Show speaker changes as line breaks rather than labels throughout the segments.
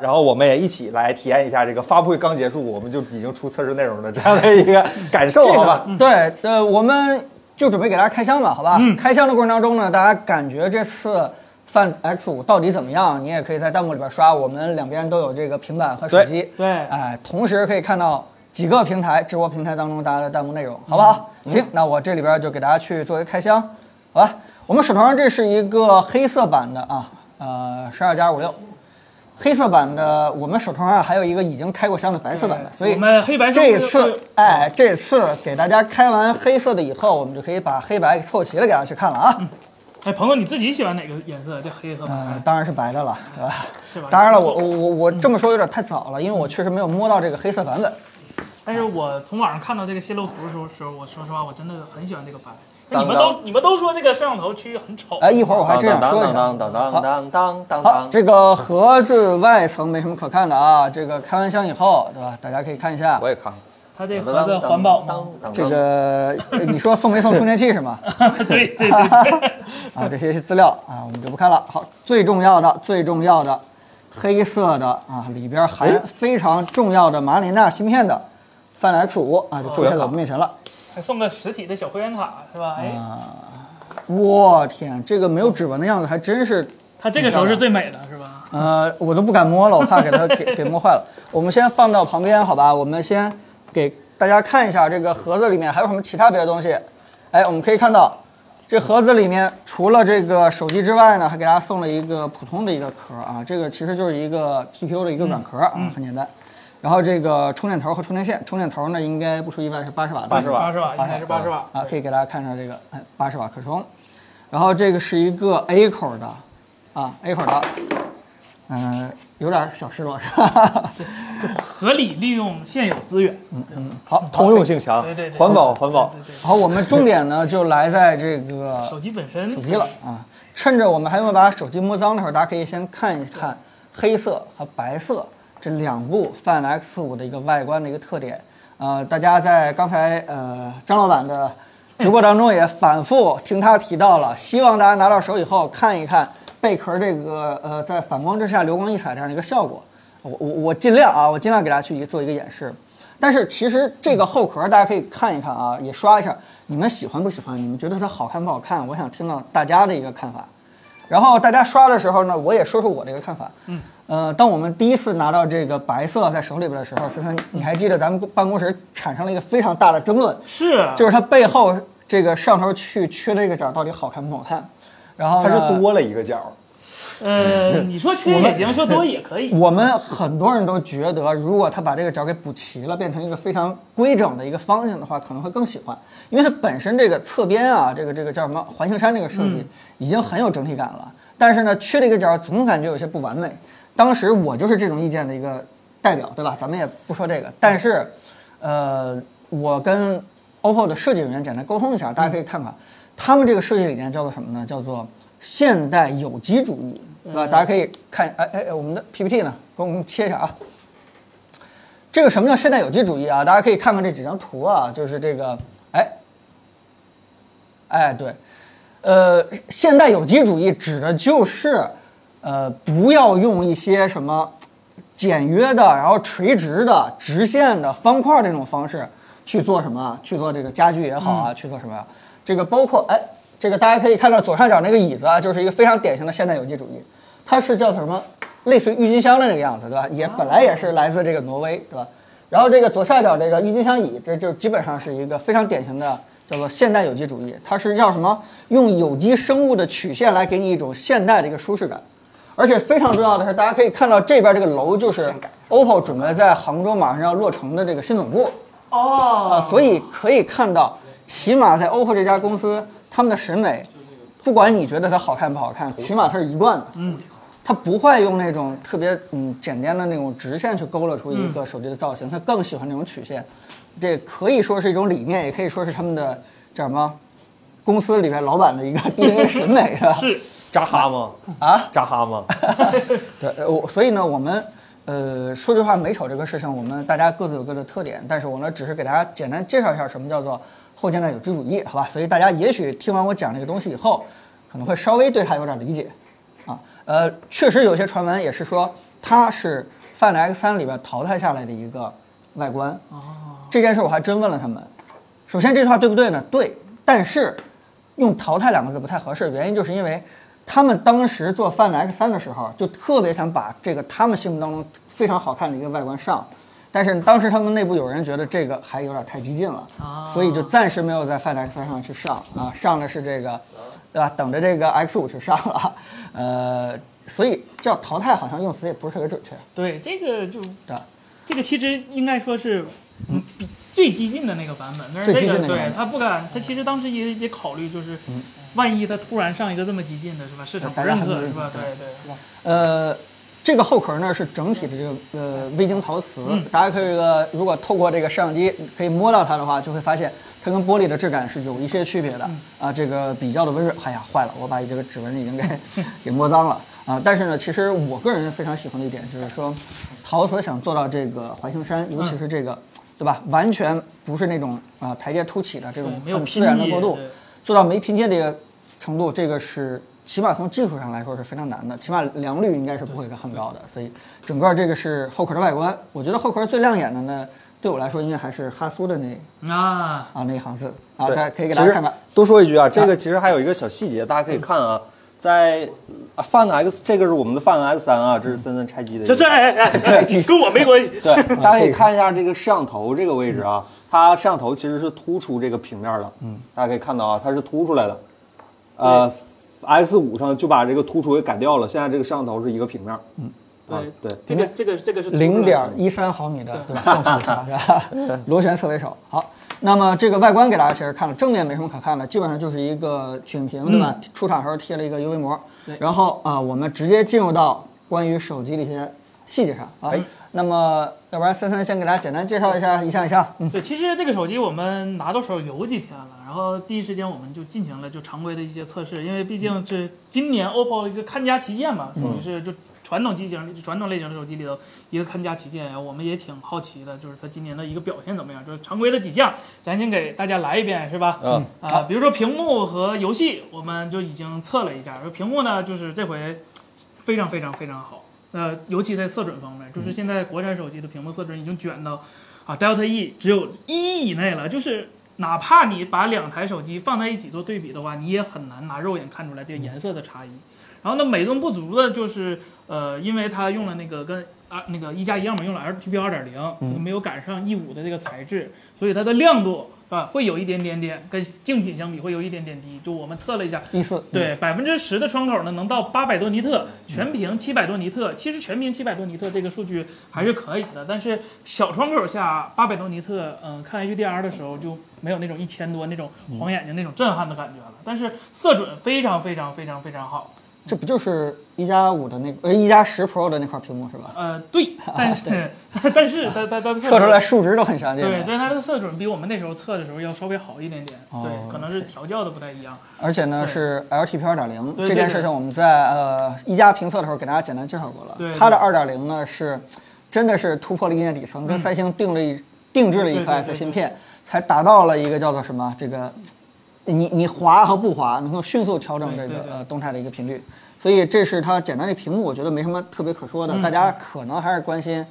然后我们也一起来体验一下这个发布会刚结束，我们就已经出测试内容的这样的一个感受，
这
好吧？
个对，呃，我们就准备给大家开箱吧，好吧？开箱的过程当中呢，大家感觉这次 Find X 五到底怎么样？你也可以在弹幕里边刷，我们两边都有这个平板和手
对
机，
对
哎，同时可以看到。几个平台直播平台当中大家的弹幕内容，好不好？行，那我这里边就给大家去做一个开箱，好吧？我们手头上这是一个黑色版的啊，呃，十二加五六，黑色版的，我们手头上还有一个已经开过箱的白色版的，
对
所以
我们黑白
这一
中
次，哎，这次给大家开完黑色的以后，我们就可以把黑白凑齐了，给大家去看了啊。
哎，朋友，你自己喜欢哪个颜色？这黑
嗯
和白，
当然是白的了，对吧？
是吧？
当然了，我我我我这么说有点太早了，因为我确实没有摸到这个黑色版本。
但是我从网上看到这个泄露图的时候，时候我说实话，我真的很喜欢这个白。哎
当
你们都你们都说这个摄像头区很丑，
哎，一会儿我还
当
真想
当
说
当
一下。
当当当当当当
好，
当，
这个盒子外层没什么可看的啊，这个开完箱以后，对吧？大家可以看一下
我。也看了。
它这盒子环保吗？
这个 呃你说送没送充电器是吗？
对对对，
啊，这些是资料啊，我们就不看了。好，最重要的，最重要的，黑色的啊，里边
哎
含非常重要的马里纳芯片的 Find X 5啊，就出现在我们面前了。
还送个实体的小会员卡是吧？
嗯
哎，
我天，这个没有指纹的样子还真是，
它这个时候是最美的是吧？
呃，我都不敢摸了，我怕给它给给摸坏了。我们先放到旁边，好吧？我们先给大家看一下这个盒子里面还有什么其他别的东西。哎，我们可以看到，这盒子里面除了这个手机之外呢，还给大家送了一个普通的一个壳啊，这个其实就是一个 TPU 的一个软壳啊，很简单。然后这个充电头和充电线，充电头呢应该不出意外是八十瓦的，
80瓦
八十瓦应该是八十瓦
啊，可以给大家看一下这个，哎，八十瓦可充，然后这个是一个 A 口的，啊，A 口的，嗯、有点小失落是吧？
合理利用现有资源，
嗯好，
通用性强，
对对对，
环保环保
对。对对
好，我们重点呢就来在这个
手机本身
手机了啊，趁着我们还没有把手机摸脏的时候，大家可以先看一看黑色和白色这两部 Find X 5的一个外观的一个特点。呃，大家在刚才呃张老板的直播当中也反复听他提到了，希望大家拿到手以后看一看贝壳这个呃在反光之下流光溢彩这样的一个效果。我我我尽量啊，我尽量给大家去一做一个演示。但是其实这个后壳大家可以看一看啊，也刷一下，你们喜欢不喜欢？你们觉得它好看不好看？我想听到大家的一个看法。然后大家刷的时候呢，我也说说我的一个看法。嗯，呃，当我们第一次拿到这个白色在手里边的时候，思思，你还记得咱们办公室产生了一个非常大的争论，
是
就是它背后这个上头去缺这个角到底好看不好看？然后
它
呢
是多了一个角儿，
呃，
嗯
你说缺也行，说多也可以。
我们很多人都觉得，如果他把这个角给补齐了，变成一个非常规整的一个方向的话，可能会更喜欢，因为它本身这个侧边啊，这个这个叫什么环形山这个设计已经很有整体感了。但是呢，缺了一个角，总感觉有些不完美。当时我就是这种意见的一个代表，对吧？咱们也不说这个，但是，呃，我跟 OPPO 的设计人员简单沟通一下，大家可以看看他们这个设计理念叫做什么呢？叫做现代有机主义，对吧？大家可以看，哎哎，哎我们的 PPT 呢，给我们切一下啊。这个什么叫现代有机主义啊？大家可以看看这几张图啊，就是这个，哎，哎，对，呃，现代有机主义指的就是，呃，不要用一些什么简约的，然后垂直的、直线的、方块这种方式去做什么啊，去做这个家具也好啊，去做什么呀、这个包括哎，这个大家可以看到左上角那个椅子啊，就是一个非常典型的现代有机主义，它是叫做什么？类似于郁金香的那个样子，对吧？也本来也是来自这个挪威，对吧？然后这个左下角这个郁金香椅，这就基本上是一个非常典型的叫做现代有机主义，它是要什么用有机生物的曲线来给你一种现代的一个舒适感。而且非常重要的是，大家可以看到这边这个楼就是 OPPO 准备在杭州马上要落成的这个新总部啊、
哦，
所以可以看到，起码在 OPPO 这家公司，他们的审美，不管你觉得它好看不好看，起码它是一贯的。嗯，它不会用那种特别嗯简单的那种直线去勾勒出一个手机的造型，它更喜欢那种曲线。这可以说是一种理念，也可以说是他们的叫什么公司里边老板的一个 DNA 审美的。
是
扎哈吗？
啊，
扎哈 吗？
对，呃我所以呢，我们呃说句话，美丑这个事情，我们大家各自有各的特点，但是我呢，只是给大家简单介绍一下什么叫做后现代有机主义，好吧？所以大家也许听完我讲这个东西以后，可能会稍微对它有点理解啊。呃，确实有些传闻也是说它是 Find X 3里边淘汰下来的一个外观。这件事我还真问了他们。首先这句话对不对呢？对，但是用“淘汰”两个字不太合适，原因就是因为他们当时做 Find X 3的时候，就特别想把这个他们心目当中非常好看的一个外观上。但是当时他们内部有人觉得这个还有点太激进了，
啊
所以就暂时没有在 Find X 3上去上啊，上的是这个，对吧？等着这个 X 5去上了，呃，所以叫淘汰好像用词也不是特别准确，
对，这个就
对吧？
这个其实应该说是，嗯，比最激进的那个版本，但是
最
这
激进的那
个
个版
对
本嗯
他不敢，他其实当时也也考虑，就是万一他突然上一个这么激进的是吧，市场不
大家
认
还不
可
认
是吧？
可
对对，
呃，这个后壳呢是整体的这个呃微晶陶瓷，
嗯
大家可以这个如果透过这个摄像机可以摸到它的话，就会发现它跟玻璃的质感是有一些区别的、
嗯
啊。这个比较的温润，哎呀，坏了，我把这个指纹已经给 给摸脏了啊。但是呢，其实我个人非常喜欢的一点就是说，陶瓷想做到这个环形山，尤
嗯
其是这个。对吧？完全不是那种啊、台阶凸起的这种
对没有
很自
拼
然的
接
过渡
对，
做到没拼接这个程度，这个是起码从技术上来说是非常难的，起码良率应该是不会很高的。所以整个这个是后壳的外观，我觉得后壳最亮眼的呢，对我来说应该还是哈苏的那
啊，
啊那一行字啊，
对
大家可以给大家看看。。
其实多说一句啊，这个其实还有一个小细节，大家可以看啊，在啊 Fun X 这个是我们的 Fun X 三啊，这是森森拆机的一个，
这这哎哎哎，这跟我没关系。
对，大家可以看一下啊这个摄像头这个位置啊，它摄像头其实是突出这个平面的，嗯，大家可以看到啊，它是凸出来的，呃，X 五上就把这个突出给改掉了，现在这个摄像头是一个平面，嗯，啊对，
这个这个这个是
零点一三毫米的对吧？正负差是吧？ 螺旋侧尾手。好，那么这个外观给大家其实看了，正面没什么可看的，基本上就是一个曲屏对吧？出厂时候贴了一个 UV 膜
嗯对，
然后啊、我们直接进入到关于手机的一些细节上啊。
哎
那么要不然森森先给大家简单介绍一下一项一项，嗯，
对，其实这个手机我们拿到手有几天了，然后第一时间我们就进行了就常规的一些测试，因为毕竟这今年 OPPO 一个看家旗舰嘛，属于是就传统机型、传统类型的手机里头一个看家旗舰，我们也挺好奇的，就是它今年的一个表现怎么样？就是常规的几项，咱先给大家来一遍，是吧？
嗯，
啊，比如说屏幕和游戏，我们就已经测了一下。说屏幕呢，就是这回非常非常非常好。呃，尤其在色准方面，就是现在国产手机的屏幕色准已经卷到啊，Delta E 只有一以内了。就是哪怕你把两台手机放在一起做对比的话，你也很难拿肉眼看出来这个颜色的差异。然后呢，美中不足的就是，呃，因为它用了那个跟啊那个一加一样嘛，用了 LTP 二点零，没有赶上 E 五的这个材质，所以它的亮度是吧，会有一点点点跟竞品相比会有一点点低。就我们测了一下，
一四，
对，百分之十的窗口呢，能到八百多尼
嗯
特，全屏七百多尼特。其实全屏七百多尼特这个数据还是可以的，但是小窗口下八百多尼特，嗯、看 HDR 的时候就没有那种一千多那种
嗯
晃眼睛那种震撼的感觉了。但是色准非常非常非常非常好，
这不就是一加五的那个呃一加十 Pro 的那块屏幕是吧？
呃， 对，但是 但是它它它
测出来数值都很相近，
对，但它的色准比我们那时候测的时候要稍微好一点点，
哦
对，可能是调教的不太一样。
而且呢
对
是 LTP 二点零
对
这件
对
事
对
情，我们在呃一加评测的时候给大家简单介绍过了。
对对嗯
它的二点零呢是真的是突破了硬件底层，跟三星定了一定制了一
对
颗
对对
S
对
芯片，才达到了一个叫做什么这个你你滑和不滑能够迅速调整这
对
个
对对
呃动态的一个频率，所以这是它简单的屏幕，我觉得没什么特别可说
嗯
的，大家可能还是关心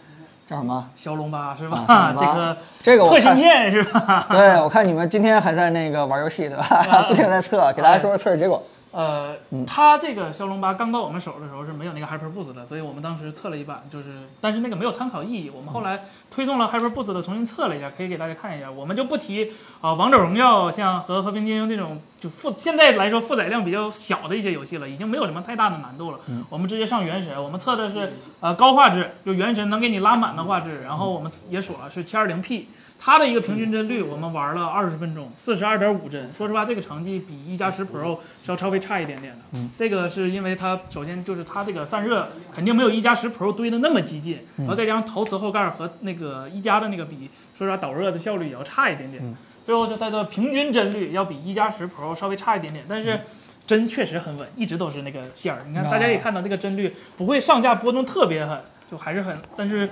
叫什 么。
骁龙八是吧？
啊骁龙
这
八
个
这个我
破芯
看
片是吧？
对，我看你们今天还在那个玩游戏对
啊
吧？ 不停地在测，给大家说说测试结果。
呃，它这个骁龙八刚到我们手的时候是没有那个 HyperBoost 的，所以我们当时测了一版，就是但是那个没有参考意义。我们后来推送了 HyperBoost 的，重新测了一下，可以给大家看一下。我们就不提啊、王者荣耀像和和平精英这种就负现在来说负载量比较小的一些游戏了，已经没有什么太大的难度了。我们直接上原神，我们测的是呃高画质，就原神能给你拉满的画质，然后我们也说了是 720P。它的一个平均帧率，我们玩了二十分钟，四十二点五帧。说实话，这个成绩比一加十 Pro 是要稍微差一点点的。这个是因为它首先就是它这个散热肯定没有一加十 Pro 堆的那么激进，然后再加上陶瓷后盖和那个一加的那个比，说实话导热的效率也要差一点点。最后就它的平均帧率要比一加十 Pro 稍微差一点点，但是。帧确实很稳，一直都是那个线儿。你看，大家也看到这个帧率不会上下波动特别狠，就还是很，但是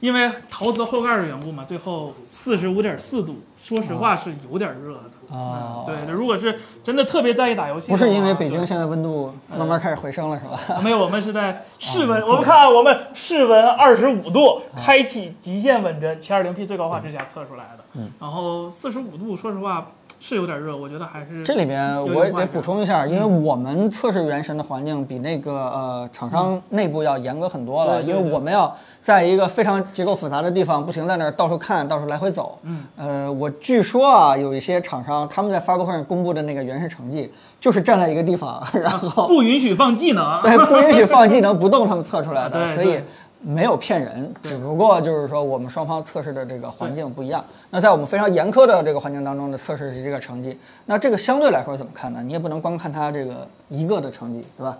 因为陶瓷后盖的缘故嘛，最后四十五点四度，说实话是有点热的。
哦，
对，如果是真的特别在意打游戏
不
的话，
是因为北
对嗯
京现在温度慢慢开始回升了，是 吧？
没有，我们是
哦
在室温。我们看啊我们室温二十五
哦
度，开启极限稳帧，七二零 P 最高画质下测出来的。
嗯
然后四十五度，说实话是有点热，我觉得还是
这里边我也得补充一下，因为
嗯
我们测试原神的环境比那个呃厂商内部要严格很多了，
嗯对
因
对
为我们要在一个非常结构复杂的地方不停在那儿到处看，到处来回走。嗯，呃，我据说啊，有一些厂商他们在发布会上公布的那个原神成绩，就是站在一个地方，然后
不允许放技 能。啊
对，不允许放技能不动，他们测出来的，
对
所以
对
没有骗人，只不过就是说我们双方测试的这个环境不一样。那在我们非常严苛的这个环境当中的测试是这个成绩，那这个相对来说怎么看呢？你也不能光看它这个一个的成绩，对吧？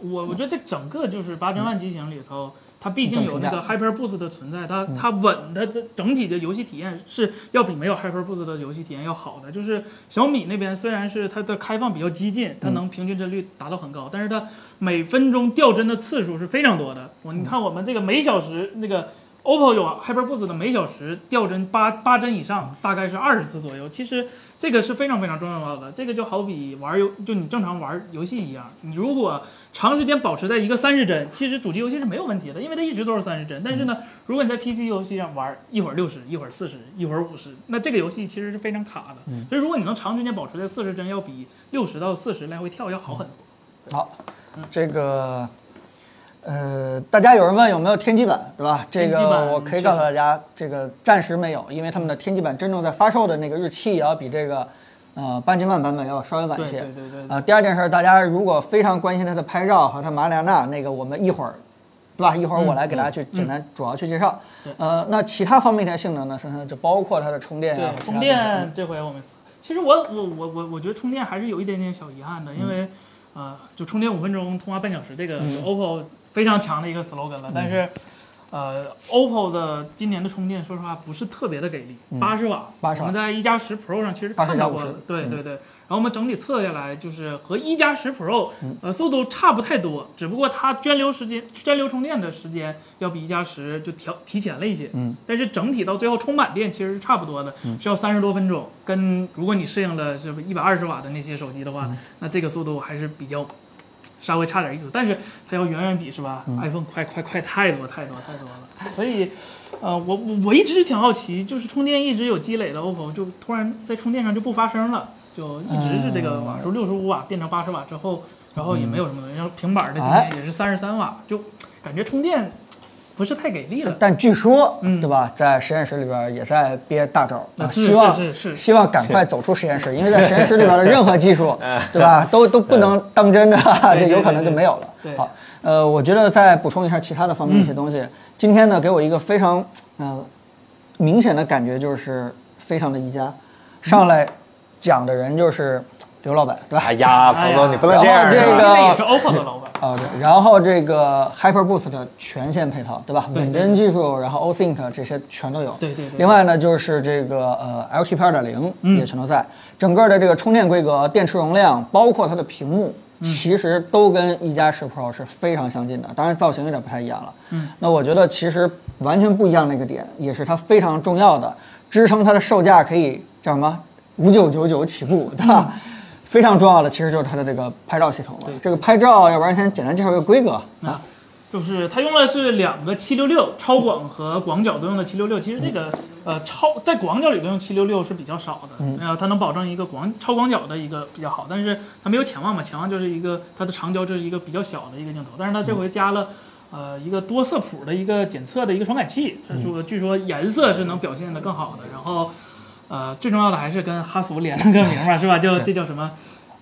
我我觉得这整个就是八千万机型里头，它毕竟有那
你
个 Hyper Boost 的存在，它它稳，它的整体的游戏体验是要比没有 Hyper Boost 的游戏体验要好的。就是小米那边虽然是它的开放比较激进，它能平均帧率达到很高，但是它每分钟掉帧的次数是非常多的。我你看我们这个每小时那个。OPPO 有 Hyper Boost 的每小时掉帧八八帧以上，大概是二十次左右。其实这个是非常非常重要的，这个就好比玩游，就你正常玩游戏一样，你如果长时间保持在一个三十帧，其实主机游戏是没有问题的，因为它一直都是三十帧。但是呢，
嗯
如果你在 PC 游戏上玩一会儿六十，一会儿四十，一会儿五十，那这个游戏其实是非常卡的。
嗯
所以如果你能长时间保持在四十帧，要比六十到四十来回跳要好很
嗯
多。
好，
嗯
这个。呃，大家有人问有没有天玑版，对吧？这
天玑
个
版
我可以
确实
告诉大家，这个暂时没有，因为他们的天玑版真正在发售的那个日期也要比这个，呃，八千万版本要稍微晚一
对
些。
对对对对
啊，第二件事儿，大家如果非常关心它的拍照和它马里亚纳那个，我们一会儿，对吧？一会儿我来给大家
嗯
去简单主要去介绍。呃，那其他方面的性能呢？森森就包括它的充电啊，
对，
其他
充
的
电这回我们，其实我我我我我觉得充电还是有一点点小遗憾的，因为、
嗯
呃，就充电五分钟，通话半小时，这个是 OPPO 非常强的一个 slogan
嗯
了，但是。呃，OPPO 的今年的充电，说实话不是特别的给力，八十瓦。
嗯80瓦
我们在一加十 Pro 上其实看到过
80加嗯50，
了对对对。然后我们整体测下来，就是和一加十 Pro
嗯
呃速度差不太多，只不过它涓流时间、涓流充电的时间要比一加十就调提前了一些。
嗯，
但是整体到最后充满电其实是差不多的，需要三十多分钟。跟如果你适应了是一百二十瓦的那些手机的话，
嗯
那这个速度还是比较稍微差点意思，但是它要远远比是吧、i
嗯
p h o n e 快快快太多太多太多了，所以，呃，我我我一直是挺好奇，就是充电一直有积累的 OPPO 就突然在充电上就不发声了，就一直是这个
嗯
瓦数六十五瓦变成八十瓦之后，然后也没有什么，然后平板的今
哎
天也是三十三瓦，就感觉充电不是太给力了。
但据说，
嗯
对吧，在实验室里边也在憋大招，
那
啊
是
希望
是是是
希望赶快走出实验 室，因为在实验室里边的任何技术，对吧，都都不能当真的， 这
哎对
有可能就没有了。
对嗯
好，呃，我觉得再补充一下其他的方面一些东西。今天呢，给我一个非常呃明显的感觉，就是非常的宜家，上来讲的人就是刘老板，对吧？
哎呀，彭总，你不能这样
这
啊
个
现在也是 OPPO 的老板，
啊，对，然后这个 HyperBoost 的全线配套，对吧？
对
稳帧技术，然后 OSync 这些全都有。
对对对嗯
另外呢，就是这个呃 LTP 2.0也全都在，整个的这个充电规格、电池容量，包括它的屏幕，
嗯
其实都跟一加十 Pro 是非常相近的，当然造型有点不太一样了。嗯，那我觉得其实完全不一样的一个点，也是它非常重要的，支撑它的售价可以叫什么五九九九起步，
嗯
对吧？非常重要的其实就是它的这个拍照系统了
对。
这个拍照，要不然先简单介绍一个规格啊。
就是它用的是两个七六六超广和广角都用的七六六，其实这个呃超在广角里头用七六六是比较少的，
嗯
然后它能保证一个广超广角的一个比较好，但是它没有潜望嘛，潜望就是一个它的长焦就是一个比较小的一个镜头，但是它这回加了。呃，一个多色谱的一个检测的一个传感器，它说据说颜色是能表现的更好的。然后，呃，最重要的还是跟哈苏连了个名嘛，是吧？叫这叫什么？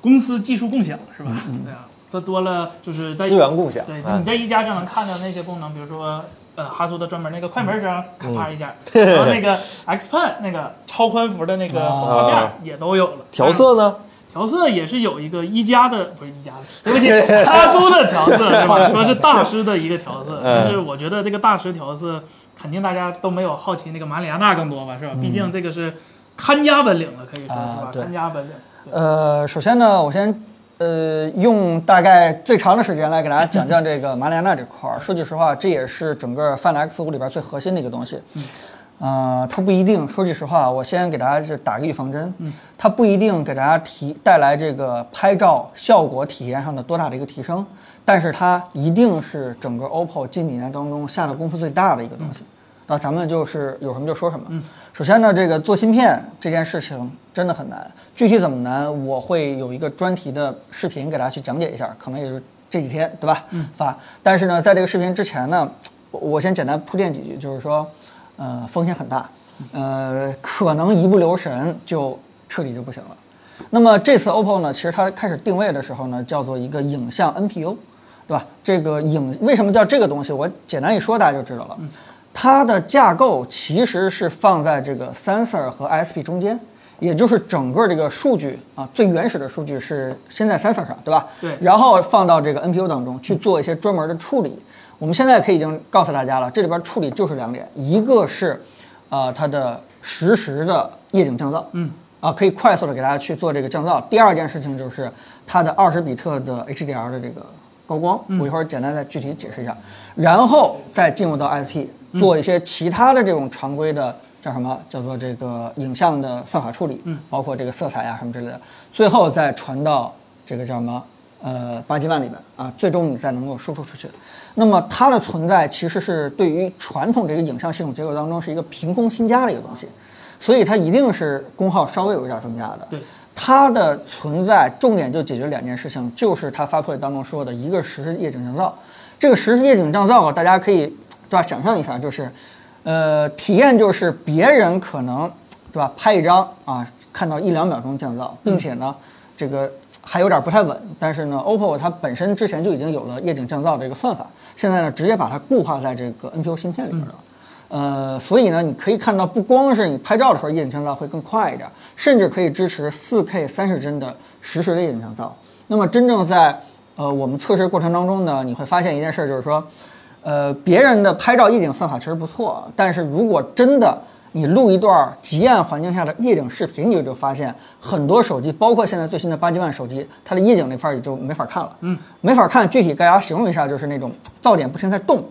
公司技术共享是吧？对啊，它多了就是在
嗯资源共享
嗯
对，
啊
你，在一加就能看到那些功能，比如说呃哈苏的专门那个快门声，咔
嗯
啪 一下，然后那个 X Pen 那个超宽幅的那个
啊
广告面也都有了，
调色呢？
调色也是有一个一加的，不是一加的，对不起，哈苏的调色，对吧？说是大师的一个调
嗯
色，但是我觉得这个大师调色，肯定大家都没有好奇那个马里亚纳更多吧，是吧？毕竟这个是看家本领了，可以说是
嗯啊
吧？
对
看家本领。对
呃，首先呢，我先呃，用大概最长的时间来给大家讲讲这个马里亚纳这块儿。说句实话，这也是整个 Find X5 里边最核心的一个东西。嗯。呃，它不一定。说句实话，我先给大家是打个预防针，嗯，它不一定给大家提带来这个拍照效果体验上的多大的一个提升，但是它一定是整个 OPPO 近几年当中下的功夫最大的一个东西。那咱们就是有什么就说什么。首先呢，这个做芯片这件事情真的很难，具体怎么难，我会有一个专题的视频给大家去讲解一下，可能也就这几天，对吧？发。但是呢，在这个视频之前呢，我我先简单铺垫几句，就是说，呃，风险很大，呃，可能一不留神就彻底就不行了。那么这次 OPPO 呢，其实它开始定位的时候呢，叫做一个影像 NPU，对吧？这个影为什么叫这个东西？我简单一说，大家就知道了。它的架构其实是放在这个 sensor 和 ISP 中间，也就是整个这个数据啊，最原始的数据是先在 sensor 上，对吧？
对
然后放到这个 NPU 当中去做一些专门的处理。我们现在可以已经告诉大家了，这里边处理就是两点，一个是，呃，它的实时的夜景降噪，嗯，啊，可以快速的给大家去做这个降噪。第二件事情就是它的二十比特的 HDR 的这个高光，我一会儿简单再具体解释一下，然后再进入到 SP 做一些其他的这种常规的。叫什么？叫做这个影像的算法处理，嗯，包括这个色彩啊什么之类的，最后再传到这个叫什么？呃，八千万里面啊，最终你再能够输出出去。那么它的存在其实是对于传统这个影像系统结构当中是一个凭空新加的一个东西，所以它一定是功耗稍微有一点增加的。
对，
它的存在重点就解决两件事情，就是它发布会当中说的一个实时夜景降噪，这个实时夜景降噪啊，大家可以对吧想象一下，就是，呃，体验就是别人可能对吧？拍一张啊，看到一两秒钟降噪，并且呢，这个还有点不太稳。但是呢，OPPO 它本身之前就已经有了夜景降噪这个算法，现在呢直接把它固化在这个 NPU 芯片里边了。呃，所以呢，你可以看到，不光是你拍照的时候夜景降噪会更快一点，甚至可以支持 4K 三十帧的实时的夜景降噪。那么真正在呃我们测试过程当中呢，你会发现一件事，就是说，呃，别人的拍照夜景算法确实不错，但是如果真的你录一段极暗环境下的夜景视频，你就发现很多手机，包括现在最新的八 G 万手机，它的夜景那块儿也就没法看了。嗯，没法看。具体给大家形容一下，就是那种噪点不停在动，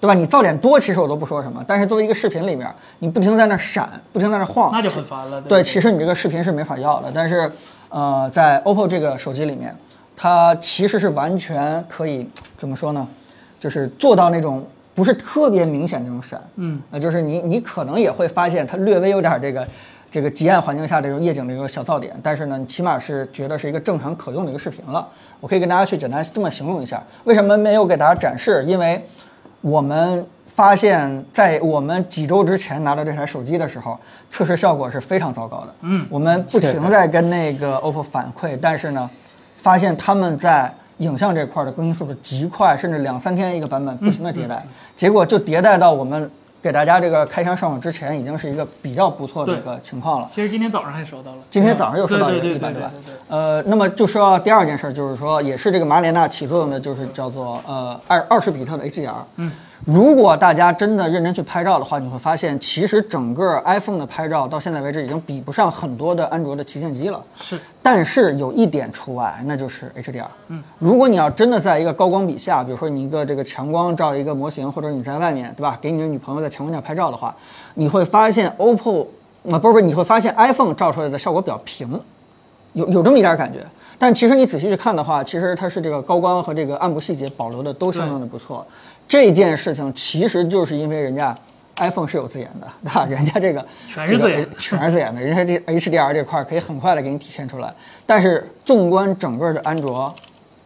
对吧？你噪点多，其实我都不说什么，但是作为一个视频里面，你不停在那儿闪，不停在那儿晃，
那就很烦了。对不
对，
对，
其实你这个视频是没法要的，但是，呃，在 OPPO 这个手机里面，它其实是完全可以怎么说呢？就是做到那种不是特别明显那种闪，嗯，呃，就是你你可能也会发现它略微有点这个这个极暗环境下这种夜景的一个小噪点，但是呢，你起码是觉得是一个正常可用的一个视频了。我可以跟大家去简单这么形容一下，为什么没有给大家展示？因为我们发现，在我们几周之前拿到这台手机的时候，测试效果是非常糟糕的。嗯，我们不停在跟那个 OPPO 反馈，但是呢，发现他们在影像这块的更新速度极快，甚至两三天一个版本不停的迭代，结果就迭代到我们给大家这个开箱上网之前，已经是一个比较不错的一个情况了。
其实今天早上还收到了，
今天早上又收到一
对
个一
对对对
版，对
对
吧
对对？
呃，那么就说到第二件事，就是说，也是这个马里亚纳起作用的，就是叫做呃二二十比特的 HDR。嗯，如果大家真的认真去拍照的话，你会发现，其实整个 iPhone 的拍照到现在为止已经比不上很多的安卓的旗舰机了。
是
但是有一点除外，那就是 HDR。嗯，如果你要真的在一个高光底下，比如说你一个这个强光照一个模型，或者你在外面，对吧？给你的女朋友在强光下拍照的话，你会发现 OPPO 啊、不是不是，你会发现 iPhone 照出来的效果比较平，有有这么一点感觉。但其实你仔细去看的话，其实它是这个高光和这个暗部细节保留的都相当的不错。这件事情其实就是因为人家 iPhone 是有资源的，对吧？人家这个
全是自研
这个全是自研的，人家这 HDR 这块儿可以很快的给你体现出来。但是纵观整个的安卓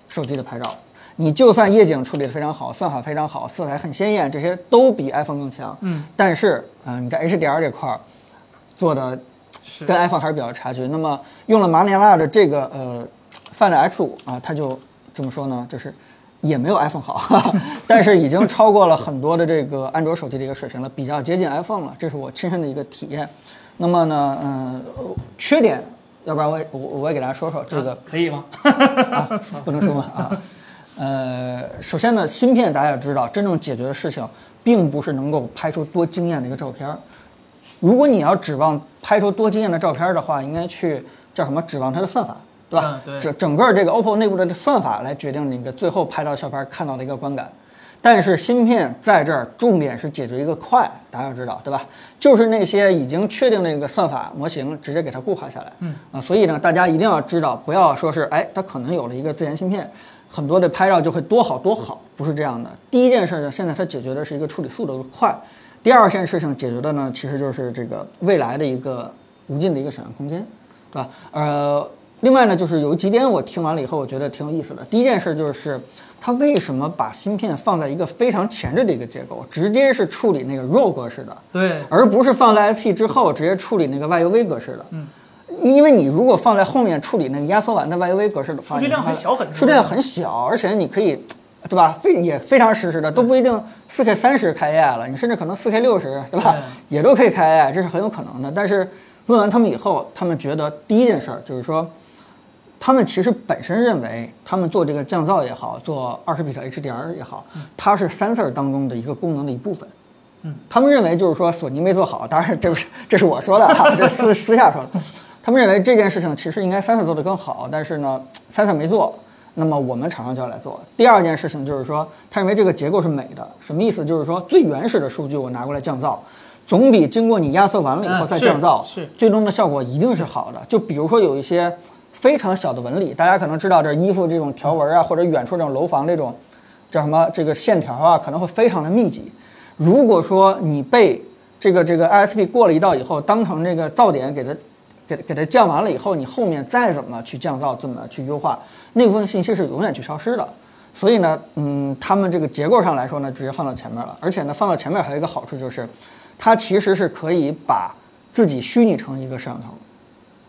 手机的拍照，你就算夜景处理的非常好，算法非常好，色彩很鲜艳，这些都比 iPhone 更强。嗯，但是啊、呃你在 HDR 这块儿做的
是
跟 iPhone 还是比较有差距。那么用了马里亚纳的这个呃 Find X 五啊，它就怎么说呢？就是也没有 iPhone 好， 哈哈但是已经超过了很多的这个安卓手机的一个水平了，比较接近 iPhone 了。这是我亲身的一个体验。那么呢，嗯、呃缺点，要不然我也我我也给大家说说这个。
啊可 以吗？
不能说嘛啊。呃，首先呢，芯片大家也知道，真正解决的事情，并不是能够拍出多惊艳的一个照片儿。如果你要指望拍出多惊艳的照片儿的话，应该去叫什么？指望它的算法，对吧
嗯？对
整整个这个 OPPO 内部的算法来决定你的最后拍到照片看到的一个观感。但是芯片在这儿重点是解决一个快，大家要知道，对吧？就是那些已经确定的那个算法模型，直接给它固化下来。嗯啊，所以呢，大家一定要知道，不要说是哎，它可能有了一个自研芯片，很多的拍照就会多好多好，不是这样的。第一件事呢，现在它解决的是一个处理速度的快，第二件事情解决的呢，其实就是这个未来的一个无尽的一个想象空间，对吧？呃，另外呢，就是有几点我听完了以后，我觉得挺有意思的。第一件事就是，它为什么把芯片放在一个非常前置的一个结构，直接是处理那个 RAW 格式的，
对，
而不是放在 SP 之后直接处理那个 YUV 格式的。嗯，因为你如果放在后面处理那个压缩完的 YUV 格式的话，
数据量
你看
很小很多
数据量很小，而且你可以。对吧？非也非常实时的，都不一定四 K 三十开 AI 了，你甚至可能四 K 六十，对吧？也都可以开 AI，这是很有可能的。但是问完他们以后，他们觉得第一件事儿就是说，他们其实本身认为，他们做这个降噪也好，做二十比特 HDR 也好，
嗯
它是 sensor 当中的一个功能的一部分。嗯，他们认为就是说索尼没做好，当然这不是这是我说的啊，这私私下说的。他们认为这件事情其实应该 sensor 做得更好，但是呢，sensor 没做，那么我们厂商就要来做。第二件事情就是说，他认为这个结构是美的，什么意思？就是说最原始的数据我拿过来降噪，总比经过你压缩完了以后
嗯
再
是
降噪、
是
最终的效果一定是好的。就比如说有一些非常小的纹理，大家可能知道这衣服这种条纹啊，或者远处这种楼房这种叫什么这个线条啊，可能会非常的密集。如果说你被这个这个 ISP 过了一道以后，当成这个噪点给它给给它降完了以后，你后面再怎么去降噪，怎么去优化，那部分信息是永远去消失的。所以呢，嗯，他们这个结构上来说呢，直接放到前面了。而且呢，放到前面还有一个好处就是，它其实是可以把自己虚拟成一个摄像头，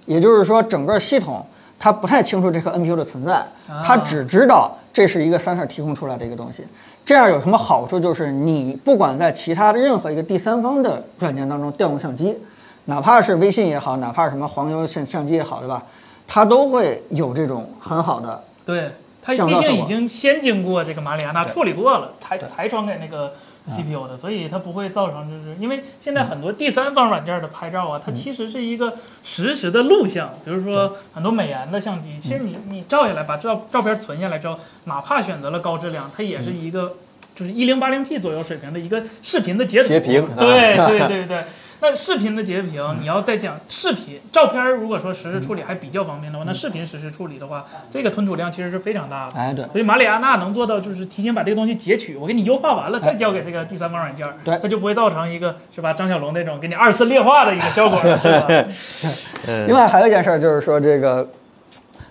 也就是说，整个系统它不太清楚这颗 NPU 的存在，它只知道这是一个 sensor 提供出来的一个东西。这样有什么好处？就是你不管在其他的任何一个第三方的软件当中调用相机，哪怕是微信也好，哪怕是什么黄油相相机也好，对吧？它都会有这种很好的
对，它
降
毕
噪效
竟
果
已经先经过这个马里亚纳
对啊
处理过了，才才传给那个 CPU 的，所以它不会造成就是因为现在很多第三方软件的拍照
嗯
啊，它其实是一个实时的录像，比如说很多美颜的相
嗯
机，其实你你照下来把照照片存下来之后，哪怕选择了高质量，它也是
嗯
一个就是一零八零 P 左右水平的一个视频的截图，
截屏
对
啊
对对对。那视频的截屏，你要再讲视频、照片，如果说实时处理还比较方便的话，那视频实时处理的话，这个吞吐量其实是非常大的。
哎对
所以马里亚纳能做到就是提前把这个东西截取，我给你优化完了，再交给这个第三方软件，
对
它就不会造成一个是吧张小龙那种给你二次劣化的一个效果，是吧？
另外还有一件事儿就是说，这个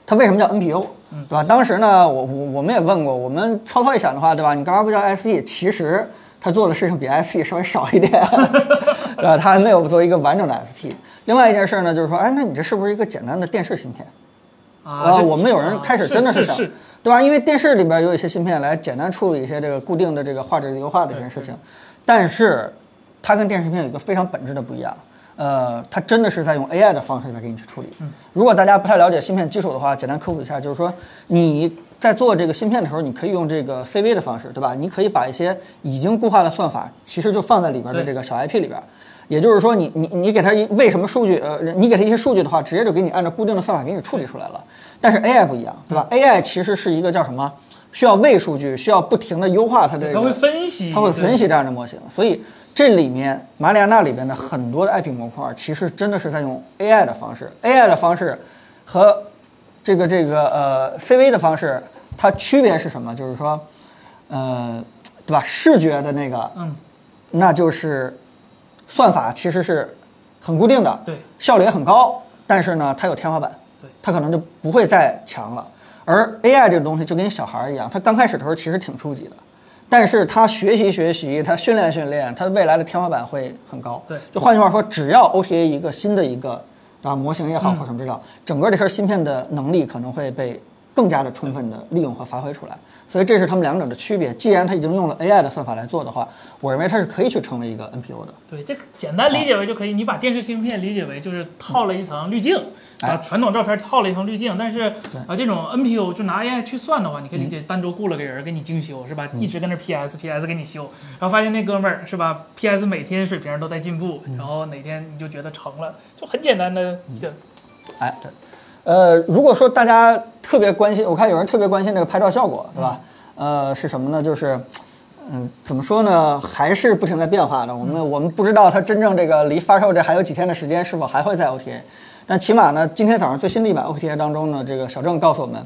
它为什么叫 NPU，对吧？当时呢，我我我们也问过，我们糙糙一想的话，对吧？你干嘛不叫 SP？其实它做的事情比 SP 稍微少一点，对吧？它还没有做一个完整的 SP。另外一件事儿呢，就是说，哎，那你这是不是一个简单的电视芯片？
啊，这
呃我们有人开始真的
是
想，
是
对吧？因为电视里边有一些芯片来简单处理一些这个固定的这个画质优化的这件事情，但是它跟电视片有一个非常本质的不一样。呃，它真的是在用 AI 的方式来给你去处理。
嗯
如果大家不太了解芯片基础的话，简单科普一下，就是说你在做这个芯片的时候，你可以用这个 CV 的方式，对吧？你可以把一些已经固化的算法，其实就放在里边的
对
这个小 IP 里边。也就是说你，你你给它一为什么数据，呃，你给它一些数据的话，直接就给你按照固定的算法给你处理出来了。但是 AI 不一样，对吧？AI 其实是一个叫什么？需要喂数据，需要不停的优化它的、这
是
个，
它会分析，
它会分析这样的模型。所以这里面马里亚纳里边的很多的 IP 模块，其实真的是在用 AI 的方式，AI 的方式和这个这个呃 CV 的方式，它区别是什么？就是说，呃，对吧？视觉的那个，
嗯，
那就是算法其实是很固定的，
对
效率也很高，但是呢，它有天花板，
对，
它可能就不会再强了。而 AI 这个东西就跟小孩儿一样，它刚开始的时候其实挺初级的，但是它学习学习，它训练训练，它未来的天花板会很高。
对
就换句话说，只要 OTA 一个新的一个啊模型也好或者什么知道，整个这颗芯片的能力可能会被更加的充分的利用和发挥出来。所以这是它们两者的区别。既然它已经用了 AI 的算法来做的话，我认为它是可以去成为一个 NPU 的。
对，这个简单理解
哦
为就可以，你把电视芯片理解为就是套了一层滤镜，
嗯
哎
把传统照片套了一层滤镜。但是啊、这种 NPU 就拿 AI 去算的话，你可以理
嗯
解单独雇了个人给你精修，是吧？一直跟那 PS PS 给你修，然后发现那哥们儿是吧？PS 每天水平都
嗯
在进步，然后哪天你就觉得成了，就很简单的一个。
哎，对，呃，如果说大家特别关心，我看有人特别关心这个拍照效果，对吧？呃，是什么呢？就是，嗯，怎么说呢？还是不停在变化的。我们我们不知道它真正这个离发售这还有几天的时间，是否还会在 OTA。但起码呢，今天早上最新的一版 OTA 当中呢，这个小郑告诉我们，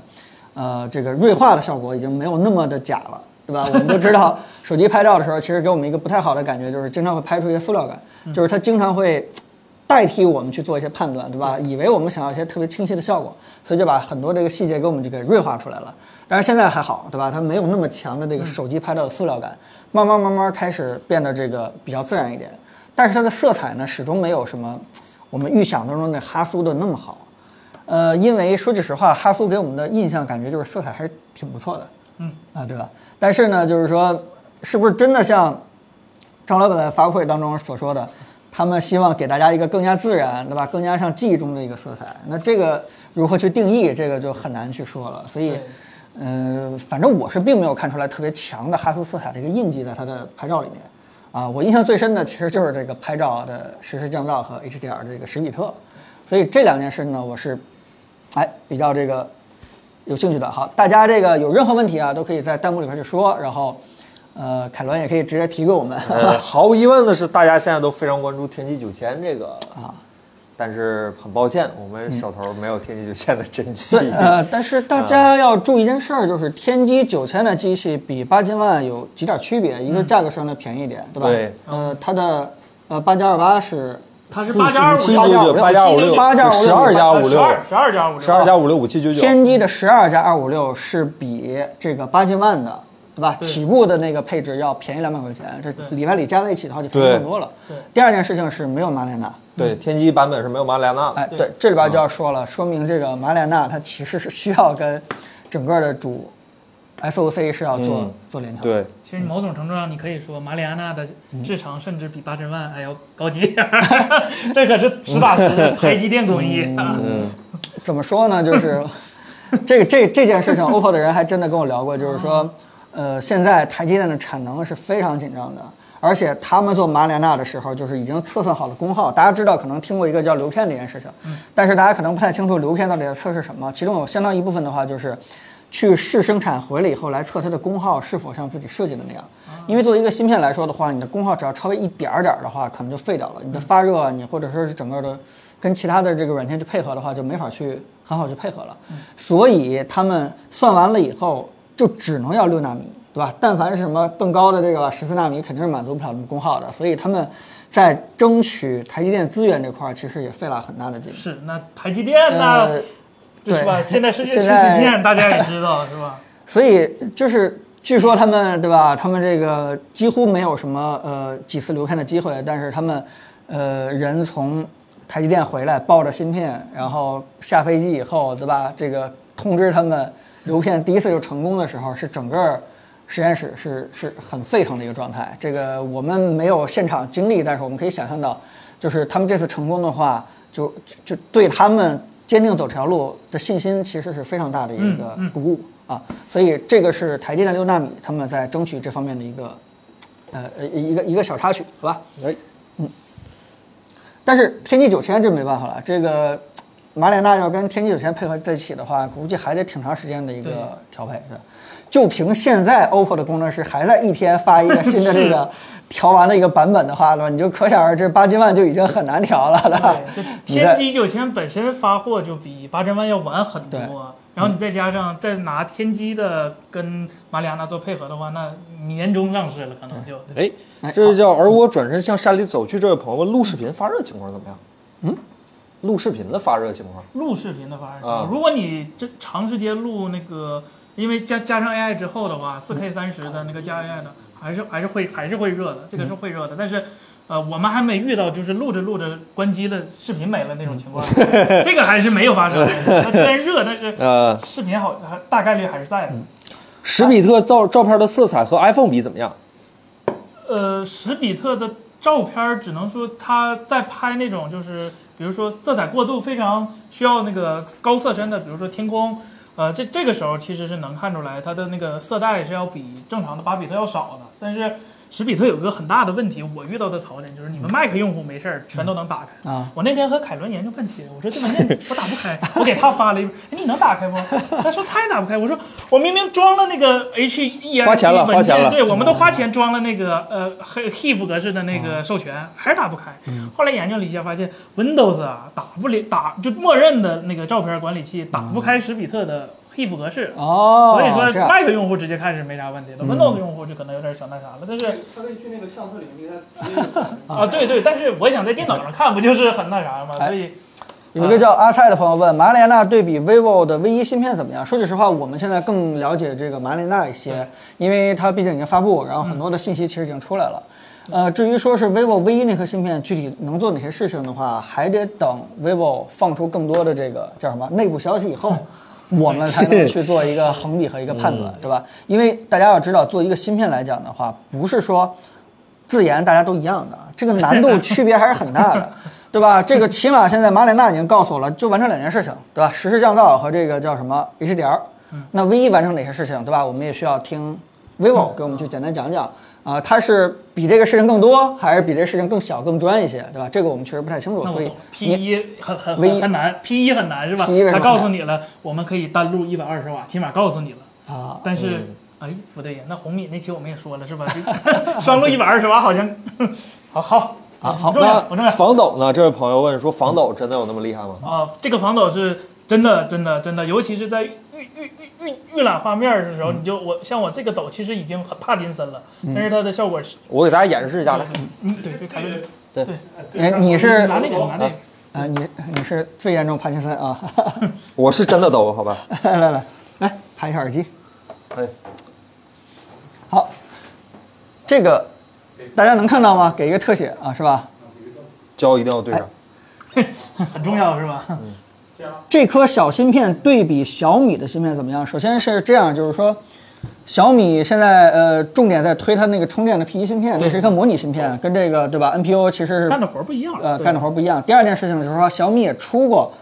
呃，这个锐化的效果已经没有那么的假了，对吧？我们都知道，手机拍照的时候，其实给我们一个不太好的感觉，就是经常会拍出一些塑料感，就是它经常会代替我们去做一些判断，对吧？以为我们想要一些特别清晰的效果，所以就把很多这个细节给我们就给锐化出来了。但是现在还好，对吧？它没有那么强的这个手机拍照的塑料感，慢慢慢慢开始变得这个比较自然一点。但是它的色彩呢，始终没有什么我们预想当中的哈苏的那么好。呃，因为说句实话，哈苏给我们的印象感觉就是色彩还是挺不错的，
嗯
啊，对吧？但是呢，就是说，是不是真的像张老板在发布会当中所说的，他们希望给大家一个更加自然，对吧？更加像记忆中的一个色彩。那这个如何去定义，这个就很难去说了。所以
对，
嗯，反正我是并没有看出来特别强的哈苏色彩的一个印记在它的拍照里面。啊，我印象最深的其实就是这个拍照的实时降噪和 HDR 的这个十比特，所以这两件事呢，我是，哎，比较这个有兴趣的，好，大家这个有任何问题啊，都可以在弹幕里面去说，然后，呃，凯伦也可以直接提给我们。
呃，毫无疑问的是，大家现在都非常关注天玑九千这个啊，嗯但是很抱歉，我们手头没有天玑九千的真机。
对，呃，但是大家要注意一件事儿，就是天玑九千的机器比八千万有几点区别，一个价格相对便宜一点，对吧？
对
呃，它的呃八加二八是
它是八加二五
七九九八加五六
八加
十二加五
呃十
六
二十二加五六
十二加五六五七九九
天玑的十二加二五六是比这个八千万的，对吧？
对
起步的那个配置要便宜两百块钱，这
对
里外里加在一起的话就便宜更多了。
对对
第二件事情是没有马里亚纳。
对，天玑版本是没有马里亚纳的。
哎，
对
对，这里边就要说了，说明这个马里亚纳它其实是需要跟整个的主 SOC 是要做、
嗯
做联调的。
对，
其实某种程度上，你可以说马里亚纳的
嗯
制程甚至比八千万还要高级一点儿， 这可是实打实 的台积电工艺。啊
嗯，
怎么说呢？就是 这个这这件事情，OPPO 的人还真的跟我聊过，就是说，呃，现在台积电的产能是非常紧张的，而且他们做马里亚纳的时候，就是已经测算好了功耗。大家知道，可能听过一个叫流片这件事情，但是大家可能不太清楚流片到底在测试什么。其中有相当一部分的话就是。去试生产回来以后来测它的功耗是否像自己设计的那样，因为作为一个芯片来说的话，你的功耗只要超过一点儿点儿的话，可能就废掉了。你的发热啊，你或者说是整个的跟其他的这个软件去配合的话，就没法去很好去配合了。所以他们算完了以后，就只能要六纳米，对吧？但凡是什么更高的这个十四纳米，肯定是满足不了那么功耗的。所以他们在争取台积电资源这块儿，其实也费了很大的劲。
是，那台积电呢
呃，
对是吧？
对
现在世界出
现在
芯片，大家也知道是 吧？
所以就是据说他们对吧？他们这个几乎没有什么呃几次流片的机会，但是他们呃人从台积电回来抱着芯片，然后下飞机以后对吧？这个通知他们流片第一次就成功的时候，是整个。实验室是是很沸腾的一个状态，这个我们没有现场经历，但是我们可以想象到，就是他们这次成功的话，就就就对他们坚定走这条路的信心其实是非常大的一个鼓舞、啊。所以这个是台积电六纳米他们在争取这方面的一个呃呃一个一个小插曲，好吧？嗯
哎，
但是天玑九千这没办法了，这个马里亚纳要跟天玑九千配合在一起的话，估计还得挺长时间的一
对
个调配。是吧就凭现在 OPPO 的工程师还在一天发一个新的 这个调完的一个版本的话，对吧？你就可想而知，八千万就已经很难调了，对吧
对，这？
你
天
在
玑九千本身发货就比八千万要晚很多，然后
嗯
你再加上再拿天玑的跟马里亚纳做配合的话，那年终上市了可能就。
哎
哎，
这是叫而我转身向山里走去。这位朋友问录视频发热情况怎么样？嗯，录视频的发热情况。
录视频的方式，
啊
如果你这长时间录那个，因为加加上 AI 之后的话，4 K 三十的那个加 AI 的，还是还是会还是会热的，这个是会热的。但是，呃，我们还没遇到就是录着录着关机了，视频没了那种情况，这个还是没有发生的。它虽然热，但是
呃，
视频好还大概率还是在的。
十比特照照片的色彩和 iPhone 比怎么样？
呃，史比特的照片儿只能说他在拍那种就是，比如说色彩过度非常需要那个高色深的，比如说天空，呃，这这个时候其实是能看出来它的那个色带是要比正常的八比特要少的，但是。史比特有个很大的问题，我遇到的槽点就是
嗯
你们 Mac 用户没事儿全都能打开。
啊，
我那天和凯伦研究半天，我说这文件我打不开，我给他发了一，哎你能打开不？他说他也打不开。我说我明明装了那个 H E
花钱了花钱了
对，我们都花钱装了那个呃 HEIF 格式的那
啊
个授权，还是打不开。
嗯
后来研究了一下，发现 Windows 啊打不了，打就默认的那个照片管理器打不开史比特的 HEIF 格式。
嗯哦，
所以说
这样，
Mac 用户直接看是没啥问题的
嗯
，Windows 用户就可能有点想那啥了。但是
他可以去那个相册里面给他直接。
啊，对对，但是我想在电脑上看，不就是很那啥吗？
哎
所以
有一个叫阿菜的朋友问，马里亚纳对比 vivo 的 V 一芯片怎么样？说句实话，我们现在更了解这个马里亚纳一些
对，
因为它毕竟已经发布，然后很多的信息其实已经出来了。呃，至于说是 vivo V 一那颗芯片具体能做哪些事情的话，还得等 vivo 放出更多的这个叫什么内部消息以后，我们才能去做一个横比和一个判断，对吧？因为大家要知道，做一个芯片来讲的话，不是说字眼大家都一样的，这个难 度区别还是很大的，对吧？这个起码现在马里纳已经告诉我了，就完成两件事情，对吧？实时降噪和这个叫什么 HDR。那
嗯
V 一完成哪些事情，对吧？我们也需要听 vivo 给我们去简单讲讲啊、它是比这个事情更多，还是比这个事情更小、更专一些，对吧？这个我们确实不太清楚，
那我
所以
懂，P
你
一很很
唯一
很很难，P 一很难是吧
P1 为什么？
他
很
告诉
难
你了，我们可以单录一百二十瓦，起码告诉你了。
啊，
但是，哎，不对呀，那红米那期我们也说了是 吧？这双录一百二十瓦好像，好好
啊好
不重要，不
那
重要。
防抖呢？这位朋友问说，防抖真的有那么厉害吗？
啊，这个防抖是真的，真的，真的，尤其是在预预预预预览画面的时
嗯
候，你就我像我这个抖其实已经很帕金森了，但是它的效果是，
我给大家演示一下来。
嗯，对对，凯伦，
对
对，
哎，你是
拿那个，拿那个。
啊，你你是最严重帕金森啊，
我是真的抖，好吧？
来来来，来拍一下耳机。
哎，
好，这个大家能看到吗？给一个特写啊，是吧？
胶一定要对上。
哎
很重要是吧？
嗯这颗小芯片对比小米的芯片怎么样？首先是这样，就是说，小米现在呃重点在推它那个充电的 P1 芯片，这是一颗模拟芯片，跟这个对吧 NPU 其实是
干的活儿不一样，
呃
对
干的活不一样。第二件事情就是说，小米也出过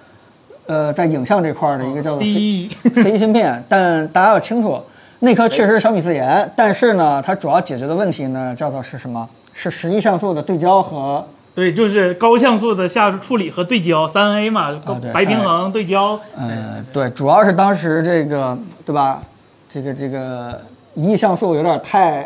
呃在影像这块儿的一个叫做 C
第一
C 1芯片，但大家要清楚，那颗确实是小米自研，但是呢，它主要解决的问题呢叫做是什么？是十一像素的对焦和
对，就是高像素的下处理和对焦，三 A 嘛，高
啊对
白平衡对焦，
嗯，对，主要是当时这个对吧？这个这个一亿像素有点太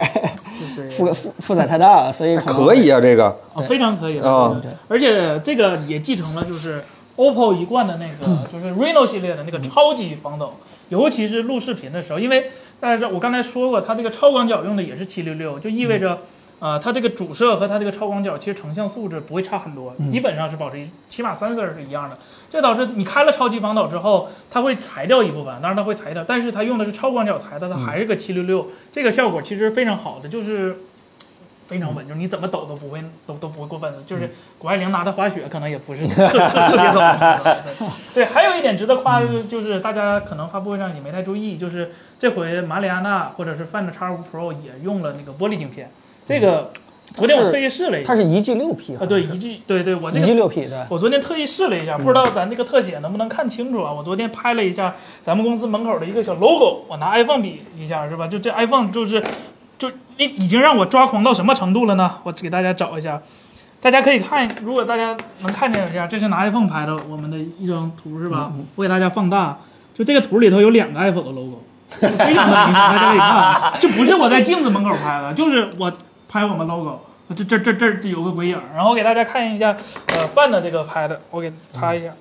对
负负负载太大了，所以能
可以啊，这个
啊非常可以的
啊
对而且这个也继承了就是 OPPO 一贯的那个，就是 Reno 系列的那个超级防抖，尤其是录视频的时候，因为但是我刚才说过，它这个超广角用的也是七六六，就意味着。呃，它这个主摄和它这个超广角其实成像素质不会差很多，基本上是保持一起码三 sensor 是一样的。这导致你开了超级防抖之后，它会裁掉一部分，当然它会裁掉，但是它用的是超广角裁的，它还是个七六六，这个效果其实非常好的，就是非常
嗯
稳，就是你怎么抖都不会都都不会过分的。就是谷爱凌拿的滑雪可能也不 是特特特别抖对。对，还有一点值得夸的就是
嗯
就是大家可能发布会上也没太注意，就是这回马里亚纳或者是 Find X5 Pro 也用了那个玻璃镜片，这个昨天我特意试了一下
嗯它，是一 G 六 P
啊，对，一 G，对对，我这
一
个
G 六 P 对。
我昨天特意试了一下，不知道咱这个特写能不能看清楚啊？我昨天拍了一下咱们公司门口的一个小 logo，我拿 iPhone 比一下，是吧？就这 iPhone 就是，就你已经让我抓狂到什么程度了呢？我给大家找一下，大家可以看，如果大家能看见一下，这是拿 iPhone 拍的我们的一张图，是吧？我给大家放大，就这个图里头有两个 iPhone 的 logo，就 非常的明显，大家可以看，这不是我在镜子门口拍的，就是我拍我们 logo。这这这这这有个鬼影儿，然后我给大家看一下，呃，范的这个拍的，我给擦一下。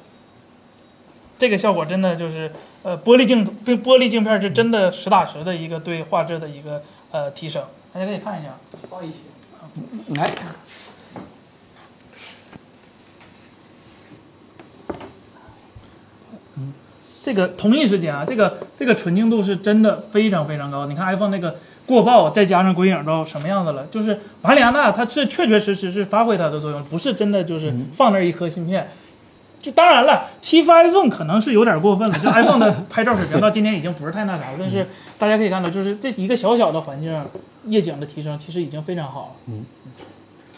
这个效果真的就是，呃，玻璃镜对玻璃镜片是真的实打实的一个对画质的一个呃提升，大家可以看一下。
放一起。
来，
这个同一时间啊，这个这个纯净度是真的非常非常高。你看 iPhone 那个过曝，再加上鬼影到什么样子了？就是马里亚纳，它是确确实实是发挥它的作用，不是真的就是放那儿一颗芯片。就当然了，七发 iPhone 可能是有点过分了，就 iPhone 的拍照水平到今天已经不是太那啥了。但是大家可以看到，就是这一个小小的环境，夜景的提升其实已经非常好了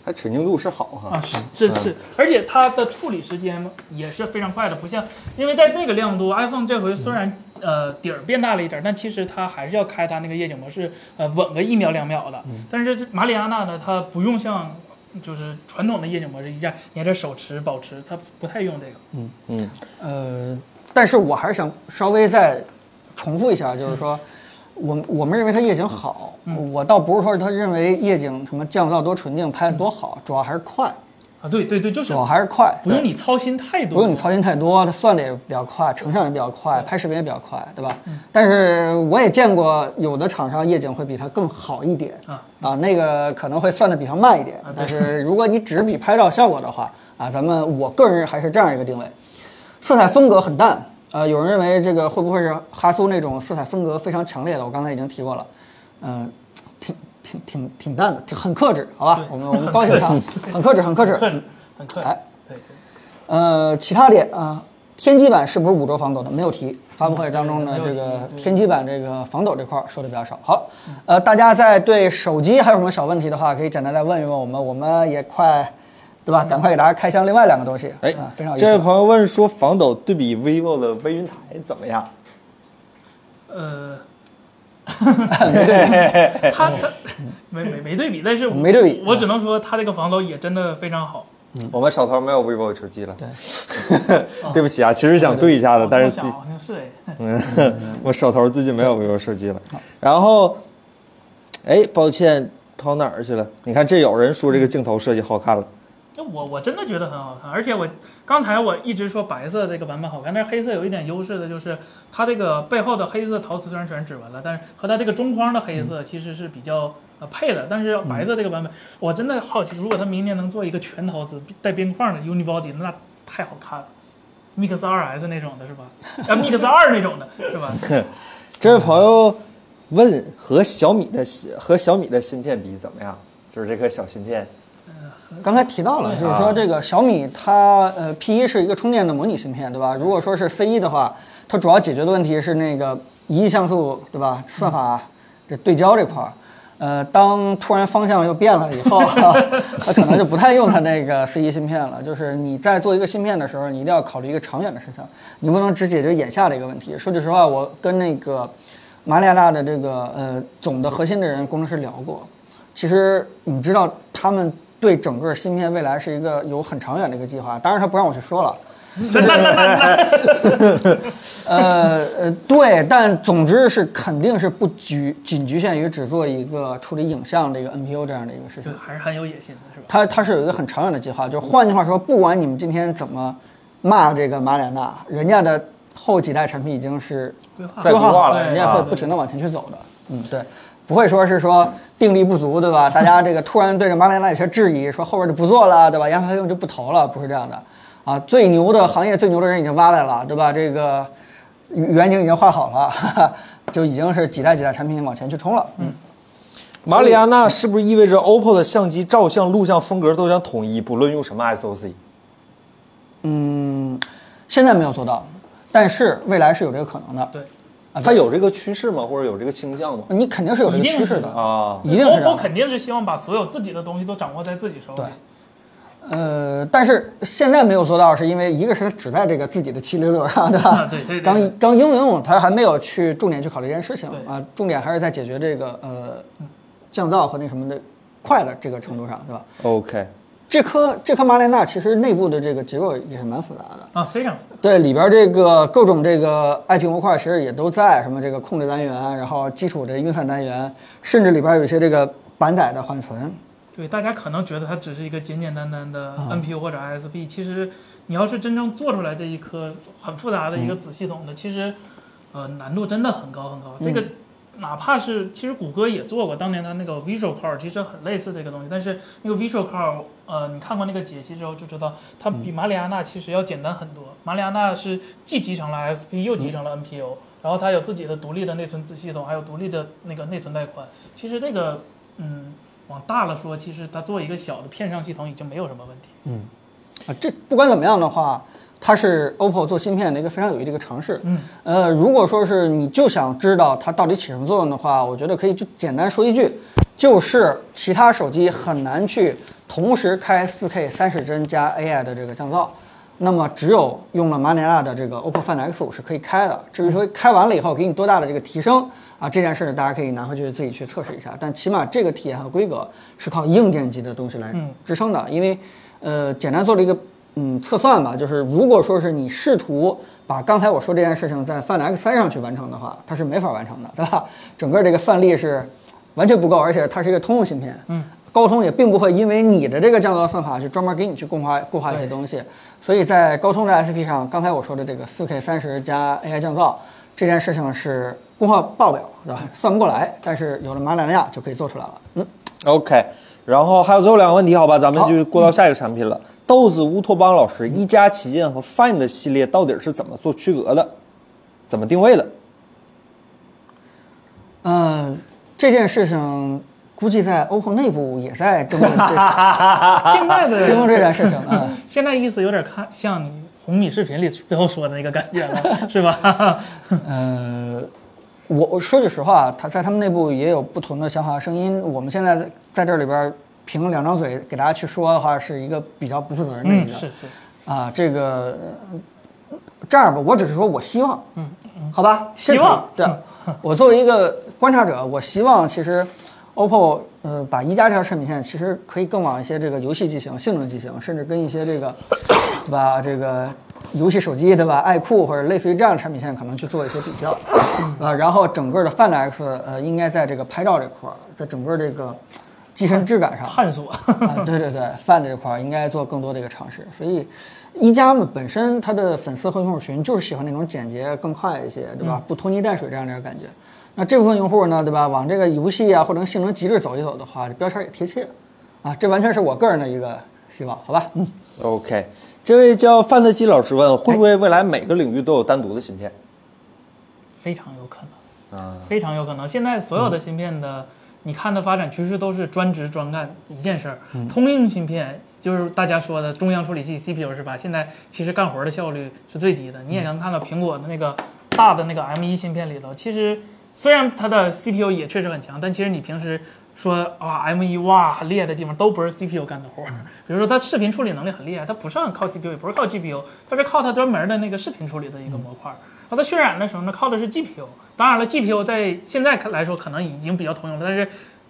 还纯净度是好哈
啊，。是真
嗯
是，而且它的处理时间也是非常快的，不像因为在那个亮度，iPhone 这回虽然呃底儿变大了一点儿，但其实它还是要开它那个夜景模式，呃稳个一秒两秒的。
嗯
但是这马里亚纳呢，它不用像就是传统的夜景模式一样，你还得手持保持，它不太用这个。
嗯，
呃，但是我还是想稍微再重复一下，就是说，我
嗯
我们认为它夜景好，我倒不是说他认为夜景什么降噪多纯净，拍的多
嗯
好，主要还是快，
啊，对对对，就是
主要还是快，
不用你操心太多，
不用你操心太多，它算的也比较快，成像也比较快，拍视频也比较快，对嗯吧？但是我也见过有的厂商夜景会比它更好一点
啊
那个可能会算的比它慢一点，但是如果你只比拍照效果的话啊，咱们我个人还是这样一个定位，色彩风格很淡。呃，有人认为这个会不会是哈苏那种色彩风格非常强烈的？我刚才已经提过了，嗯、挺挺挺挺淡的，挺很克制，好吧？我们我们高 兴他，很克制，很克制，
很很快。
哎
对，对
呃，其他点啊，天玑版是不是五洲防抖的？没有提。发布会当中呢
嗯，没有
这
提
个
对
天玑版这个防抖这块儿说的比较少。好，呃，大家在对手机还有什么小问题的话，可以简单再问一问我们，我们也快，对吧？赶快给大家开箱另外两个东西。
哎
啊，非常，有意
这位
思。
朋友问说，防抖对比 vivo 的微云台怎么样？
呃， 他他没没没对比，但是我
没对比嗯
我只能说他这个防抖也真的非常好。
我们手头没有 vivo 手机了，对， 对不起啊，其实想对一下的，但是
我
自
想
己
好像是哎，
嗯，我手头自己没有 vivo 手机了。然后，哎，抱歉，跑哪儿去了？你看，这有人说这个镜头设计好看了，
那我我真的觉得很好看，而且我刚才我一直说白色这个版本好看，但是黑色有一点优势的就是它这个背后的黑色陶瓷虽然全是指纹了，但是和它这个中框的黑
嗯
色其实是比较呃配的。但是白色这个版本，我真的好奇，如果它明年能做一个全陶瓷带边框的 unibody，那太好看了。Mix 2S 那种的是吧？ 啊，Mix 2那种的是吧？
这位朋友问和小米的和小米的芯片比怎么样？就是这颗小芯片，
刚才提到了，就是说这个小米它呃 P 1是一个充电的模拟芯片，对吧？如果说是 C 1的话，它主要解决的问题是那个一亿像素，对吧？算法这对焦这块儿。呃，当突然方向又变了以后，它可能就不太用它那个 C 1芯片了。就是你在做一个芯片的时候，你一定要考虑一个长远的事情，你不能只解决眼下的一个问题。说句实话，我跟那个马里亚纳的这个呃总的核心的人工程师聊过，其实你知道他们对整个芯片未来是一个有很长远的一个计划，当然他不让我去说了。呃呃，对，但总之是肯定是不局仅局限于只做一个处理影像这个 NPU 这样的一个事情
就，还是很有野心的是吧？
它它是有一个很长远的计划。就换句话说，不管你们今天怎么骂这个马里亚纳，人家的后几代产品已经是
规划
在规划了
人家会
啊
不停的往前去走的。嗯，对，不会说是说定力不足，对吧？大家这个突然对着马里亚纳有些质疑，说后边就不做了，对吧？研发费用就不投了，不是这样的。啊，最牛的行业最牛的人已经挖来了，对吧？这个远景已经画好了， 哈哈，就已经是几代几代产品往前去冲了。嗯，
马里亚纳是不是意味着 OPPO 的相机照相、录像风格都将统一，不论用什么 SOC？
现在没有做到，但是未来是有这个可能的。
对，
它有这个趋势吗？或者有这个倾向吗？
你肯定是有这个
一定
趋势
是
的。
啊，
一定是这样
OPPO
的
肯定是希望把所有自己的东西都掌握在自己手里
对。呃，但是现在没有做到，是因为一个是它只在这个自己的七六六上， 对吧？
啊对对对
刚刚应用，它还没有去重点去考虑这件事情
对
啊，重点还是在解决这个呃降噪和那什么的快的这个程度上，对吧？
OK，
这颗这颗马莲娜其实内部的这个结构也是蛮复杂的，
啊，非常
对里边这个各种这个 IP 模块其实也都在，什么这个控制单元，然后基础的运算单元，甚至里边有一些这个板载的缓存，
对，大家可能觉得它只是一个简简单单的 NPU 或者 ISP，、其实你要是真正做出来这一颗很复杂的一个子系统的，其实呃难度真的很高很高。这个哪怕是其实谷歌也做过，当年它那个 Visual Core 其实很类似这个东西，但是那个 Visual Core，呃，你看过那个解析之后就知道，它比马里亚纳其实要简单很多。马里亚纳是既集成了 ISP 又集成了 NPU，、然后它有自己的独立的内存子系统，还有独立的那个内存带宽。其实这个，嗯。往大了说，其实它做一个小的片上系统已经没有什么问 题。
啊，这不管怎么样的话，它是 OPPO 做芯片的一个非常有益的一个尝试。
嗯，
呃，如果说是你就想知道它到底起什么作用的话，我觉得可以就简单说一句，就是其他手机很难去同时开 4K 三十帧加 AI 的这个降噪。那么只有用了马里亚的这个 OPPO Find X5 是可以开的。至于说开完了以后给你多大的这个提升啊，这件事儿大家可以拿回去自己去测试一下。但起码这个体验和规格是靠硬件级的东西来支撑的，因为呃，简单做了一个嗯测算吧，就是如果说是你试图把刚才我说这件事情在 Find X3 上去完成的话，它是没法完成的，对吧？整个这个算力是完全不够，而且它是一个通用芯片，嗯，高通也并不会因为你的这个降噪算法去专门给你去固化固化一些东西，所以在高通的 SP 上，刚才我说的这个 4K 三十加 AI 降噪这件事情是功耗爆表，对吧？算不过来，但是有了马里亚就可以做出来了，嗯，
OK，然后还有最后两个问题，好吧，咱们就过到下一个产品了。豆子乌托邦老师，一加旗舰和 Find 系列到底是怎么做区隔的？怎么定位的？
呃，这件事情估计在 OPPO 内部也在争论这
现在 的
争论这件事情啊。
现在意思有点看像你红米视频里最后说的那个感觉 了，是吧？
呃，我我说句实话，他在他们内部也有不同的想法和声音。我们现在在在这里边儿凭两张嘴给大家去说的话，是一个比较不负责任的一
嗯，
个。
是是。
啊，这个呃这样吧，我只是说我希望，嗯，好吧，这
希望
可以对。啊我作为一个观察者，我希望其实 OPPO 呃把一加这条产品线其实可以更往一些这个游戏机型、性能机型，甚至跟一些这个对吧这个游戏手机对吧爱酷或者类似于这样的产品线可能去做一些比较，啊，然后整个的 Find X 呃应该在这个拍照这块儿，在整个这个机身质感上
探索，
啊，对对对，Find 这块儿应该做更多的一个尝试。所以，一加嘛本身它的粉丝和用户群就是喜欢那种简洁、更快一些，对吧？不拖泥带水这样的一个感觉。那这部分用户呢，对吧？往这个游戏啊或者性能极致走一走的话，这标签也贴切啊。这完全是我个人的一个希望，好吧？嗯，
OK，这位叫范德西老师问，会不会未来每个领域都有单独的芯片？
非常有可能，
啊，
非常有可能。现在所有的芯片的，你看的发展趋势都是专职专干一件事儿。通用芯片就是大家说的中央处理器 CPU 是吧？现在其实干活的效率是最低的。你也能看到苹果的那个大的那个 M1 芯片里头，其实虽然它的 CPU 也确实很强，但其实你平时说啊 M 1哇很厉害的地方都不是 CPU 干的活儿，比如说它视频处理能力很厉害，它不是靠 CPU，也不是靠 GPU，它是靠它专门的那个视频处理的一个模块。然后它渲染的时候呢，靠的是 GPU。当然了，GPU 在现在看来说可能已经比较通用了，但是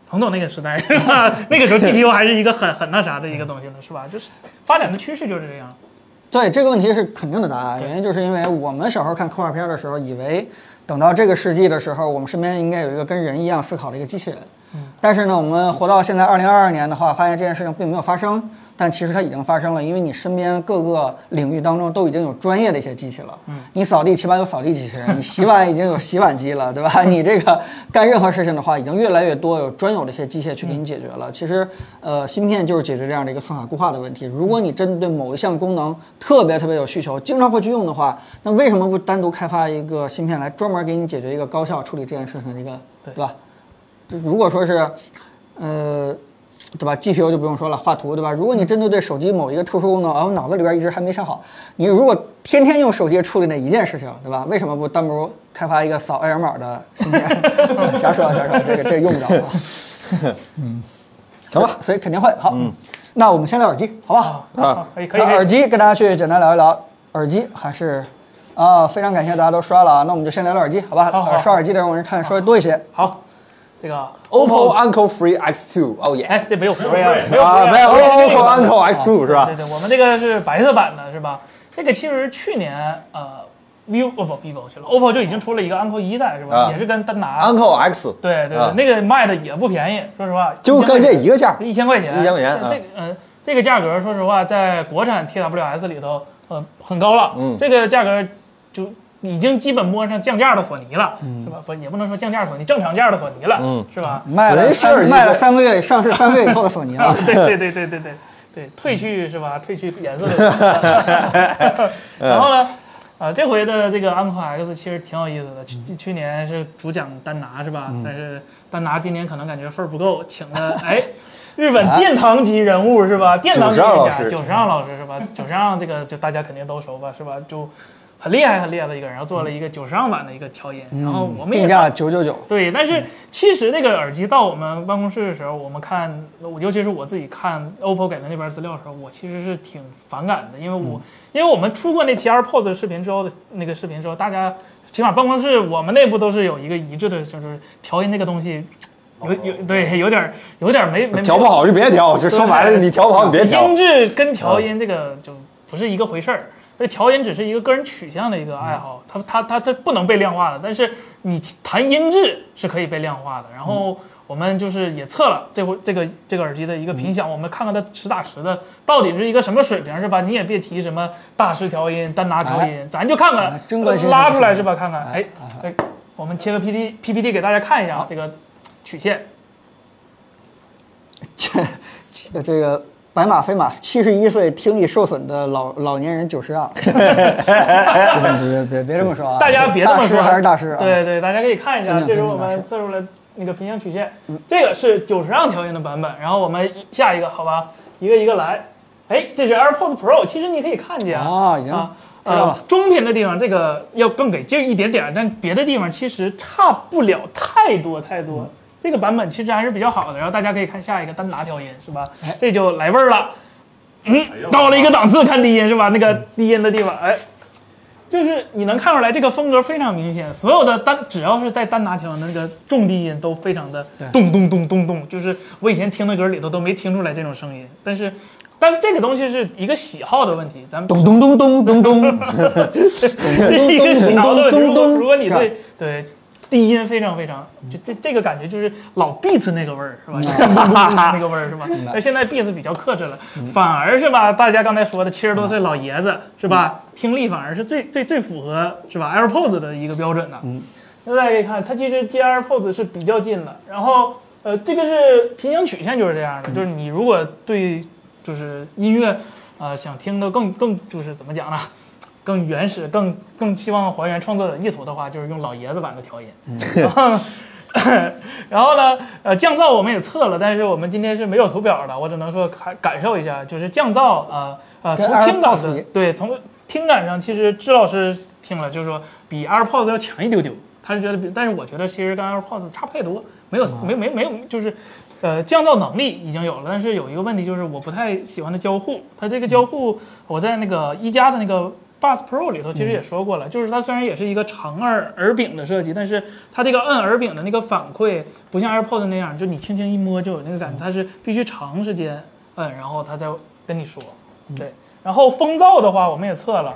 彭总那个时代是吧？那个时候 GPU 还是一个很很那啥的一个东西呢，是吧？就是发展的趋势就是这样。
对这个问题是肯定的答案，原因就是因为我们小时候看科幻片的时候，以为等到这个世纪的时候，我们身边应该有一个跟人一样思考的一个机器人。但是呢，我们活到现在二零二二年的话，发现这件事情并没有发生，但其实它已经发生了，因为你身边各个领域当中都已经有专业的一些机器了。嗯，你扫地起码有扫地机器人，你洗碗已经有洗碗机了，对吧？你这个干任何事情的话，已经越来越多有专有的一些机械去给你解决了。其实，呃，芯片就是解决这样的一个算法固化的问题。如果你针对某一项功能特别特别有需求，经常会去用的话，那为什么不单独开发一个芯片来专门给你解决一个高效处理这件事情的一个，对吧？就如果说是，呃，对吧？GPU 就不用说了，画图对吧？如果
嗯
你针对对手机某一个特殊功能，啊，我脑子里边一直还没想好，你如果天天用手机处理那一件事情，对吧？为什么不单独开发一个扫二维码的芯片？ 瞎说啊，瞎说啊，这个这个用不着 啊。
嗯行吧，
所以肯定会好。嗯，那我们先聊耳机，好吧？
啊，可以可以
那
可
耳
以。
机跟大家去简单聊一聊，耳机还是啊，非常感谢大家都刷了啊，那我们就先聊聊耳机，好吧？
好好
呃刷耳机的人我看稍微多一些。
好，这个
OPPO Uncle Free X2，哦耶！
哎，这没有活儿呀，没有活儿
啊，
呀
没有
我们这个
OPPO Uncle X2 是吧
对？对，我们这个是白色版的，是吧？这个其实去年呃，vivo 哦不 vivo 去了，OPPO 就已经出了一个 Uncle 一代，是吧？
啊
也是跟丹拿，
Uncle X，
对对对，
啊
那个卖的也不便宜，说实话，
就跟这一个价，
一千块钱，
一千块钱啊
这这个嗯、这个价格说实话，在国产 TWS 里头，呃，很高了，
嗯
这个价格就。已经基本摸上降价的索尼了，是吧？不，也不能说降价索尼，正常价的索尼了，
嗯
是吧？
卖了
没事儿
三卖了三个月，上市三个月以后的索尼了
啊， 对对对对对对对，
嗯
褪去是吧？褪去颜色 的。然后
嗯
呢，啊，这回的这个 Uncle X 其实挺有意思的。
嗯
去去年是主讲丹拿是吧？但是丹拿今年可能感觉份儿不够，请了 哎。日本殿堂级人物是吧？殿堂级
九十二
专
老
家，
师
九十让老师是吧？九十让这个就大家肯定都熟吧，是吧？就很厉害很厉害的一个人，然后做了一个九十让瓦的一个调音，
嗯
然后我们也
定价九九九，
对，但是其实那个耳机到我们办公室的时候，我们看，我尤其是我自己看 OPPO 给的那边资料的时候，我其实是挺反感的，因为我、因为我们出过那期 AirPods 的视频之后的那个视频之后，大家起码办公室我们内部都是有一个一致的，就是调音那个东西，有有对有点儿有点儿没没
调不好就别调，这说白了你调不好你别调
音。质跟
嗯
调音这个就不是一个回事儿。所以调音只是一个个人取向的一个爱好，
嗯
它它它它不能被量化的，但是你谈音质是可以被量化的。然
嗯
后我们就是也测了这回这个这个耳机的一个频响，我们看看它实打实的到底是一个什么水平，是吧？你也别提什么大师调音、单拿调音，咱就看看
哎真关心
拉
这个
出来
事
是吧？看看，
哎
哎，哎我们切个 P D P P T 给大家看一下啊这个曲线，
这这这个白马非马，七十一岁听力受损的老老年人九 十二，别别别这么说啊！
大家别这么说，
大师还是大师啊！
对对，大家可以看一下，
真的
这是我
真的大
们
师嗯
测出来那个平行曲线，这个是九十让调音的版本。然后我们下一个，好吧，一个一个来。哎，这是 AirPods Pro，其实你可以看见
啊已经
啊
知道了
呃中频的地方这个要更给劲一点点，但别的地方其实差不了太多太多。
嗯
这个版本其实还是比较好的。然后大家可以看下一个单拿调音是吧？
哎
这就来味儿了。嗯，到了一个档次，看低音是吧？那
嗯
个低音的地方，哎，就是你能看出来这个风格非常明显，所有的单只要是带单拿条的那个重低音都非常的咚咚咚咚咚，就是我以前听的歌里头都没听出来这种声音，但是。但这个东西是一个喜好的问题，咱们
咚咚咚咚咚咚，咚
是一个
咚
喜
咚
好的问题。
咚
如果
咚
如果你
这样
对对低音非常非常，就这这个感觉就是老 beats 那个味儿是吧？就是咚咚咚咚 那个味儿是吧？那现在 beats 比较克制了，反而是吧？大家刚才说的七十多岁老爷子是吧？听力反而是最最最符合是吧 AirPods 的一个标准的。那大家可以看，它其实 G R pose 是比较近的，然后呃，这个是平行曲线就是这样的，就是你如果对就是音乐呃想听的更更就是怎么讲呢？更原始、更更希望还原创作者意图的话，就是用老爷子版的调音。
嗯
然后然后呢，呃，降噪我们也测了，但是我们今天是没有图表的，我只能说感感受一下，就是降噪啊呃，
跟
从听感
AirPods
的
比
对，从听感上，其实支老师听了就是说比 AirPods 要强一丢丢，他是觉得比，但是我觉得其实跟 AirPods 差不太多，没有没没没有就是。呃，降噪能力已经有了，但是有一个问题就是我不太喜欢的交互，它这个交互我在那个一加的那个 Buds Pro 里头其实也说过了，就是它虽然也是一个长耳耳柄的设计，但是它这个摁耳柄的那个反馈不像 AirPods 那样，就你轻轻一摸就有那个感觉，它是必须长时间摁，然后它再跟你说。
嗯
对，然后风噪的话我们也测了，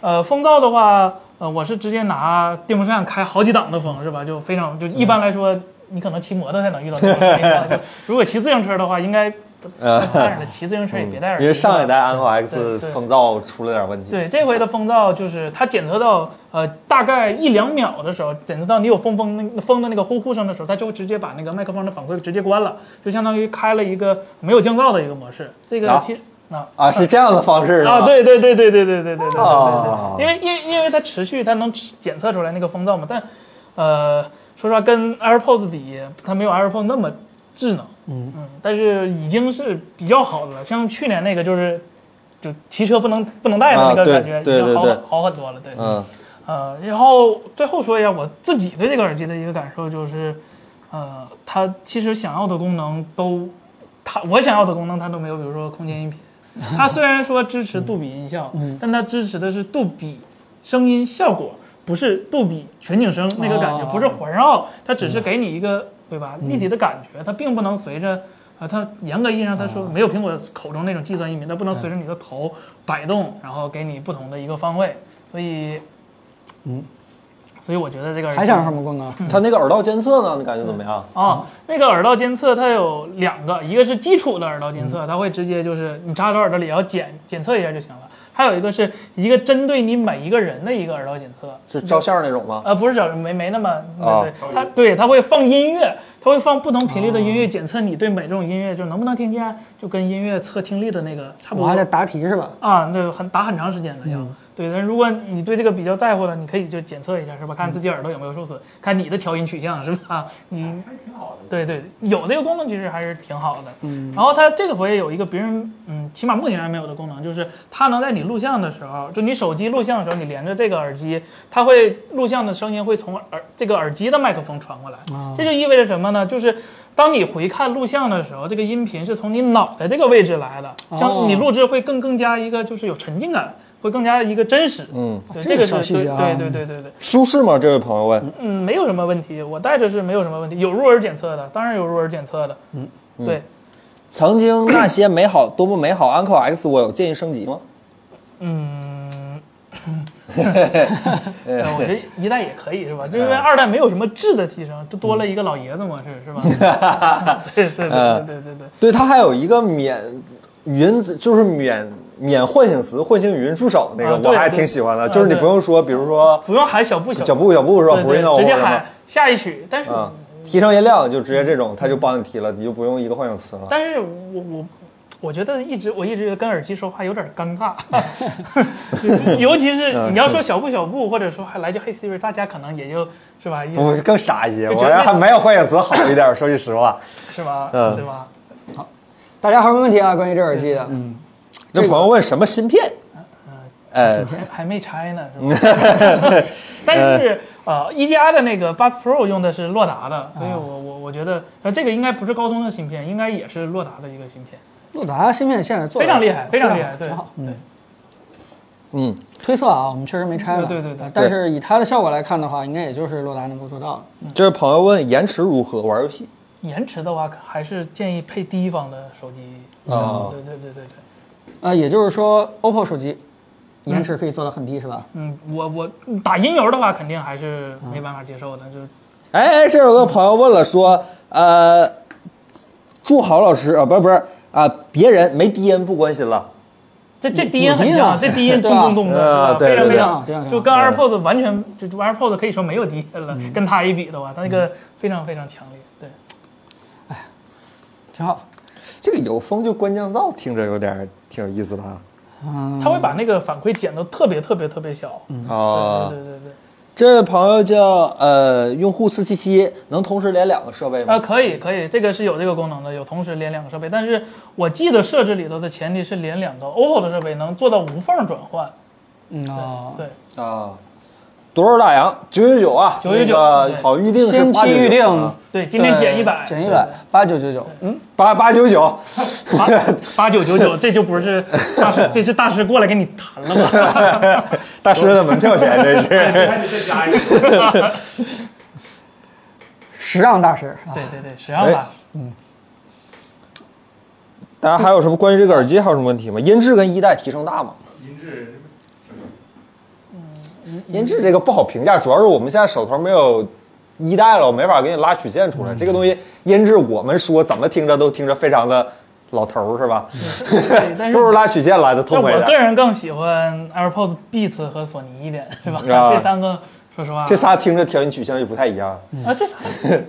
呃，风噪的话，呃，我是直接拿电风扇开好几档的风，是吧？就非常就一
嗯
般来说，你可能骑摩托才能遇到这种 情况。就如果骑自行车的话，应该
呃嗯
当然了，骑自行车也别戴耳机。
因为上一代 Uncle
对
X
对
风噪出了点问题，
对，这回的风噪就是它检测到呃大概一两秒的时候，检测到你有风风那风的那个呼呼声的时候，它就会直接把那个麦克风的反馈直接关了，就相当于开了一个没有降噪的一个模式。这个
啊
其啊
啊，是这样的方式是吧
啊，对对对对对对对对对对
啊
对，因为因为因为它持续它能检测出来那个风噪嘛，但呃，说实话跟 AirPods 比，它没有 AirPods 那么智能，嗯但是已经是比较好的了，像去年那个就是。就骑车不能不能带的那
啊
个
对
感觉，已
对
经
对
好
对
很好很多了，对。
嗯，
呃，然后最后说一下我自己对这个耳机的一个感受就是，呃，它其实想要的功能都，它我想要的功能它都没有，比如说空间音频，它虽然说支持杜比音效，但它支持的是杜比声音效果，不是杜比全景声那个感觉，
哦
不是环绕，它只是给你一个、对吧立体的感觉，它并不能随着。啊，它严格意义上，它说
啊
没有苹果口中那种计算音频，它不能随着你的头摆动，然后给你不同的一个方位。所以所以我觉得这个
嗯还想什么功能？
它那个耳道监测呢，你感觉怎么样？
啊、那个耳道监测它有两个，一个是基础的耳道监测，
嗯
它会直接就是你插到耳朵里，然后检检测一下就行了。还有一个是一个针对你每一个人的一个耳道检测，
是照相那种吗？
呃，不是小没没那么，
啊
对，它对它会放音乐，它会放不同频率的音乐，检测你对每种音乐就能不能听见，啊就跟音乐测听力的那个差不
我
多
还。得答题是吧？
啊，那很打很长时间的要。对，但是如果你对这个比较在乎的，你可以就检测一下，是吧？看自己耳朵有没有受损，看你的调音取向，是吧？你
还是挺好的。
对对，有这个功能其实还是挺好的。嗯，然后它这个佛也有一个别人嗯，起码目前还没有的功能，就是它能在你录像的时候，就你手机录像的时候，你连着这个耳机，它会录像的声音会从耳这个耳机的麦克风传过来。这就意味着什么呢？就是当你回看录像的时候，这个音频是从你脑袋这个位置来的，像你录制会更更加一个就是有沉浸感，会更加一个真实。
嗯，
对，
这
这
个
个
小
是
细
对
节啊
对对对对对。
舒适吗？这位朋友问。
嗯，没有什么问题，我戴着是没有什么问题，有入耳检测的，当然有入耳检测的。嗯，对，
曾经那些美好多么美好，Uncle X，我有建议升级吗？
嗯，对我觉得一代也可以是吧？就因为二代没有什么质的提升，就多了一个老爷子模式是吧？ 对对对对对对对。
对，它还有一个免云子，就是免免唤醒词、唤醒语音助手那个，
啊对
我还挺喜欢的。
啊
就是你
对
不用说，比如说
不用喊小布小
脚步脚步是吧？
对
不是那
对，
种
直接
什么
喊下一曲。但是
啊，提升音量就直接这种，它就帮你提了，你就不用一个唤醒
啊
词了。
但是我我我觉得一直我一直跟耳机说话有点尴尬， 尤其是你
嗯
要说小布小布，或者说还来句 Hey Siri，大家可能也就是吧，
我更傻一些，
就
我
觉得
还没有唤醒词好一点。说句实话，
是吧？
嗯
是吧？
大家还有什么问题啊？关于这耳机的，嗯，
那朋友问什么芯片？
嗯
呃，
还还没拆呢，是吧？ 但
嗯
是呃，一加的那个 Buds Pro 用的是洛达的，所以我我我觉得，呃，这个应该不是高通的芯片，应该也是洛达的一个芯片，
洛达芯片现在做得
非常厉害，非
非常
常厉害，对
挺好。嗯
对，
嗯，
推测啊，我们确实没拆了，
对对对对
但是以它的效果来看的话，应该也就是洛达能够做到的。
这位朋友问延迟如何玩游戏？
延迟的话，可还是建议配第一方的手机。
哦
对对对对对，
呃，也就是说，OPPO 手机延迟可以做到很低，是吧？
嗯，我我打音游的话，肯定还是
嗯
没办法接受的，就是
哎，哎这有个朋友问了说，呃，祝好老师啊，不是不是啊，别人没低音不关心了。
这这低音很
有音啊
像，这低音
对
咚
吧
咚咚的，
啊
是吧
对
非常
对
对
非
对
常，
对
就跟 AirPods 完全就就 AirPods 可以说没有低音
嗯
了，跟它一比的话，它那个非常非常强烈。对，
挺好。
这个有风就关降噪，听着有点儿挺有意思的啊。
嗯，
它会把那个反馈减到特别特别特别小。嗯，
哦
对对对对，
这位朋友叫呃用户四七七，能同时连两个设备
啊，
吗？
可以可以，这个是有这个功能的，有同时连两个设备，但是我记得设置里头的前提是连两个 OPPO 的设备能做到无缝转换。
嗯哦，
对，
啊，多少大洋？九九九啊，
999
那个
对
好预定是
先
八
期
九啊
预定
九，
对，今天减
对
一百，
减一百，八九九九。嗯，
八八九九，
八八九九九，这就不是大师，这是大师过来跟你谈了吧？
大师的门票钱这 是。
还得再加一个。
时尚大师啊，
对对对，实际上吧，
大家还有什么关于这个耳机还有什么问题吗？音质跟一代提升大吗？
音质
音质这个不好评价，主要是我们现在手头没有一代了，我没法给你拉曲线出
嗯
来。这个东西音质，我们说怎么听着都听着非常的老头儿，是吧？
对，
嗯
但是
不如哎拉曲线来的
但
痛快一
我个
点。
人更喜欢 AirPods Beats 和索尼一点，是吧？
啊
这三个，说实话，
这仨听着调音取向就不太一样。
嗯
啊，这仨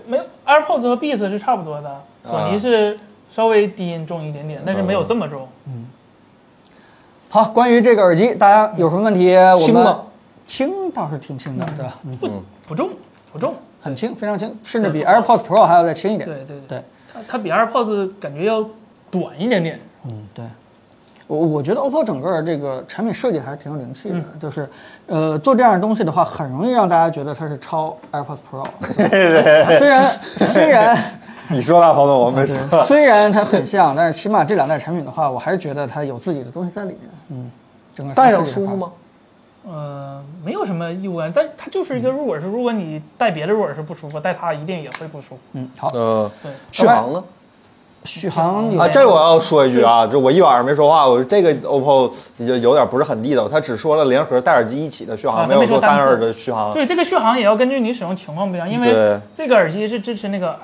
没有 AirPods 和 Beats 是差不多的，索
啊
尼是稍微低音重一点点，但是没有这么重。
嗯
好，关于这个耳机，大家有什么问题？我
轻
们
吗
轻倒是挺轻的，对吧？嗯，
不不重不重，
很轻，非常轻，甚至比 AirPods Pro 还要再轻一点。
对对对，
对，
它它比 AirPods 感觉要短一点点。
嗯，对。我我觉得 OPPO 整个这个产品设计还是挺有灵气的，就是，呃，做这样的东西的话，很容易让大家觉得它是超 AirPods Pro。虽然虽然
你说吧，彭总，我没说。
虽然它很像，但是起码这两代产品的话，我还是觉得它有自己的东西在里面。嗯，整个
戴上舒服吗？？
呃，没有什么异物感，但它就是一个
嗯
入耳式。如果你戴别的入耳式不舒服，戴它一定也会不舒服。
嗯，好，
嗯
对，
续航呢？
续航有
啊，这我要说一句啊，这我一晚上没说话，我这个 OPPO 就有点不是很地道，他只说了联合戴耳机一起的续
啊
航，
它
没有
没说
说单
单次
耳的续航。
对，这个续航也要根据你使用情况不一样，因
啊对
为这个耳机是支持那个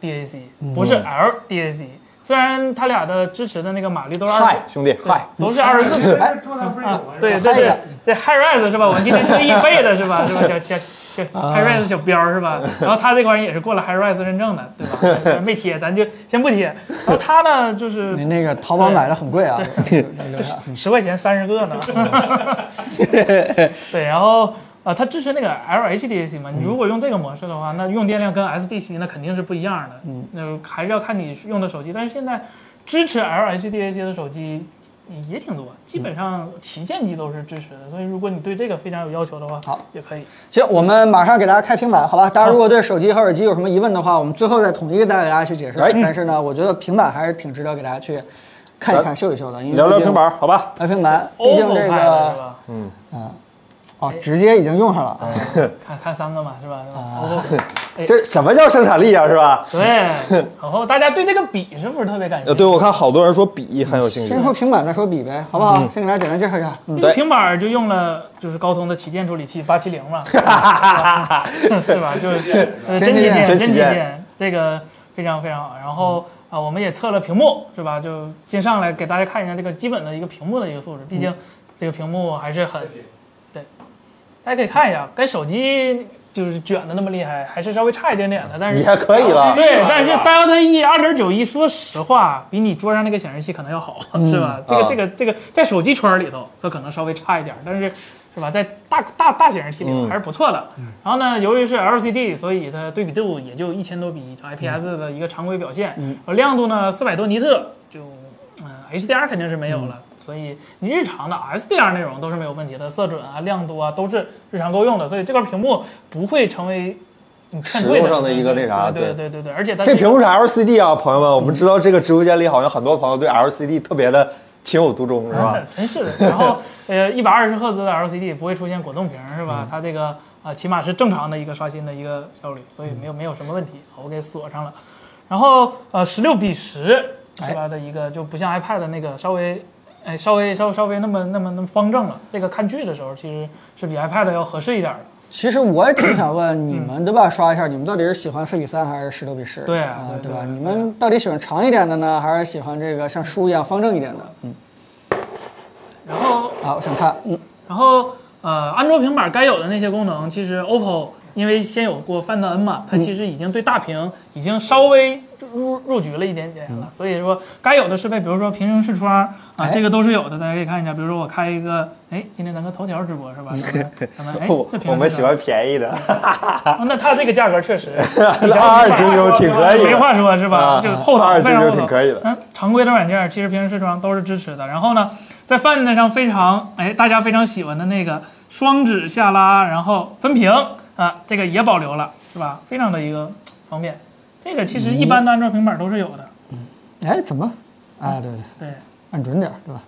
LHDAC，不
嗯
是 LDAC。虽然它俩的支持的那个马力都是二
嗨，兄弟，嗨，
都是二十四
这这中南不是有
啊
吗？是吧
对对对对 h i r e s 是吧？我们今天是易贝的是吧？是吧？小小小
啊
h i r e s 小标儿是吧？
嗯
然后它这款也是过了 h i r e s 认证的，对 吧？没贴，咱就先不贴。然后它呢，就是
你那个淘宝买的很贵啊，
十块钱三十个呢。对，然后啊、呃它支持那个 LHDAC 嘛，你如果用这个模式的话，那用电量跟 SBC 那肯定是不一样的。嗯，那还是要看你用的手机，但是现在支持 LHDAC 的手机。也挺多，基本上旗舰机都是支持的。所以如果你对这个非常有要求的话，
好
也可以。
行，我们马上给大家开平板，好吧？大家如果对手机和耳机有什么疑问的话，我们最后再统一带给大家去解释
哎。
但是呢，我觉得平板还是挺值得给大家去看一看、秀一秀的，因为
聊聊
毕竟啊
平，板，好吧？
哦聊平板，毕竟
OPPO
这
派的是
个
吧？
嗯，
哦，直接已经用上了。
看看三个嘛，是吧？是吧？哎
这什么叫生产力啊，是吧？
对，然后大家对这个笔是不是特别感
呃，
兴
对，
趣？
我看好多人说笔很有兴趣
先，说平板，再说笔呗，好不好？先给大家简单介绍一下。嗯，
这
对
个平板儿就用了就是高通的旗舰处理器八七零 嘛，是吧？是吧就是呃
真
真
旗
旗
舰
舰，
真
真
旗
旗
舰
舰，这个非常非常好。然后啊，我们也测了屏幕，是吧？就先上来给大家看一下这个基本的一个屏幕的一个素质，毕竟这个屏幕还是很大家可以看一下，跟手机就是卷的那么厉害，还是稍微差一点点的，但 是
也可以了。
对，但是 Delta E 二点九一，说实话，比你桌上那个显示器可能要好，是吧？这个、
啊
这个这个，在手机圈儿里头，它可能稍微差一点儿，但是是吧，在大大大显示器里头
嗯
还是不错的。然后呢，由于是 LCD，所以它对比度也就一千多比一
嗯
IPS 的一个常规表现，而亮度呢四百多尼特，就嗯、HDR 肯定是没有
嗯
了。所以你日常的 SDR 内容都是没有问题的，色准啊、亮度啊都是日常够用的，所以这块屏幕不会成为你看
使
贵
用上的一个那啥
对
对
对对对，而且它
这屏幕是 LCD 啊，朋友们，我们知道这个直播间里好像很多朋友对 LCD 特别的情有独钟，是吧？
真是的。然 后呃，一百二十赫兹的 LCD 不会出现果冻屏是
嗯
吧？它这个啊、起码是正常的一个刷新的一个效率，所以
嗯
没有没有什么问题。好，我给锁上了。然后呃，十六比十
哎
是吧的一个，就不像 iPad 的那个稍微。哎，稍微稍微稍微那么那么那么方正了。这个看剧的时候，其实是比 iPad 要合适一点的。
其实我也挺想问你们，对吧？刷一下，你们到底是喜欢四比三还是十六比十？
对啊
啊，
对
对吧？
对
你们到底喜欢长一点的呢，还是喜欢这个像书一样方正一点的？嗯，
然后
好，我想看，嗯，
然后呃，安卓平板该有的那些功能，其实 OPPO 因为先有过 Find N 嘛，
嗯
它其实已经对大屏已经稍微入入局了一点点
嗯
了，所以说该有的适配，比如说平行视窗啊、
哎
这个都是有的，大家可以看一下。比如说我开一个，哎，今天咱跟头条直播是吧？咱 们咱们哎
我，
这平行视窗
我们喜欢便宜的，
啊那它这个价格 确实
二二九九挺可以的
没话说是吧
啊？
就后
二
头
二九
非常
九
后
挺
头。
可以的。
嗯，常规的软件其实平时视窗都是支持的。然后呢，在 Find 上非常哎大家非常喜欢的那个双指下拉，然后分屏啊，这个也保留了，是吧？非常的一个方便。这个其实一般的
嗯
安卓平板都是有的。
哎，怎么？啊，对对，
对，
按准点儿，对吧？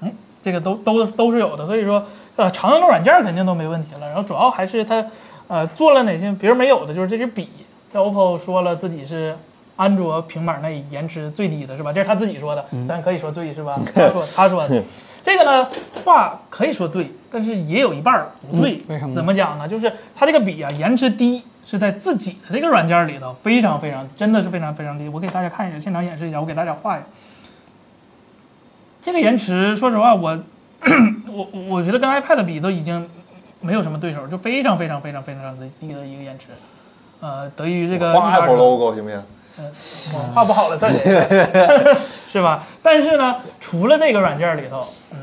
哎，这个都都都是有的。所以说，呃，常用的软件肯定都没问题了。然后主要还是它，呃，做了哪些别人没有的，就是这支笔。这 OPPO 说了自己是安卓平板内延迟最低的，是吧？这是他自己说的，
嗯
咱可以说对 是吧？他说他说的。这个呢，话可以说对，但是也有一半儿不对。
嗯为什么呢
怎么讲呢？就是它这个笔啊，延迟低是在自己的这个软件里头非常非常，真的是非常非常低。我给大家看一下，现场演示一下，我给大家画一下。这个延迟，说实话，我 我我觉得跟 iPad 比都已经没有什么对手，就非常非常非常非常的低的一个延迟。呃，得益于这个
换
120
Apple logo 行不行？
我画不好了算谁？是吧？但是呢，除了这个软件里头，嗯，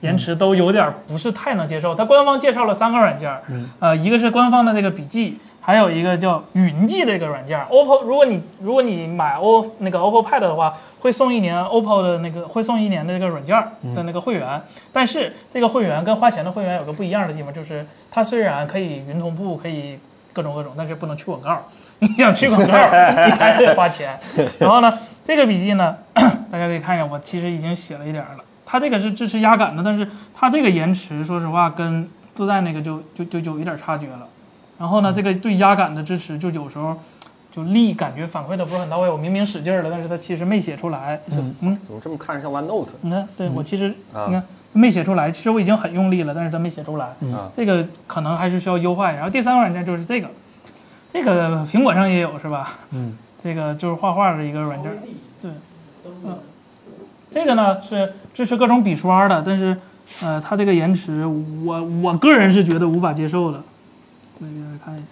延迟都有点不是太能接受。它官方介绍了三个软件，呃，一个是官方的这个笔记，还有一个叫云记的这个软件。OPPO，如果你如果你买 O 那个 OPPO Pad 的话，会送一年 OPPO 的那个会送一年的这个软件的那个会员。但是这个会员跟花钱的会员有个不一样的地方，就是它虽然可以云同步，可以各种各种，但是不能去广告。 你想去广告，你还得花钱。 然后呢，这个笔记呢， 大家可以看一下，我其实已经写了一点儿了。它这个是支持压感的，但是它这个延迟，说实话跟自带那个就就就就有一点差距了。然后呢，这个对压感的支持，就有时候就力感觉反馈的不是很到位。我明明使劲儿了，但是它其实没写出来。嗯，
怎么这么看着像 OneNote？
你看，对我其实
啊
你看没写出来，其实我已经很用力了，但是它没写出来。
嗯
这个可能还是需要优化一下。然后第三个软件就是这个，这个苹果上也有是吧？
嗯，
这个就是画画的一个软件。对，嗯，这个呢是支持各种笔刷的，但是呃，它这个延迟，我我个人是觉得无法接受的。我给大家看一下，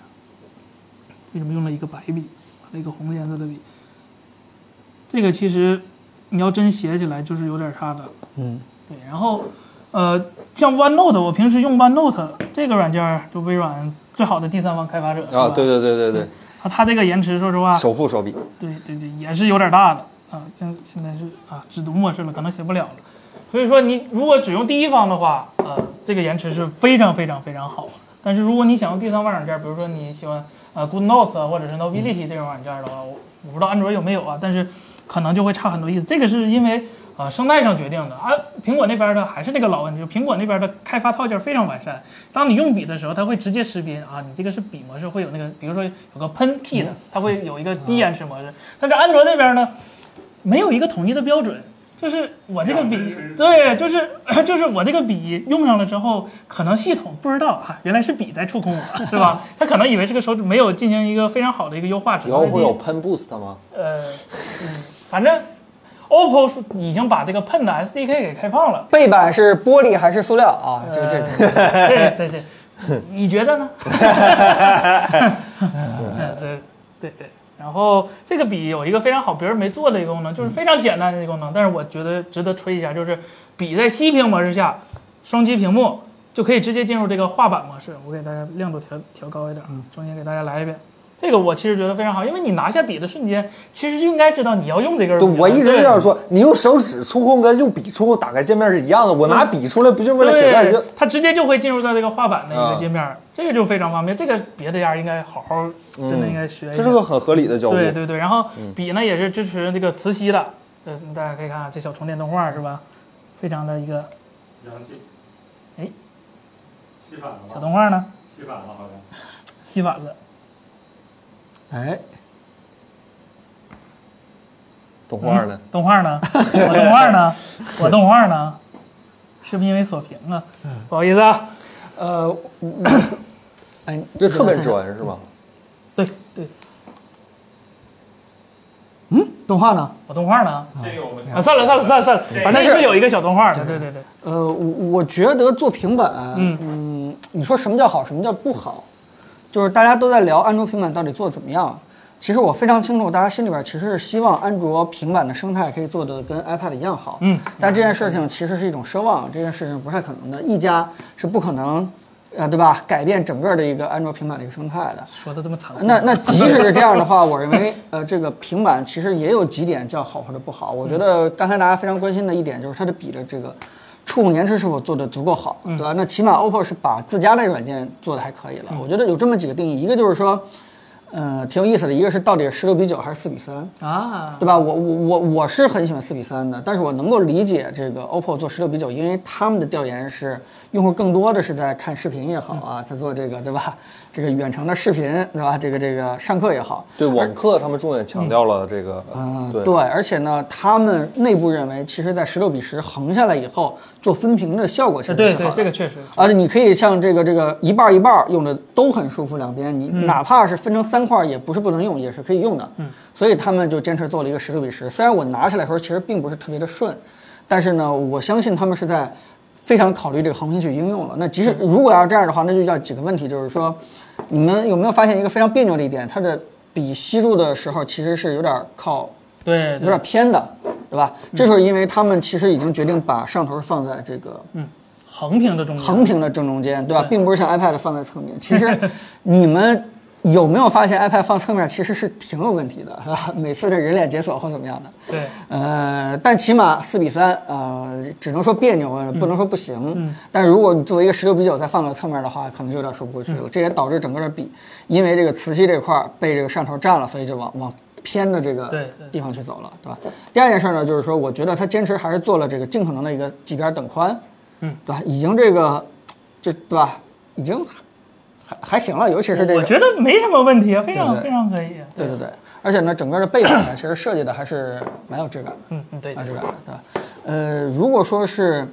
为什么用了一个白笔，买了一个红颜色的笔？这个其实你要真写起来就是有点差的。
嗯，
对，然后呃，像 OneNote，我平时用 OneNote 这个软件儿，就微软最好的第三方开发者
啊啊，对，对对对对，
它它这个延迟，说实话，
首富手笔，
对对对，也是有点大的。啊，现现在是啊只读模式了，可能写不了了。所以说你如果只用第一方的话，呃，这个延迟是非常非常非常好的。但是如果你想用第三方软件，比如说你喜欢呃 Good Notes 啊，或者是 Nobility 这种软件的话，我我不知道安卓有没有啊，但是可能就会差很多意思。这个是因为啊、呃生态上决定的啊，苹果那边的还是那个老问题，就苹果那边的开发套件非常完善。当你用笔的时候，它会直接识别啊，你这个是笔模式，会有那个，比如说有个喷 key 的，它会有一个低延迟模式。但是安卓那边呢，没有一个统一的标准，就是我这个笔
两个人，
对，就是 就是我这个笔用上了之后，可能系统不知道啊，原来是笔在触控我，是吧？ 他可能以为这个手指没有进行一个非常好的一个优化，只
以
是
后会有 Pen Boost 吗？
呃，嗯，反正 OPPO 是已经把这个 Pen 的 SDK 给开放了。
背板是玻璃还是塑料啊？这这这
呃对对对，你觉得呢？嗯对对对。然后这个笔有一个非常好别人没做的一个功能，就是非常简单的一个功能，但是我觉得值得吹一下，就是笔在息屏模式下，双击屏幕就可以直接进入这个画板模式。我给大家亮度调调高一点，重新给大家来一遍。这个我其实觉得非常好，因为你拿下笔的瞬间，其实就应该知道你要用这根笔
对，
了。
我一直这样说，你用手指触控跟用笔触控打开界面是一样的，我拿笔出来不就为了写字儿就
嗯对，它直接就会进入到这个画板的一个
嗯
界面，这个就非常方便。这个别的家应该好好，真的应该学一下。
嗯这是个很嗯合理的交互。
对对对，然后笔呢也是支持这个磁吸的，嗯，大家可以看看这小充电动画是吧？非常的一个
阳气，
哎，
吸反了
小
吧？
动画呢，
吸反了好像。
吸反了。
哎，
动画呢？
动画呢？我动画呢？我动画呢？是不是因为锁屏啊？不好意思啊。
呃，我哎，
这侧面指纹是吗？
对对，
嗯动画呢？
我动画呢？
这个我们
啊，算了算了算了算了，反正是有一个小动画的。对对
嗯
对，
呃，我我觉得做平板，
嗯
嗯，你说什么叫好，什么叫不好？就是大家都在聊安卓平板到底做的怎么样。其实我非常清楚，大家心里边其实是希望安卓平板的生态可以做的跟 iPad 一样好。
嗯，
但这件事情其实是一种奢望，这件事情不太可能的。一家是不可能，呃，对吧？改变整个的一个安卓平板的一个生态的。
说的这么残酷。
那那即使是这样的话，我认为呃，这个平板其实也有几点叫好或者不好。我觉得刚才大家非常关心的一点就是它的笔的这个触控延迟是否做得足够好，对吧？那起码 OPPO 是把自家的软件做得还可以了。我觉得有这么几个定义，一个就是说，呃，挺有意思的，一个是到底是十六比九还是四比三？
啊，
对吧？我我我我是很喜欢四比三的，但是我能够理解这个 OPPO 做十六比九，因为他们的调研是用户更多的是在看视频也好
嗯
啊，在做这个对吧？ 这个远程的视频对吧？这个这个上课也好，
对，网课他们重点强调了这个
啊
嗯，，
对，
而且呢，他们内部认为，其实在十六比十横下来以后，做分屏的效果其实
对
是好
对，
的
这个确实。
而且你可以像这个这个一半儿一半儿用的都很舒服，两边你哪怕是分成三块儿，也不是不能用，也是可以用的。嗯，所以他们就坚持做了一个十六比十。虽然我拿起来的时候其实并不是特别的顺，但是呢，我相信他们是在非常考虑这个横屏去应用了。那即使如果要是这样的话，那就要几个问题，就是说，你们有没有发现一个非常别扭的一点？它的笔吸入的时候其实是有点儿靠
对，
有点偏的，对吧？这时候因为他们其实已经决定把上头放在这个
横屏的中间，
横屏的正中间，对吧？并不是像 iPad 放在侧面。其实你们有没有发现 iPad 放侧面其实是挺有问题的，是吧？每次这人脸解锁或怎么样的，
对，
呃，但起码四比三，呃，只能说别扭，不能说不行。
嗯
但如果你作为一个十六比九再放到侧面的话，可能就有点说不过去
嗯
了。这也导致整个的比，因为这个磁吸这块儿被这个上头占了，所以就往往偏的这个
对对
地方去走了，对吧？第二件事呢，就是说，我觉得他坚持还是做了这个尽可能的一个几边等宽，
嗯，
对吧？已经这个，就对吧？已经还还行了，尤其是这个，
我觉得没什么问题啊，非常
对对
非常可以。啊
对对对，而且呢，整个的背板呢，其实设计的还是蛮有质感的。
嗯嗯，对
啊，
对
这个对吧？呃，如果说是，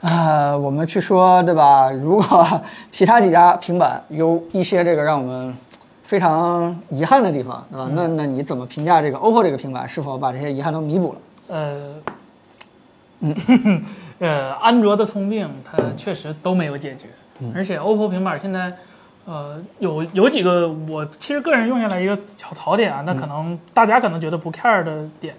啊、我们去说对吧？如果其他几家平板有一些这个让我们非常遗憾的地方，对吧？
嗯
那那你怎么评价这个 OPPO 这个平板是否把这些遗憾都弥补了？
呃，嗯， 呃，安卓的通病它确实都没有解决，而且 OPPO 平板现在。呃，有有几个我其实个人用下来一个小槽点啊，那可能大家可能觉得不 care 的点，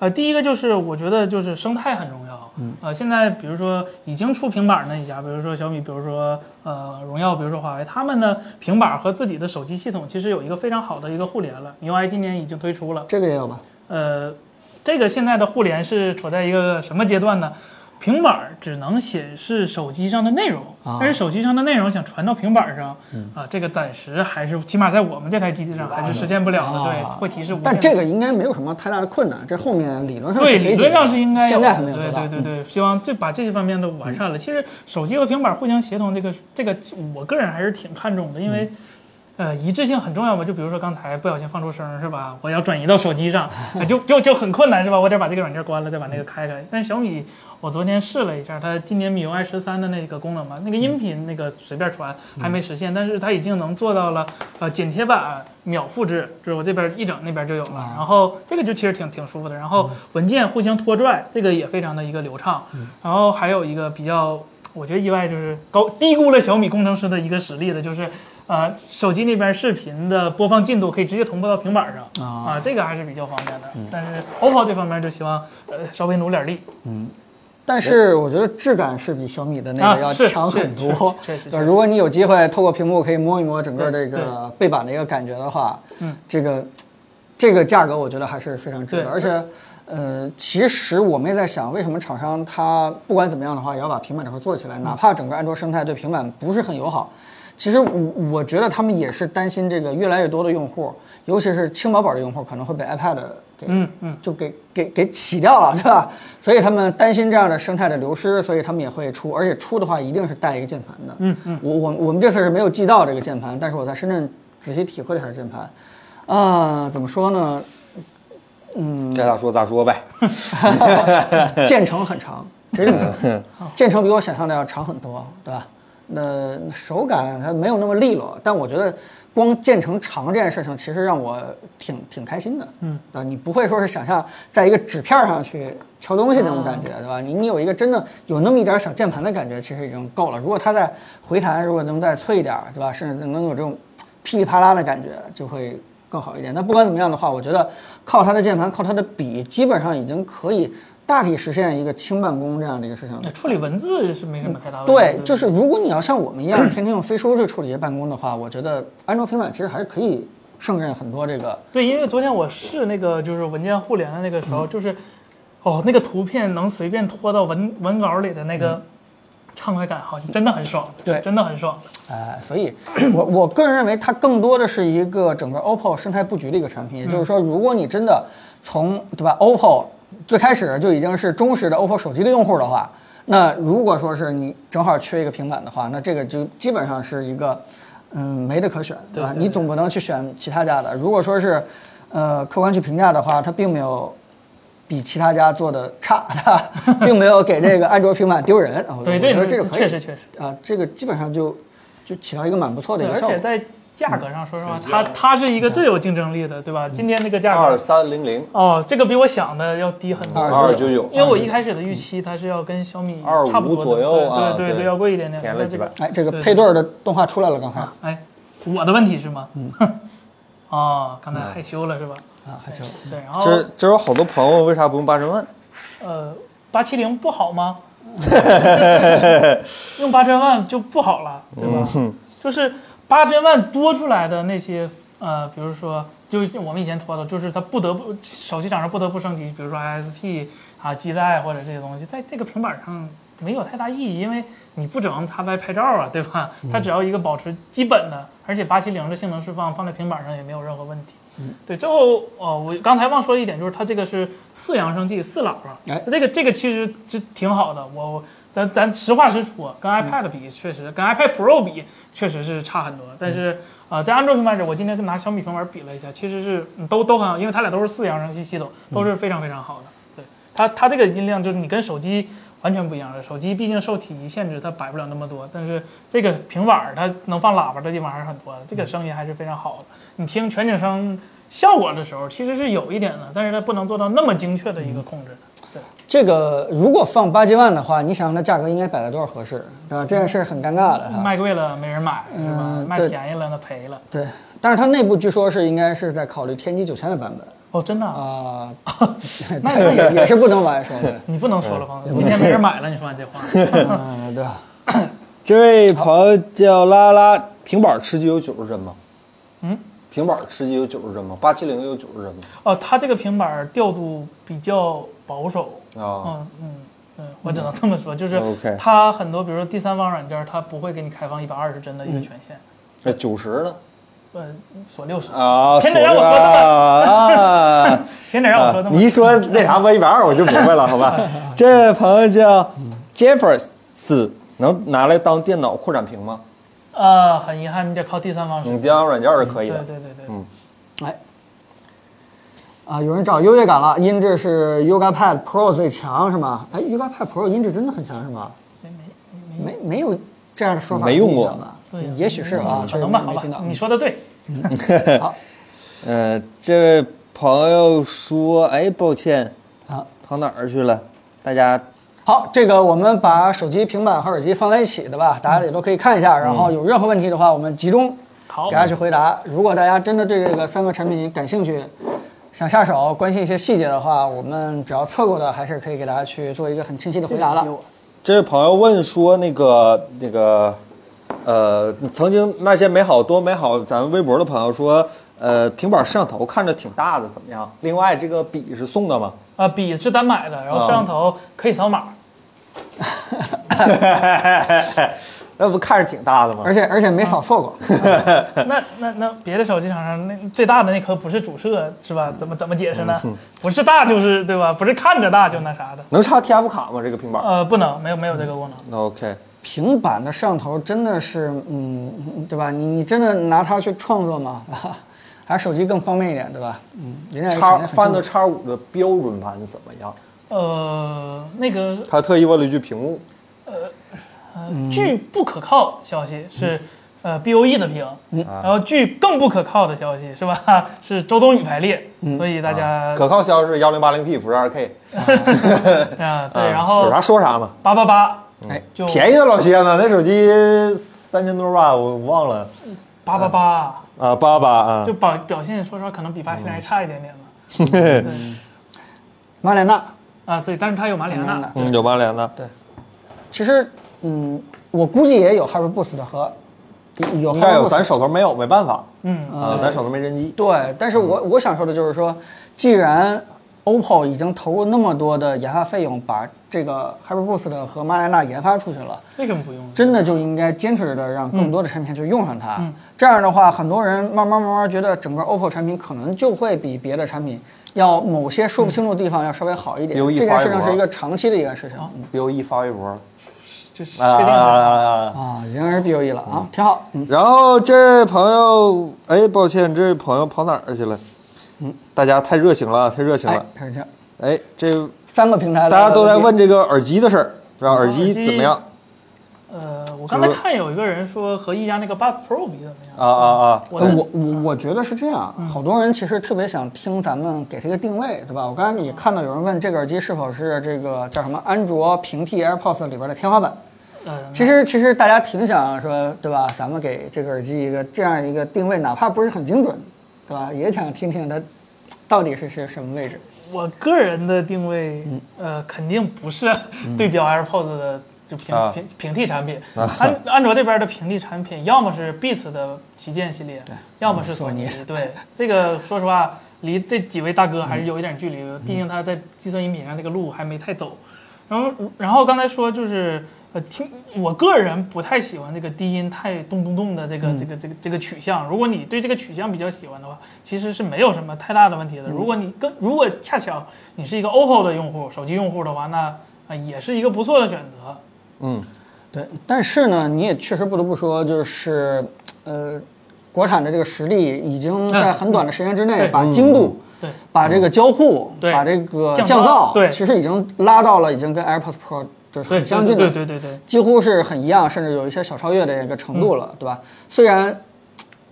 呃，第一个就是我觉得就是生态很重要，嗯，呃，现在比如说已经出平板儿那一家，比如说小米，比如说呃荣耀，比如说华为，他们呢平板儿和自己的手机系统其实有一个非常好的一个互联了，MIUI 嗯今年已经推出了，
这个也有吧？
呃，这个现在的互联是处在一个什么阶段呢？平板儿只能显示手机上的内容，
啊嗯
但是手机上的内容想传到平板儿上，啊，这个暂时还是起码在我们这台机子上还是实现不了的，对，
啊
会提示无限。
但这个应该没有什么太大的困难，这后面理论上
对，
是可以
理
解决
论
的
上是应该有
现
的
在还没有
对
做到。嗯
对对对，希望这把这些方面都完善了。其实手机和平板互相协同，这个这个我个人还是挺看重的，因
嗯
为。呃，一致性很重要嘛，就比如说刚才不小心放出声儿是吧？我要转移到手机上，呃就就就很困难是吧？我得把这个软件关了，再把那个开开。但是小米，我昨天试了一下，它今年米 UI 十三的那个功能嘛，那个
嗯
音频那个随便传还没实现，但是它已经能做到了，呃，剪贴板秒复制，就是我这边一整那边就有了。
啊嗯
然后这个就其实挺挺舒服的。然后文件互相拖拽，这个也非常的一个流畅。然后还有一个比较，我觉得意外就是高低估了小米工程师的一个实力的，就是呃，手机那边视频的播放进度可以直接同步到平板上
啊嗯
啊、这个还是比较方便的。但是 OPPO 这方面就希望呃稍微努点力。
但是我觉得质感是比小米的那
啊
个要
是
强
是
很
是
多。
确实
对，
确实
如果你有机会透过屏幕可以摸一摸整个
对
这个背板的一个感觉的话，
嗯，
这个这个价格我觉得还是非常值得。
对
而且，呃，其实我们也在想，为什么厂商它不管怎么样的话，也要把平板这块做起
嗯
来，哪怕整个安卓生态对平板不是很友好。其实我我觉得他们也是担心这个越来越多的用户，尤其是轻薄本的用户可能会被 iPad 给
嗯嗯。
就给给给洗掉了，对吧？所以他们担心这样的生态的流失，所以他们也会出，而且出的话一定是带一个键盘的。
嗯嗯，
我我我们这次是没有寄到这个键盘，但是我在深圳仔细体会了一下键盘，啊、怎么说呢？
该咋说咋说 呗。
建成很长，直接这么说，建成比我想象的要长很多，对吧？那手感它没有那么利落，但我觉得光建成长这件事情，其实让我挺挺开心的，嗯，啊，你不会说是想象在一个纸片上去敲东西那种感觉，对吧？你你有一个真的有那么一点小键盘的感觉，其实已经够了。如果它再回弹，如果能再脆一点，对吧？甚至能有这种噼里啪啦的感觉，就会更好一点。那不管怎么样的话，我觉得靠它的键盘，靠它的笔，基本上已经可以大体实现一个轻办公这样的一个事情。
那处理文字是没什么太大问
嗯
题。
对，就是如果你要像我们一样天天用飞书去处理一些办公的话，我觉得安卓平板其实还是可以胜任很多这个
对，因为昨天我试那个就是文件互联的那个时候，就是哦，那个图片能随便拖到文文稿里的那个畅快感，好，真的很爽，
嗯对
真的很爽。
哎，所以 我我个人认为它更多的是一个整个 OPPO 生态布局的一个产品，
嗯
也就是说，如果你真的从对吧 OPPO 最开始就已经是忠实的 OPPO 手机的用户的话，那如果说是你正好缺一个平板的话，那这个就基本上是一个嗯没得可选，对吧？
对对
你总不能去选其他家的。如果说是呃客观去评价的话，它并没有。比其他家做的差， 并没有给这个安卓平板丢人啊！我
对
我
对
觉得这个可以，
确实确实
啊，这个基本上就就起到一个蛮不错的一
对，
个
而
效果
且。在价格上，说实话，
嗯
它它是一个最有竞争力的，对
嗯
吧？今天这个价
二
格，
三零零
哦，这个比我想的要低很多。
二
二九九，
因为我一开始的预期它是要跟小米
25
差不多的
左右
对
啊
对
对
对，要贵一点点，
便宜了几百
哎，这个
对
配对儿的动画出来了，刚才
哎，我的问题是吗？ 嗯。哦，刚才害羞了是吧？
啊，还行。
对，然后
这这有好多朋友为啥不用八千万？
呃，八七零不好吗？用八千万就不好了，对吧？就是八千万多出来的那些呃，比如说，就我们以前拖的，就是它不得不手机厂商不得不升级，比如说 ISP 啊、基带或者这些东西，在这个平板上没有太大意义，因为你不指望它在拍照啊，对吧？它只要一个保持基本的，而且八七零的性能释放放在平板上也没有任何问题。对，最后哦，我刚才忘说了一点，就是它这个是四扬声器，四啊喇叭，
哎
这个这个其实是挺好的。我我咱咱实话实说，跟 iPad 比，确实跟 iPad Pro 比，确实是差很多。但是啊、呃在安卓平板这，我今天跟拿小米平板比了一下，其实是嗯都都很好，因为它俩都是四扬声器系统，都是非常非常好的。对它它这个音量就是你跟手机。完全不一样的，手机毕竟受体积限制，它摆不了那么多。但是这个平板儿它能放喇叭的地方还是很多的，这个声音还是非常好的。你听全景声效果的时候，其实是有一点的，但是它不能做到那么精确的一个控制的。对，
这个如果放八千万的话，你想想它价格应该摆在多少合适，对吧？这件事儿很尴尬的哈。
卖贵了没人买是吧？
啊嗯
卖
对
便宜了那赔了。
对，但是它内部据说是应该是在考虑天玑九千的版本
哦，真的啊，
啊， 对也也是不能完售的，
你不能说了，方子，今天没人买了，你说完这话。
嗯，对吧？
这位朋友叫拉拉，平板吃鸡有九十帧吗？
嗯，
平板儿吃鸡有九十帧吗？八七零有九十帧吗？
哦，它这个平板儿调度比较保守，
啊，
嗯嗯嗯，我只能这么说，就是
嗯，OK
它很多，比如说第三方软件儿，它不会给你开放一百二十帧的一个权限，
那哎九十呢？
呃，锁六十，
啊，
偏得让我说这
啊啊！
偏得让我说这么
你一说那啥吧，一百二我就明白了，好 吧？这朋友叫 Jeffers，能拿来当电脑扩展屏吗？
呃，很遗憾，你得靠第三方
嗯，
实现。
电脑软件是可以
对
的。
对对对，
嗯
哎，啊，有人找优越感了，音质是 Yoga Pad Pro 最强是吗？哎，Yoga Pad Pro 音质真的很强是吗？
没没没
没没有这样的说法，
没用过
吧？
对呀嗯
也许是啊，
可
确实
能吧，好
没
吧
听到。，
你说的对，
好，
呃，这位朋友说，哎，抱歉，
好。
跑哪儿去了？大家
好，这个我们把手机、平板和耳机放在一起，对
嗯
吧？大家也都可以看一下，然
嗯
后有任何问题的话，我们集中
好
给大家去回答。如果大家真的对这个三个产品感兴趣，想下手关心一些细节的话，我们只要测过的，还是可以给大家去做一个很清晰的回答的。
这位朋友问说，那个那个，呃，曾经那些美好多美好，咱们微博的朋友说，呃，平板摄像头看着挺大的，怎么样？另外，这个笔是送 的吗？
啊，笔是单买的，然后摄像头可以扫码，
那不看着挺大的吗
而？且而且
啊
没扫错过，
那那那别的手机厂商那最大的那颗不是主摄是吧？怎么怎么解释呢？
嗯
不是大就是对吧？不是看着大就那啥的。
能插 TF 卡吗？这个平板、
呃，不能，没有没有这个功能。
o k
平板的摄像头真的是，嗯，对吧？你你真的拿它去创作吗？ 对吧还是手机更方便一点，对吧？嗯，人家也想得
叉
很清楚
Find X5 的标准版怎么样？
呃，那个
他特意问了一句屏幕，
呃
嗯
据不可靠消息是。呃，BOE 的屏，
嗯
然后据更不可靠的消息是吧？ 是周冬雨排列，
嗯
所以大家
可靠消息是幺零八零 P 不是二 K，嗯
啊，对，然
有
后
啥说啥嘛，
八八八
哎，
就
呃便宜了老些呢，那手机三千多吧，我忘了
八八八，
啊，八八啊
就，表表现说实话可能比八现在还差一点点吧。
马里娜，
啊，对，但是它有马里亚
马里
纳
亚，
嗯，九八零的，
其实，嗯，我估计也有 HyperBoost 的和有
应该有，
Hyperboost
咱手头没有，没办法
嗯，
啊，咱手头没真机。
对，但是我我想说的就是说，既然 OPPO 已经投入那么多的研发费用，把这个 HyperBoost 的和马里亚纳研发出去了。
为什么不用？
真的就应该坚持着让更多的产品去用上它。
嗯
这样的话，很多人慢慢慢慢觉得整个 OPPO 产品可能就会比别的产品要某些说不清楚的地方要稍微好一点。
有一
这件
发一哦
事情
博
是一个长期的一个事情。嗯
BOE E 发微博了
就是确
啊
定
啊啊
了。
啊啊！
啊，人而 BOE 了啊，挺好。嗯，
然后这位朋友，哎，抱歉，这位朋友跑哪儿去了？嗯，大家太热情了，太热情
哎
了。，
开始这样
哎，这
三个平台
大家
的
都在问这个耳机的事儿，然
嗯
后耳机怎么样？
呃，我刚才看有一个人说和一加那个 Buds Pro 比怎么样？
啊啊啊！
我
呃。
在
我我我觉得是这样，
嗯
好多人其实特别想听咱们给它一个定位，对吧？我刚才也看到有人问这个耳机是否是这个叫什么安卓平替 AirPods 里边的天花板，
呃，
其实其实大家挺想说，对吧？咱们给这个耳机一个这样一个定位，哪怕不是很精准，对吧？也想听听它到底是是什么位置。
我个人的定位，
嗯
呃，肯定不是对标 AirPods 的就平
啊
平平替产品。安安卓这边的平替产品，要么是 Beats 的旗舰系列，要么是索尼。对，这个说实话，离这几位大哥还是有一点距离，
嗯
毕竟他在计算音频上这个路还没太走。然后，然后刚才说就是，呃，听我个人不太喜欢这个低音太咚咚咚的这
嗯
个、这个这个这个取向。如果你对这个取向比较喜欢的话，其实是没有什么太大的问题
嗯
的。如果你跟如果恰巧你是一个 OPPO 的用户，手机用户的话，那呃也是一个不错的选择。
嗯，
对，但是呢，你也确实不得不说，就是呃，国产的这个实力已经在很短的时间之内
对
把精度、
对，
把这个交互、
哎嗯对
把这个
降
降
噪
噪，
对
其实已经拉到了已经跟 AirPods Pro 就是
对，
很相近的
对对对对
几乎是很一样，甚至有一些小超越的一个程度了，对吧？虽然，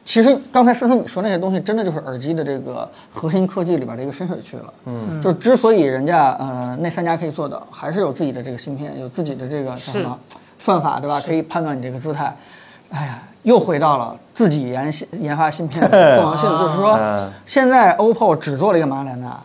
其实刚才森森你说那些东西，真的就是耳机的这个核心科技里边的一个深水区了。嗯，就是之所以人家呃那三家可以做到，还是有自己的这个芯片，有自己的这个叫什么算法，对吧？可以判断你这个姿态。哎呀，又回到了自己研研发芯片 的重要性，就是说
嗯
现在 OPPO 只做了一个马里亚纳。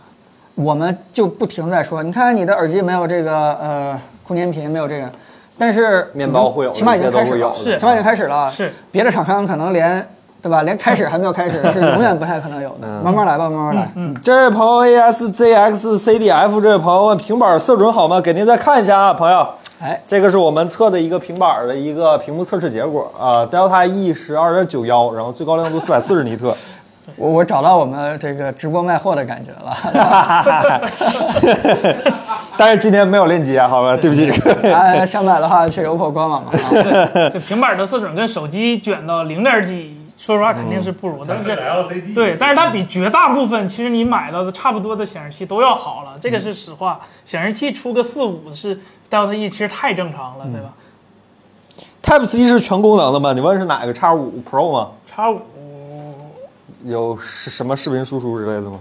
我们就不停在说，你看你的耳机没有这个呃空间屏，没有这个，但是
面包会有
起码已经开
这些都
始了，
会有
是
起码已经开始了。
是
别的厂商可能连对吧？连开始还没有 开始，是永远不太可能有的。
嗯
慢慢来吧，慢慢来。
嗯
这位朋友 A S Z X C D F 这位朋友问平板色准好吗？给您再看一下啊，朋友。
哎，
这个是我们测的一个平板儿的一个屏幕测试结果啊、d e l t a E 是二点九幺，然后最高亮度四百四十尼 特。
嗯
我我找到我们这个直播卖货的感觉了。
但是今天没有链接啊，好吧，对不 起。
啊，想买的话去 OPPO 官网嘛。啊
这 平板的色准跟手机卷到零点几，说实话肯定是不如，但
嗯
是
这 LCD
对，但是它比绝大部分其实你买到的差不多的显示器都要好了，
嗯
这个是实话。显示器出个四五是 Delta E，其实太正常了，对吧
嗯 Type C 是全功能的吗？你问是哪个 X 五 Pro 吗？
？X 五，
有是什么视频输出之类的吗？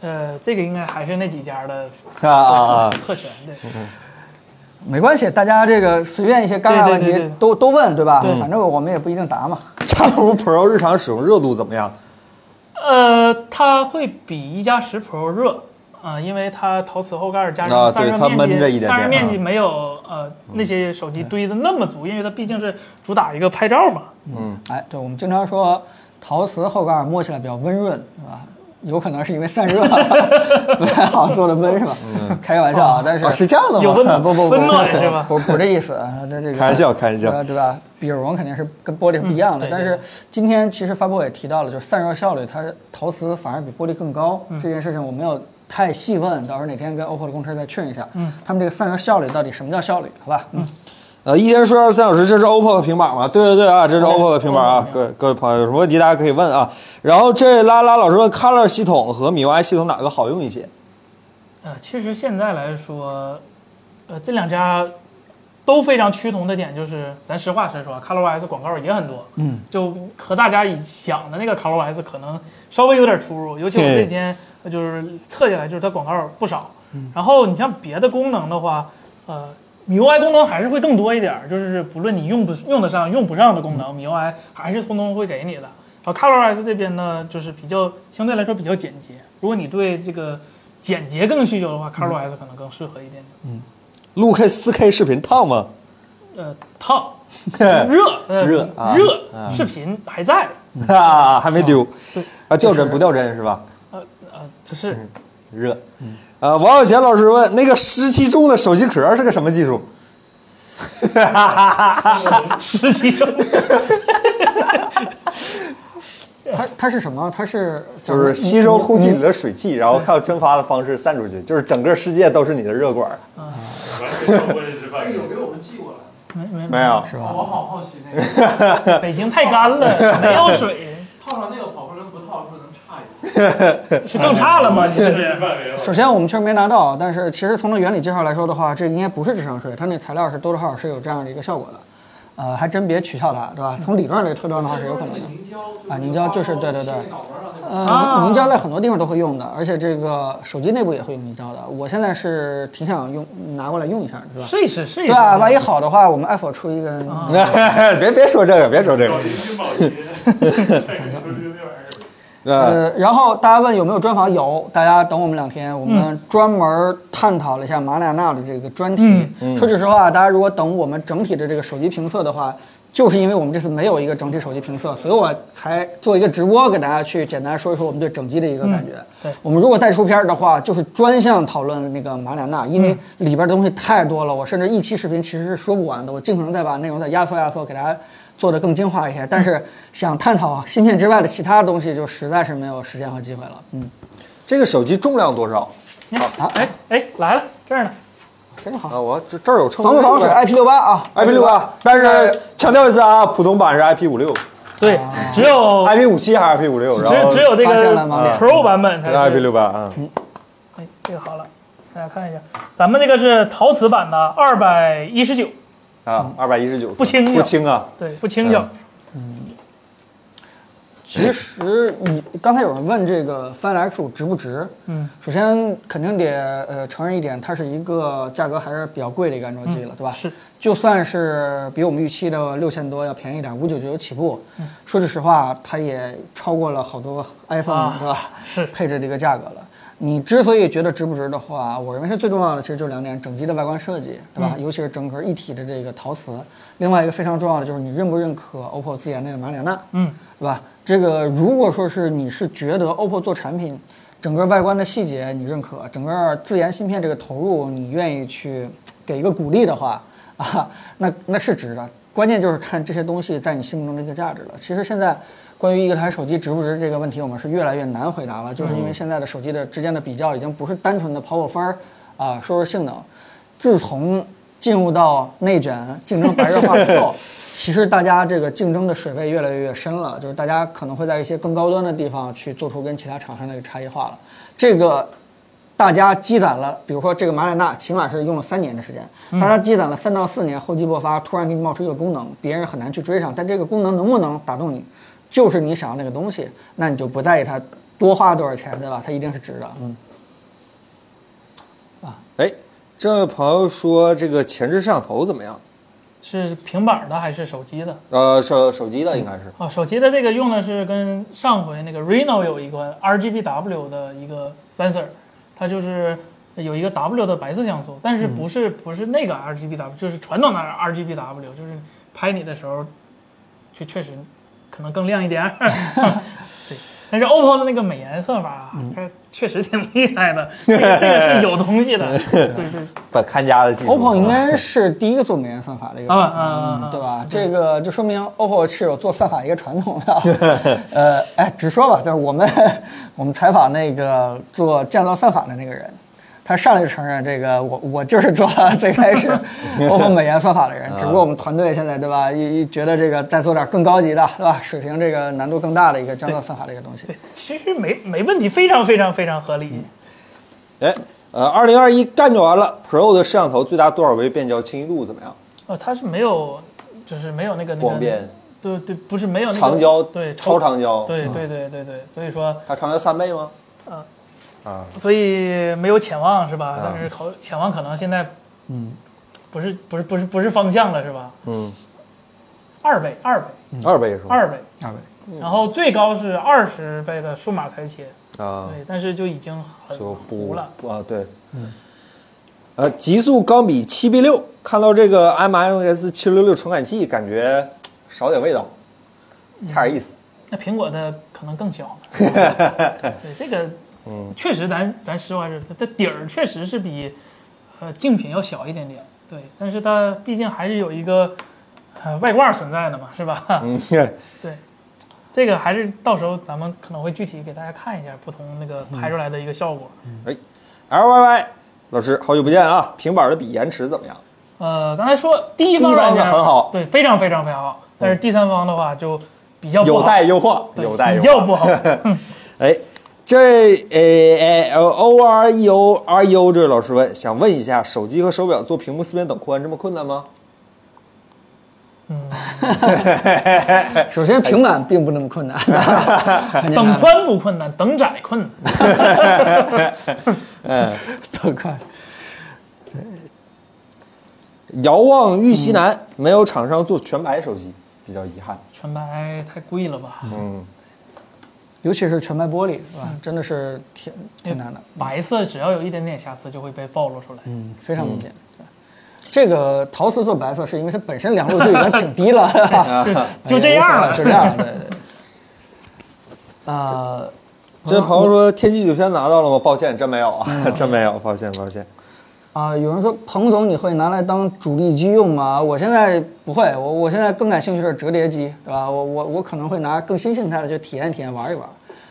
呃，这个应该还是那几家的
啊啊啊！
特权，对，
没关系，大家这个随便一些尴尬问题
对对对对
都都问，对吧？反正我们也不一定答嘛。
X 五 Pro 日常使用热度怎么样？
呃，它会比一加十 Pro 热。啊、因为它陶瓷后盖儿加
啊
上散热
对它
面
闷着一
积，
点点
散热面积
啊嗯
没有呃那些手机堆的那么足，因为它毕竟是主打一个拍照嘛。
哎，对，我们经常说陶瓷后盖摸起来比较温润，是吧？有可能是因为散热 不太好做的温，是吧？开个玩笑啊，但是
啊，是这样的吗？
有温 暖
不不不
温暖是吧？
不不这意思啊，这这个呃
开玩笑开玩笑
对吧对吧？比绒肯定是跟玻璃是不一样的，
嗯对
但是今天其实发布会也提到了，就是散热效率，它陶瓷反而比玻璃更高、
嗯
这件事情，我没有太细问，到时候哪天跟 OPPO 的工程师再确认一下，嗯，他们这个散热效率到底什么叫效率，好吧？嗯，
呃，一天睡二十三小时，这是 OPPO 的平板吗？对对嗯对啊，这是 OPPO 的平板啊。各位各位朋友，有什么问题大家可以问啊。然后这拉拉老师问，Color 系统和 MIUI 系统哪个好用一些？
呃，其实现在来说，呃，这两家都非常趋同的点就是，咱实话实说啊，ColorOS 广告也很多，嗯，就和大家想的那个 ColorOS 可能稍微有点出入，尤其我
对
这几天呃就是测下来，就是它广告不少。然后你像别的功能的话，呃。MIUI 功能还是会更多一点儿，就是不论你用不用得上、用不上的功能，MIUI 还是通通会给你的。然后 ColorOS 这边呢，就是比较相对来说比较简洁。如果你对这个简洁更需求的话，ColorOS 可能更适合一点点。
录 K 四 K 视频烫吗？
呃，烫、
哎
嗯
热、呃
热啊
热
啊，
嗯
视频还在，
哈，还没丢啊，掉帧不掉帧是吧？
呃呃，只
嗯
是
热。呃，王小贤老师问，那个十七中的手机壳是个什么技术？
十几种。
嗯它它是什么？它是
就是吸收空气里的水汽，然后靠蒸发的方式散出去，就是整个世界都是你的热管。
完全超过认知
那
范
个有
围。
给我们寄过来？
没没
没，有，
是吧？
我好好奇那个，
北京太干了，没有水，
套上那个跑步跟不套是不是能差一些？
是更差了吗？你这
认知
是
范围了
首先，我们确实没拿到，但是其实从它原理介绍来说的话，这应该不是智商税，它那材料是多多少少是有这样的一个效果的，呃，还真别取笑它，对吧？从理论上来推断的话是有可能
那
的
个。凝胶
啊凝胶就是对对对
贴那脑门上
哦
那种
呃，
啊
凝凝胶在很多地方都会用的，而且这个手机内部也会用凝胶的。我现在是挺想用拿过来用一下的，对吧？
试一试试一
对
试。
吧？万一好的话，我们 Apple 出一个，
别别说这个，别说这个
老。金宝金，这个说这个那玩意儿，
呃，
呃，然后大家问有没有专访？有，大家等我们两天，我们专门探讨了一下马里亚纳的这个专题。说句实话，大家如果等我们整体的这个手机评测的话，就是因为我们这次没有一个整体手机评测，所以我才做一个直播给大家去简单说一说我们对整机的一个感觉。
对
我们如果再出片儿的话，就是专项讨论那个马里亚纳，因为里边儿的东西太多了，我甚至一期视频其实是说不完的。我尽可能再把内容再压缩压缩，给大家做的更精化一些。但是想探讨芯片之外的其他东西，就实在是没有时间和机会了。嗯，
这个手机重量多少？
你看，哎哎，来了，这儿呢。
真好。
啊，我这这儿有称
防不防水
？IP
？IP 六八啊
IP 六八，但是强调一次啊，普通版是 IP 五六
对，只有
，IP 五七还是 IP 五六，然后
只只有这
啊哎发现
个
了嗯盲点
Pro 版本才是
IP 六八啊，
哎，这个好了，大家看一下，咱们这个是陶瓷版的，二百一十九，
啊，二百一十九，
不轻易
不轻啊，
对，不轻巧。
嗯其实你刚才有人问这个 Find X 五值不值？
嗯，
首先肯定得呃承认一点，它是一个价格还是比较贵的一个安卓机了，对吧？
是，
就算是比我们预期的六千多要便宜点，五九九九起步。
嗯
说句实话，它也超过了好多 iPhone、
啊
对吧？
是
配置这个价格了。你之所以觉得值不值的话，我认为是最重要的，其实就两点：整机的外观设计，对
嗯
吧？尤其是整个一体的这个陶瓷。另外一个非常重要的就是你认不认可 OPPO 自研那个马里亚纳，
嗯，
对吧？这个如果说是你是觉得 OPPO 做产品，整个外观的细节你认可，整个自研芯片这个投入你愿意去给一个鼓励的话，啊，那那是值的。关键就是看这些东西在你心目中的一个价值了。其实现在关于一个台手机值不值这个问题，我们是越来越难回答了，就是因为现在的手机的之间的比较已经不是单纯的跑跑分儿啊，说说性能。自从进入到内卷、竞争白热化之 后，其实大家这个竞争的水位越来越深了，就是大家可能会在一些更高端的地方去做出跟其他厂商的一个差异化了。这个大家积攒了，比如说这个马里纳，起码是用了三年的时间，
嗯
大家积攒了三到四年，厚积薄发，突然给你冒出一个功能，别人很难去追上，但这个功能能不能打动你，就是你想要那个东西，那你就不在意它多花多少钱，对吧？它一定是值的。嗯，
哎，这位朋友说这个前置摄像头怎么样？
是平板儿的还是手机的？
呃，手手机的应该是，
啊，手机的这个用的是跟上回那个 Reno 有一关 RGBW 的一个 sensor，它就是有一个 W 的白色像素，但是
嗯
不是、不是那个 RGBW，就是传统的 RGBW，就是拍你的时候，确确实可能更亮一点儿。 对，但是 OPPO 的那个美颜算法啊，
嗯
它确实挺厉害的，这个这个是有东西 的。对对
把看家的技术。
OPPO 应该是第一个做美颜算法的一个，
啊啊啊啊
嗯对吧？这个就说明 OPPO 是有做算法一个传统的。啊呃，哎，直说吧，就是我们我们采访那个做降噪算法的那个人，他上来就承认这个我我就是做 最开始 OPPO 美颜算法的人，只不过我们团队现在对吧，一一觉得这个再做点更高级的，对吧？水平这个难度更大的一个降噪算法的一个东西。
对，其实没没问题，非常非常非常合理。
嗯
哎，呃，二零二一干就完了。Pro 的摄像头最大多少维变焦清晰度怎么样？
哦，它是没有，就是没有那个那个
光变，
对对，不是没有、那个、
长焦
对
超长焦嗯
对对对对对，所以说
它长焦三倍吗？
嗯
啊，
所以没有潜望是吧？
啊
但是考潜望可能现在嗯，不是不是不是不是方向了是吧？
嗯，
二倍二倍
二倍是吗？
二倍，
二位，
然后最高是二十倍的数码裁切，
啊，
对，但是就已经很
就
糊
不
了。
不啊，对，嗯，呃，极速钢笔七 B 六，看到这个 MMS 七六六传感器，感觉少点味道，差点意思。
那苹果的可能 更小。对这个，
嗯
确实咱咱实话实说，它底儿确实是比呃竞品要小一点点。对，但是它毕竟还是有一个呃外挂存在的嘛，是吧？
嗯，
对，这个还是到时候咱们可能会具体给大家看一下不同
嗯
那个拍出来的一个效果。
哎，LYY 老师，好久不见啊！平板的笔延迟怎么样？
呃，刚才说第一
第一
方
方
软
的
件
很好嗯
对，非常非常非常好。但是第三方的话就比较不好
有待优化，
对
有待优
比
化。
较不好。
哎，这诶诶 O R E O R E O 这位老师问，想问一下，手机和手表做屏幕四边等宽，这么困难吗？
首先平板并不那么困难， 很简单
等宽不困难，等窄困难。
等宽。
遥望玉溪
嗯
南、没有厂商做全白手机，比较遗憾。
纯白太贵了吧？
嗯，
尤其是全白玻璃，是吧？真的是挺挺难的，
白色只要有一点点瑕疵就会被暴露出来。
嗯，非常明显。对这个陶瓷做白色是因为它本身良率就已经挺低 了，哎
就这样了
了，就这样了，对 对。对啊，
这位朋友说天玑九千拿到了吗？抱歉，真没有啊，
嗯
真没有，抱歉，抱歉。
啊、有人说彭总，你会拿来当主力机用吗？我现在不会，我我现在更感兴趣的是折叠机，对吧？我我我可能会拿更新形态的去体验体验、玩一玩。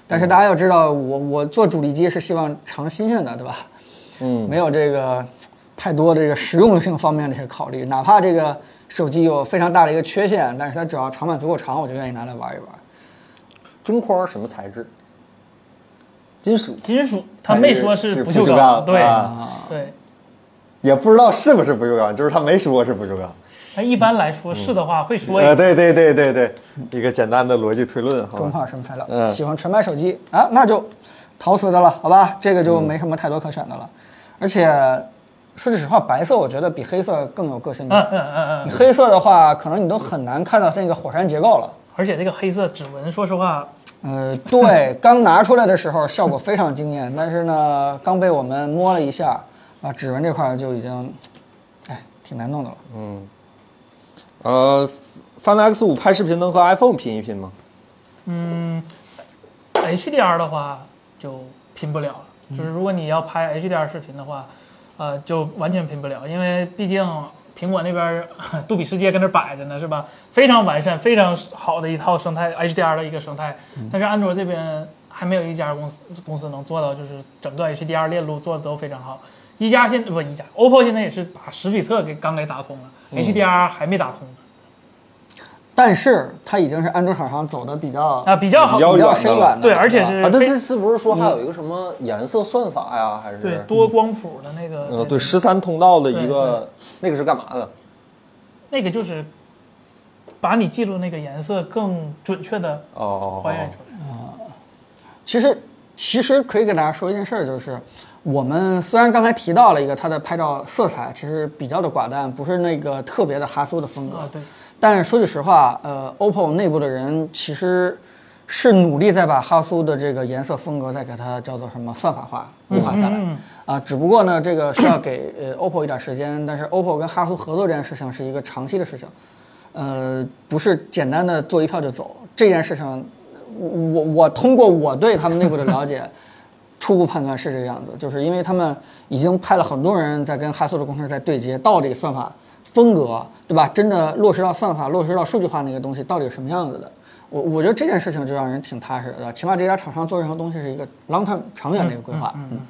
但是大家要知道，我我做主力机是希望尝新鲜的，对吧？
嗯，
没有这个太多这个实用性方面的一些考虑。哪怕这个手机有非常大的一个缺陷，但是它只要长板足够长，我就愿意拿来玩一玩。
中框什么材质？金属，
金属他没说是不锈钢，对、
啊
对。
也不知道是不是不锈钢，就是他没说是不锈钢。
那一般来说是的话会说一
呃，
下，
对对对对对，一个简单的逻辑推论，好
中
吧？
框什么材料？
嗯
喜欢纯白手机啊，那就陶瓷的了，好吧？这个就没什么太多可选的了。而且说句实话，白色我觉得比黑色更有个性一
嗯
点。
嗯嗯
你
嗯。
黑色的话，可能你都很难看到那个火山结构了。
而且这个黑色指纹，说实话，
呃，对，刚拿出来的时候效果非常惊艳，但是呢，刚被我们摸了一下，啊，指纹这块儿就已经，哎，挺难弄的了。
呃，Find X 五拍视频能和 iPhone 拼一拼吗？
嗯，HDR 的话就拼不了
嗯
了，就是如果你要拍 HDR 视频的话，呃，就完全拼不了，因为毕竟苹果那边儿 杜比世界跟那儿摆着呢，是吧？非常完善、非常好的一套生态 HDR 的一个生态，
嗯
但是安卓这边还没有一家公司公司能做到，就是整个 HDR 链路做的都非常好。一加现不一加，OPPO 现在也是把十比特给刚给打通了、h
嗯
d r 还没打通呢
但是它已经是安卓厂商走的比较
啊，比较好，
哦比较
比
远
较
的
深
了
远的，
嗯对，而且是
啊，但
非
这次不是说还有一个什么颜色算法呀，还是
对多光谱的那个，
呃，对，十三通道的一个，那个是干嘛的？
那个就是把你记住那个颜色更准确的
哦，
还原出来。
其实其实可以给大家说一件事儿，就是我们虽然刚才提到了一个它的拍照色彩其实比较的寡淡，不是那个特别的哈苏的风
哦
格，
啊，对，
但说句实话，呃，OPPO 内部的人其实是努力在把哈苏的这个颜色风格再给它叫做什么算法化、固化下来。啊，只不过呢，这个需要给呃 OPPO 一点时间，但是 OPPO 跟哈苏合作这件事情是一个长期的事情，呃，不是简单的做一票就走。这件事情，我我我通过我对他们内部的了解。初步判断是这个样子，就是因为他们已经派了很多人在跟哈苏的工程师在对接，到底算法风格，对吧？真的落实到算法、落实到数据化那个东西，到底是什么样子的？我我觉得这件事情就让人挺踏实的，起码这家厂商做任何东西是一个 long term 长远的一个规划。嗯，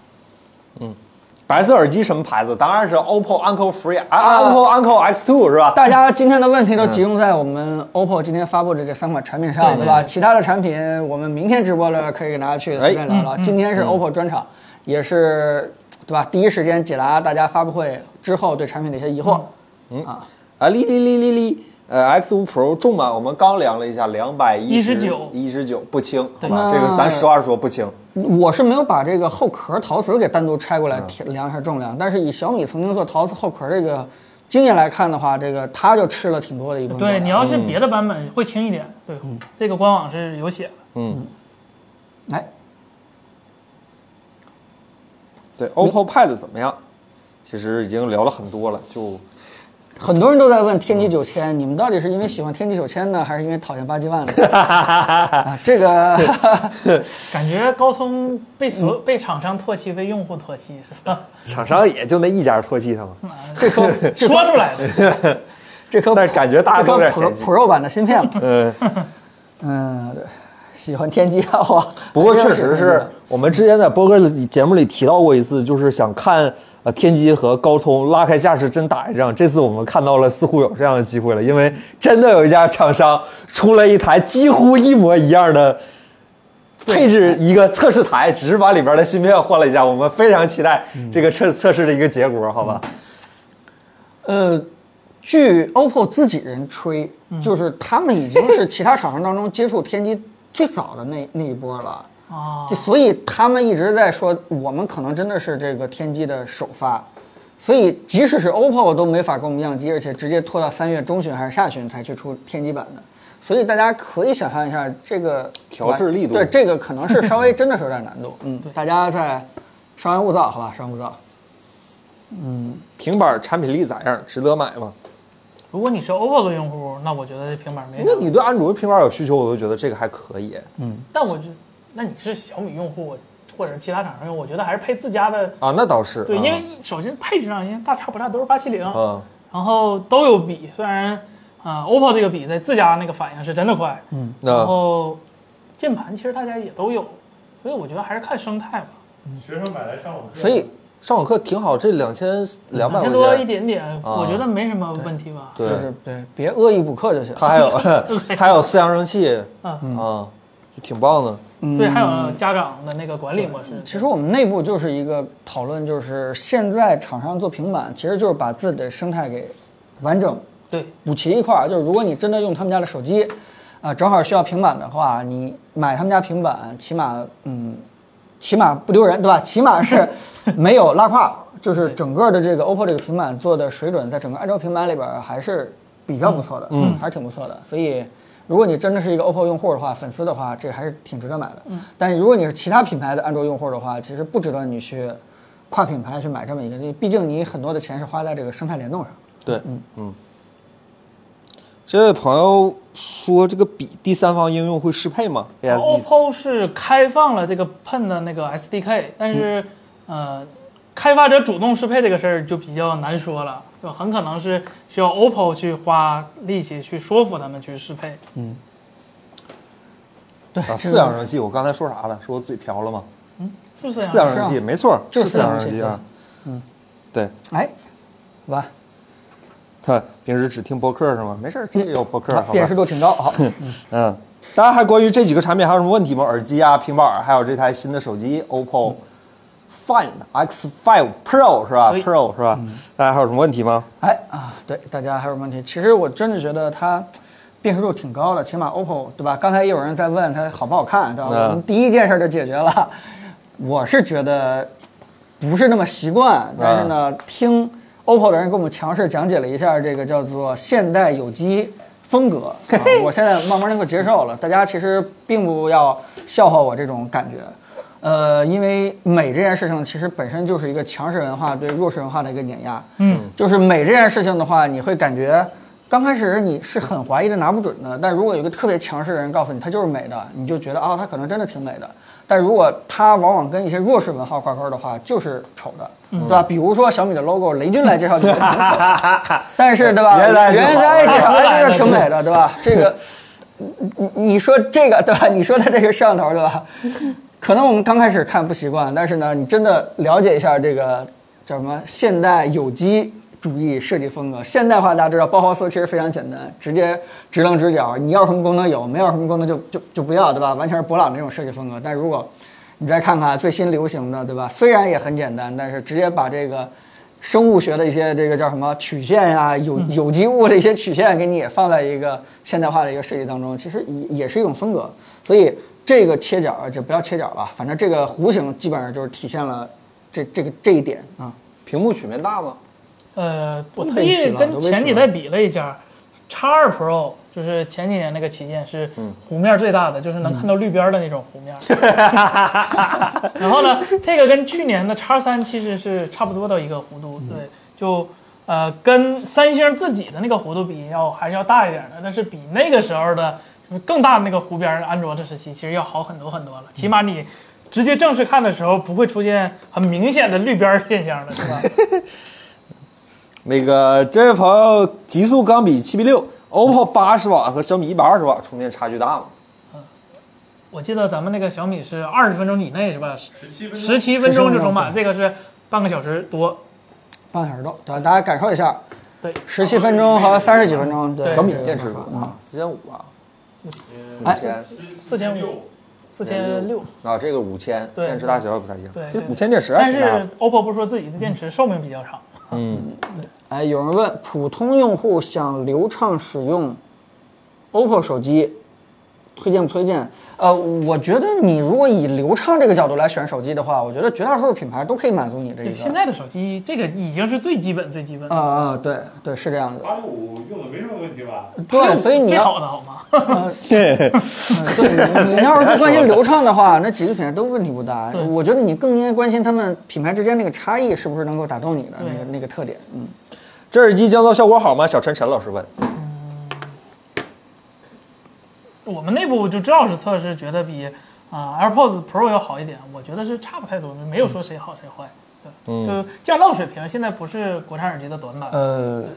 白色耳机什么牌子？当然是 OPPO Uncle Free 啊，Uncle Uncle X Two 是吧？
大家今天的问题都
嗯
集中在我们 OPPO 今天发布的这三款产品上，对吧？其他的产品我们明天直播了，可以给大家去
哎
随便
嗯
聊聊。今天是 OPPO 专场，也是对吧？第一时间解答大家发布会之后对产品的一些疑惑。
啊，哩哩哩哩哩，呃，X 五 Pro 重吗？我们刚量了一下，两百
119
一十九啊不轻，好
对
吧？这个咱实话说不轻。
嗯
我是没有把这个后壳陶瓷给单独拆过来贴量一下重量，但是以小米曾经做陶瓷后壳这个经验来看的话，这个它就吃了挺多
嗯
的一部分重
对
量。
你要是别的版本会轻一点，对，这个官网是有写的。
嗯，
哎，
对，OPPO Pad 怎么样？其实已经聊了很多了，就
很多人都在问天玑九千，你们到底是因为喜欢天玑九千呢，还是因为讨厌八 G 万呢？啊这个
感觉高通被所
嗯
被厂商唾弃，被用户唾弃，是 吧？
厂商也就那一家唾弃他们，
这颗
说出来的，
这颗
但是感觉大家
这
都有
颗
点嫌
Pro
弃。
Pro 版的芯片嘛，
嗯，
嗯，对，喜欢天玑啊，哇，
不过
还
确
是要
实
喜欢天玑
是
的
我们之前在波哥里节目里提到过一次，就是想看呃天玑和高通拉开架势真打一仗。这次我们看到了，似乎有这样的机会了，因为真的有一家厂商出了一台几乎一模一样的配置一个测试台，只是把里边的芯片换了一下。我们非常期待这个测测试的一个结果，好吧？
呃，据 OPPO 自己人吹，就是他们已经是其他厂商当中接触天玑最早的那那一波了。
啊
就，所以他们一直在说，我们可能真的是这个天玑的首发，所以即使是 OPPO 都没法跟我们样机，而且直接拖到三月中旬还是下旬才去出天玑版的。所以大家可以想象一下，这个
调试力度
对这个可能是稍微真的是有点难度。嗯，大家再稍安勿躁，好吧，稍安勿躁。
平板产品力咋样？值得买吗？
如果你是 OPPO 的用户，那我觉得这平板没
那
啥
你对安卓平板有需求，我都觉得这个还可以。
但我就，那你是小米用户，我或者是其他厂商用户，我觉得还是配自家的。
啊，那倒是。
对，
啊
因为首先配置上，因为大差不差都是八七零，
嗯。
然后都有笔，虽然啊、o p p o 这个笔在自家那个反应是真的快，嗯，
那
然后键盘其实大家也都有，所以我觉得还是看生态吧，
学生买来上网课，
所以
上网课挺好，这两千两百块
两千多一
钱，啊
点点，我觉得没什么问题吧。
就
对，
是对，别恶意补课就行。
它还 有 它还有四扬声器，
嗯
啊，就挺棒的。
对，还有家长的那个管理模式，
其实我们内部就是一个讨论，就是现在厂商做平板，其实就是把自己的生态给完整
对，
补齐一块儿。就是如果你真的用他们家的手机，啊、正好需要平板的话，你买他们家平板，起码嗯，起码不丢人，对吧？起码 是没有拉胯，就是整个的这个 OPPO 这个平板嗯做的水准，在整个安卓平板里边儿还是比较不错的，嗯，还是挺不错的。所以如果你真的是一个 OPPO 用户的话，粉丝的话，这还是挺值得买的。但如果你是其他品牌的安卓用户的话，其实不值得你去跨品牌去买这么一个，你毕竟你很多的钱是花在这个生态联动上。
对，嗯这位朋友说，这个笔第三方应用会适配吗？ASD
OPPO 是开放了这个 Pen 的那个 SDK，但是、
嗯
呃，开发者主动适配这个事儿就比较难说了，就很可能是需要 OPPO 去花力气去说服他们去适配。
嗯
对，
啊，
这
四
个
扬声器，我刚才说啥了？说我嘴瓢了吗？
是不是
四
呀？
扬声器，
是啊
没错，
就是
四扬
四扬声器
器啊。嗯，对
哎，完，
他平时只听播客是吗？没事儿，这也有播客，
好
好
辨
吧
识？度挺高。好，
嗯，大家还关于这几个产品还有什么问题吗？耳机啊、平板儿，还有这台新的手机 OPPO Find X5 Pro 是吧
对
？Pro 是吧？大家还有什么问题吗？
哎啊，对，大家还有什么问题？其实我真的觉得它辨识度挺高的，起码 OPPO 对吧？刚才也有人在问它好不好看，对吧？
嗯
我们第一件事就解决了。我是觉得不是那么习惯，但是呢，听 OPPO 的人给我们强势讲解了一下这个叫做现代有机风格，啊、我现在慢慢能够接受了。大家其实并不要笑话我这种感觉。呃，因为美这件事情其实本身就是一个强势文化对弱势文化的一个碾压。嗯，就是美这件事情的话，你会感觉刚开始你是很怀疑的、拿不准的。但如果有一个特别强势的人告诉你它就是美的，你就觉得啊、它可能真的挺美的。但如果它往往跟一些弱势文化挂钩的话，就是丑的，
嗯
对吧？比如说小米的 logo，雷军来介绍就觉得挺 丑的，但是对吧？
原来就
原
好
来介绍哎，这个挺美的，对吧？这个。你你说这个对吧？你说它这个摄像头对吧？可能我们刚开始看不习惯，但是呢，你真的了解一下这个叫什么现代有机主义设计风格，现代化大家知道，包豪斯其实非常简单，直接直棱直角，你要什么功能有，没有什么功能就就就不要，对吧？完全是博朗那种设计风格。但如果你再看看最新流行的，对吧？虽然也很简单，但是直接把这个生物学的一些这个叫什么曲线呀、有有机物的一些曲线，给你也放在一个现代化的一个设计当中，其实也也是一种风格。所以这个切角就不要切角吧，反正这个弧形基本上就是体现了这这个这一点啊。
屏幕曲面大吗？
呃，我
都
特
被取
意
了
跟
都被
前
取
几
了
代比了一下，X 二 Pro 就是前几年那个旗舰是弧面最大的，就是能看到绿边儿的那种弧面。
嗯
然后呢，这个跟去年的 X 三其实是差不多的一个弧度，对，就呃跟三星自己的那个弧度比要还是要大一点的，但是比那个时候的更大的那个弧边儿安卓的时期其实要好很多很多了，起码你。直接正式看的时候，不会出现很明显的绿边儿现象的，是吧？
那个这位朋友，极速钢笔七比六，OPPO 八十瓦和小米一百二十瓦充电差距大吗？
我记得咱们那个小米是二十分钟以内是吧？
十七分
十
钟，
七分钟就充满，这个是半个小时多。
半个小时多，对吧，大家感受一下，
对，
十七分钟和三十几分钟，对，
对
小米
这个嗯
电池多大？四千五啊，
哎
五千。
四千五，四千六。
啊，这个五千
对
电池大小也不太一样
对，
这
对
五千电池还
但
挺
是
大的。
OPPO 不是说自己的电池寿命比较长，
嗯，
哎，有人问，普通用户想流畅使用 OPPO 手机，推荐不推荐？呃，我觉得你如果以流畅这个角度来选手机的话，我觉得绝大多数品牌都可以满足你这一个。
现在的手机这个已经是最基本最基本
嗯啊
的，
啊、对对，是这样的。
八六五用的没什么问题吧？
对，所以你
最
要
好的好吗？
嗯对 你你要是关心流畅的话，那几个品牌都问题不大。我觉得你更应该关心他们品牌之间那个差异是不是能够打动你的那个那个特点。嗯，
这耳机降噪效果好吗？小陈陈老师问。
我们内部就知道是测试，觉得比啊、AirPods Pro 要好一点，我觉得是差不太多，没有说谁好谁坏。对，就降噪水平现在不是国产耳机的短板。
嗯呃，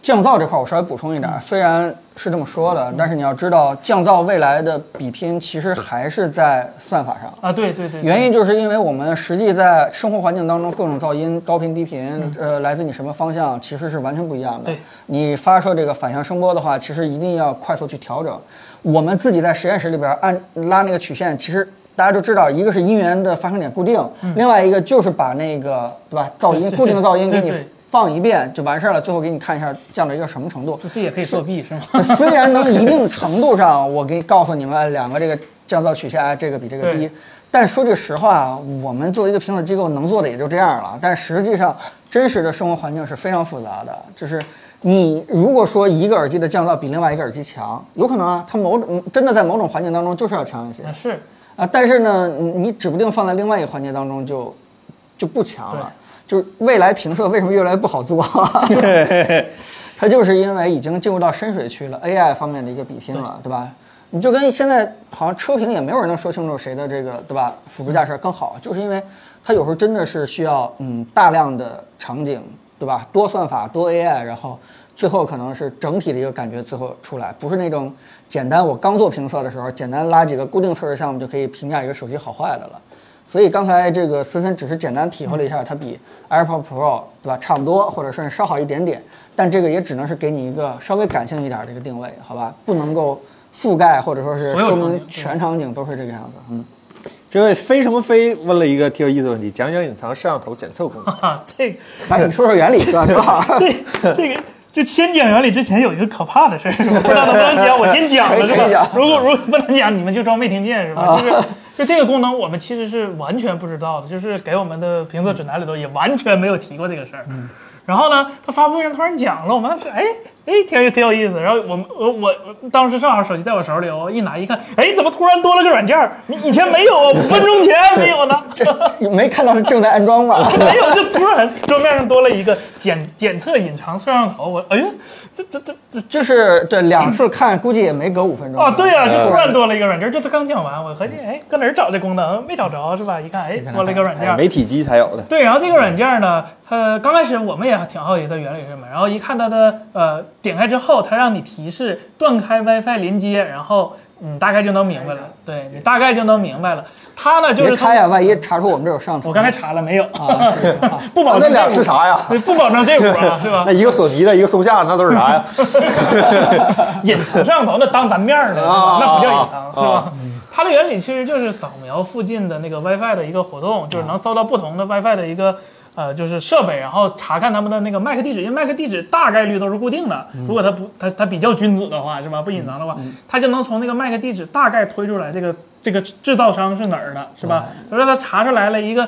降噪这块儿我稍微补充一点儿，虽然是这么说的，但是你要知道，降噪未来的比拼其实还是在算法上。
啊，对对 对，
原因就是因为我们实际在生活环境当中，各种噪音、高频、低频，呃，来自你什么方向，其实是完全不一样的。
嗯对，
你发射这个反向声波的话，其实一定要快速去调整。我们自己在实验室里边按拉那个曲线，其实大家就知道，一个是音源的发生点固定，
嗯
另外一个就是把那个对吧噪音
对对
固定的噪音给你
对对
放一遍就完事儿了，最后给你看一下降到一个什么程度。
就这也可以作 弊是吗？
虽然能一定程度上，我给你告诉你们哎两个这个降噪曲线，哎这个比这个低
对。
但说句实话，我们作为一个评测机构能做的也就这样了。但实际上，真实的生活环境是非常复杂的。就是你如果说一个耳机的降噪比另外一个耳机强，有可能啊，它某种真的在某种环境当中就是要强一些
那是
啊，但是呢，你你指不定放在另外一个环节当中就就不强了。就是未来评测为什么越来越不好做？ 它就是因为已经进入到深水区了，AI 方面的一个比拼了，对吧？你就跟现在好像车评也没有人能说清楚谁的这个对吧辅助驾驶更好，就是因为它有时候真的是需要嗯大量的场景，对吧？多算法多 AI，然后最后可能是整体的一个感觉最后出来，不是那种简单我刚做评测的时候简单拉几个固定测试项目就可以评价一个手机好坏的了。所以刚才这个思森只是简单体会了一
嗯
下，它比 AirPods Pro 对吧，差不多，或者甚至稍好一点点，但这个也只能是给你一个稍微感性一点的一个定位，好吧，不能够覆盖或者说是
所有
说
场景嗯
明
对
全场景都是这个样子。嗯，
这位飞什么飞问了一个挺有意思的问题，讲讲隐藏摄像头检测功能。
啊，这个
来，你说说原理 算是吧？
这这个。就先讲原理之前有一个可怕的事儿，我不知道能不能讲，我先讲了
可以可
是
以
吧
讲？
如果如果不能讲，你们就装没听见是吧？就是就这个功能我们其实是完全不知道的，就是给我们的评测指南里头也完全没有提过这个事儿。然后呢，他发布会上突然讲了，我们当时哎哎挺有挺有意思。然后我们我我我当时正好手机在我手里，我一拿一看，哎怎么突然多了个软件儿？你以前没有啊，五分钟前没有呢。
这没看到是正在安装吧？
没有，就哎突然桌面上多了一个检检测隐藏摄像头，我哎呀，这这这这
就是对两次看估计也没隔五分钟啊
哦，对呀、
嗯
就突然多了一个软件，这次刚讲完，我合计哎搁哪儿找这功能，没找着是吧？一看哎多了一个软
哎，
件。
媒体机才有的。
对，然后这个软件呢，它刚开始我们也挺好奇它原理是什么，然后一看它的呃点开之后，它让你提示断开 WiFi 连接，然后你大概就能明白了，对你大概就能明白了。它呢就
别
是
开
它，
呀，万一查出我们这有摄像头。
我刚才查了没有，
啊，是啊
不保
那
证
俩
这
是
屋，
啥呀？
对不保证这屋啊，是吧？
那一个索尼的，一个松下的，那都是啥呀？
隐藏摄像头那当咱面儿呢，
啊
那不叫隐藏，
啊
是吧？它的原理其实就是扫描附近的那个 WiFi 的一个活动，就是能搜到不同的 WiFi 的一个。呃，就是设备，然后查看他们的那个 MAC 地址，因为 MAC 地址大概率都是固定的。
嗯
如果它不，它它比较君子的话，是吧？不隐藏的话，它就能从那个 MAC 地址大概推出来这个这个制造商是哪儿的，是吧？
嗯
比如说它查出来了一个，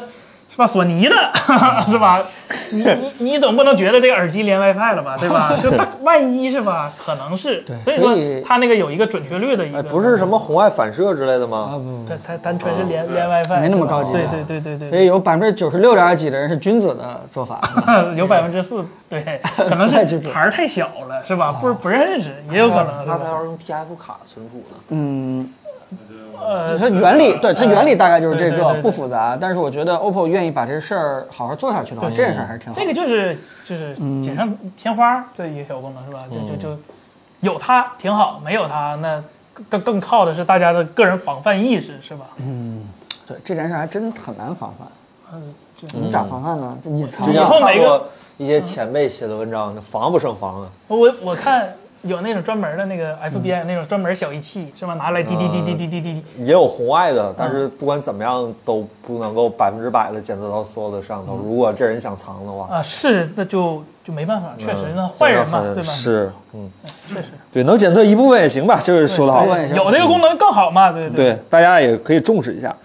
是吧？索尼的， 是吧？你你你总不能觉得这个耳机连 WiFi 了吧，对 吧？就它万一是吧？可能是，
对
所以
所以
说它那个有一个准确率的一
哎，
个，
不是什么红外反射之类的吗？
啊不
它它单纯是连连 WiFi，
没那么高级啊
对对对对对，
不，所以有百分之九十六点几的人是君子的做法。
有百分之四，对，可能
太
是
具体了啊
牌儿太小了，是吧？不不认识，也有可能是
那他
吧。
要是用 TF 卡存储呢？
嗯，
呃，
它原理对它原理大概就是这
对对
个
对对
不复杂，但是我觉得 OPPO 愿意把这事儿好好做下去的话，
对
这件事儿还是挺好
这
的。
个就是就是
嗯
锦上添花的一个小功能是吧？就就就有它挺好，没有它那更更靠的是大家的个人防范意识是吧？
对这件事儿还真很难防范，
嗯，这
你咋防范呢？这隐藏
之前
以
啊
后
看
每
过
个
一些前辈写的文章，那防不胜防啊。
我我看有那种专门的那
嗯
个 FBI 那种专门小仪器是吧？拿来滴滴滴滴滴滴滴滴，
也有红外的，但是不管怎么样都不能够百分之百的检测到所有的摄像头。如果这人想藏的话，
啊，是，那就就没办法，确实
嗯
呢，坏人嘛，
真的很
对吧？，
是，嗯，
确实，
对，能检测一部分也行吧，这是说的好
对。对
有这个功能更好嘛，对对
对，大家也可以重视一下。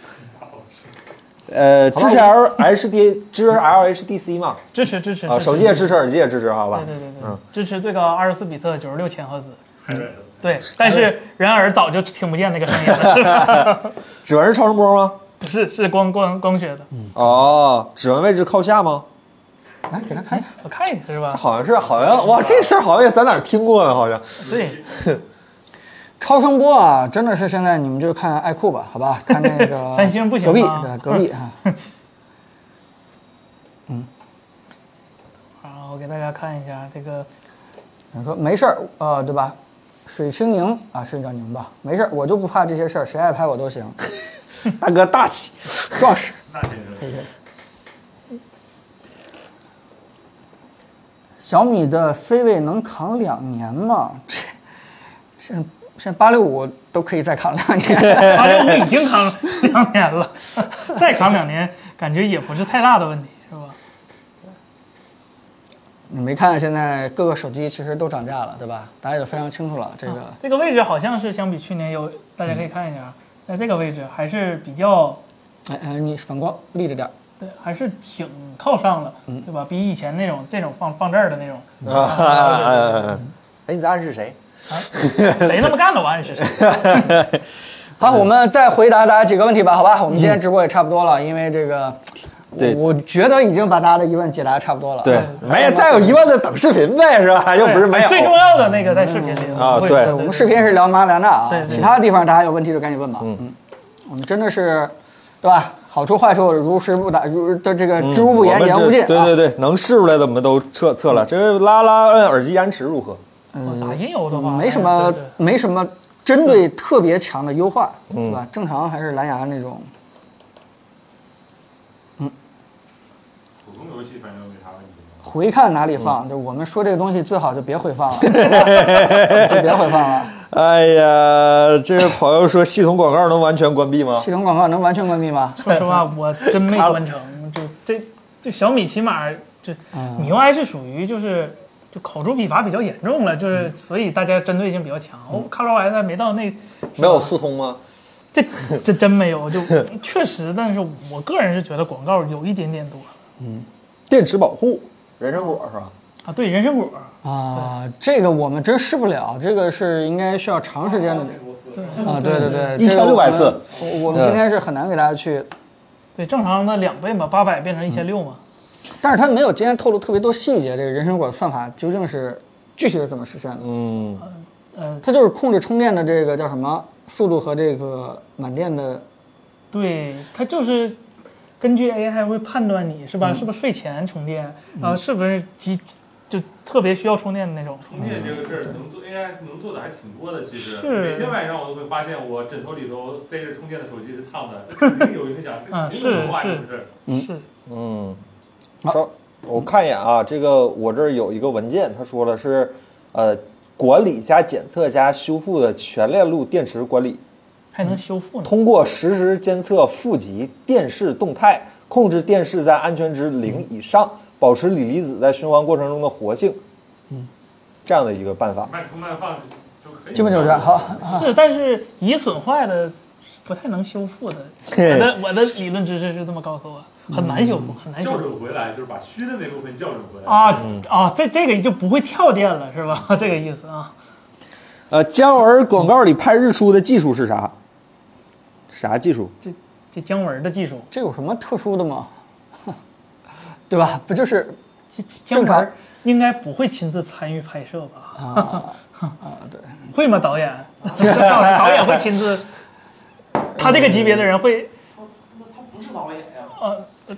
呃，支持 L H D 支持 L H D C 嘛？
支持支持
啊，
支持
手机也支持，耳机也支持，好吧
对？对对对
嗯，
支持最高二十四比特九十六千赫兹，
太热了。
对，但是人耳早就听不见那个声音了，是吧？
指纹是超声波吗？
是是光光光学的，
哦，指纹位置靠下吗？
来给他看一下，
我看一下是吧？
好像是，好像哇，这事儿好像也在哪儿听过呢，好 像。
对，
超声波啊，真的是现在你们就看爱酷吧，好吧，看那个
三星不行
隔壁
吗
对隔壁 啊，
然后我给大家看一下这个，
你说没事儿，呃，对吧？水清宁啊，是叫宁吧？没事儿，我就不怕这些事儿，谁爱拍我 都行，
大哥大气，
壮实。
那真是
小米的 C 位能扛两年吗？这现现在八六五都可以再扛两 年。
八六五已经扛了两年了，再扛两年感觉也不是太大的问题，是吧？
你没看啊现在各个手机其实都涨价了，对吧？大家也非常清楚了，这个
这个位置好像是相比去年有，大家可以看一下，在这个位置还是比较
嗯哎哎，你反光立着点儿，
对，还是挺靠上了，对吧？比以前那种这种放放这儿的那种，
啊，嗯哎，你在暗示谁？
谁那么干的？我暗示谁？
好，我们再回答大家几个问题吧，好吧？我们今天直播也差不多了，因为这个，
对
我我觉得已经把大家的疑问解答差不多了。
对，没有，再有一万的等视频呗，是吧？又不是没有。
最重要的那个在视频里
啊
会
对
对，我们视频是聊马里亚纳啊
对，对
其他地方大家有问题就赶紧问吧。
嗯
嗯，我们真的是，对吧？好处坏处如实不打，如的这个
嗯
知无不言，
我们
言
这
无不尽。
对对，对，能试出来的我们都测测了。这拉拉摁耳机延迟如何？
哦打音游的话
啊没什么
对对，
没什么针对特别强的优化，
嗯
对吧？正常还是蓝牙那种。
普通游戏反正没啥问题。
回看哪里放？
嗯
就我们说这个东西最好就别 回放了，就别回放了。
哎呀，这位朋友说系统广告能完全关闭吗？
系统广告能完全关闭吗？
说 实话，我真没完成。就这这小米起码这
嗯
米 UI 是属于就是就口诛笔伐比较严重了，
嗯
就是所以大家针对性比较强。哦我 ColorOS 还没到那，
没有速通吗？
这这真没有，就确实，但是我个人是觉得广告有一点点多
电池保护，人参果是吧？
啊。对，人参果，
啊，这个我们真试不了，这个是应该需要长时间的。
对
啊，对对对，
1600
这个我们
次
我
嗯
我们今天是很难给大家去，
对，正常的两倍嘛，八百变成一千六嘛。
但是他没有今天透露特别多细节，这个人参果算法究竟是具体是怎么实现的？
嗯，
呃，
它就是控制充电的这个叫什么速度和这个满电的
对，它就是根据 AI 会判断你是
嗯
吧，是不是睡前充电，然后是不是急就特别需要充电的那种。
充电这个事儿能做 AI 能做的还挺多的，其实
是
每天晚上我都会发现我枕头里头塞着充电的手机是烫的，这肯定有影响，这
嗯
肯定有
是
话，
是
是不是？
是，
嗯，稍，我看一眼啊，这个我这儿有一个文件，他说了是，呃，管理加检测加修复的全链路电池管理，
还
嗯
能修复呢。
通过实时监测负极电势动态，控制电势在安全值零以上，保持锂离子在循环过程中的活性。嗯，这样的一个办法。
慢充慢放就可以。
基本就是这样。好，
是，但是已损坏的是不太能修复的。我的我的理论知识是这么告诉我，很难修复，
嗯
很难修
校
复。
准回来就是把虚的那部分校准回来。
啊
嗯
啊，这这个就不会跳电了，是吧？ 这个意思啊。
呃，姜文广告里拍日出的技术是啥？啥技术？
这这姜文的技术，
这有什么特殊的吗？ 对吧？不就是
这这姜
正常
文应该不会亲自参与拍摄吧？
啊啊？对，
会吗？导 演，导演会亲自，他这个级别的人会，
那他不是导演呀，
呃，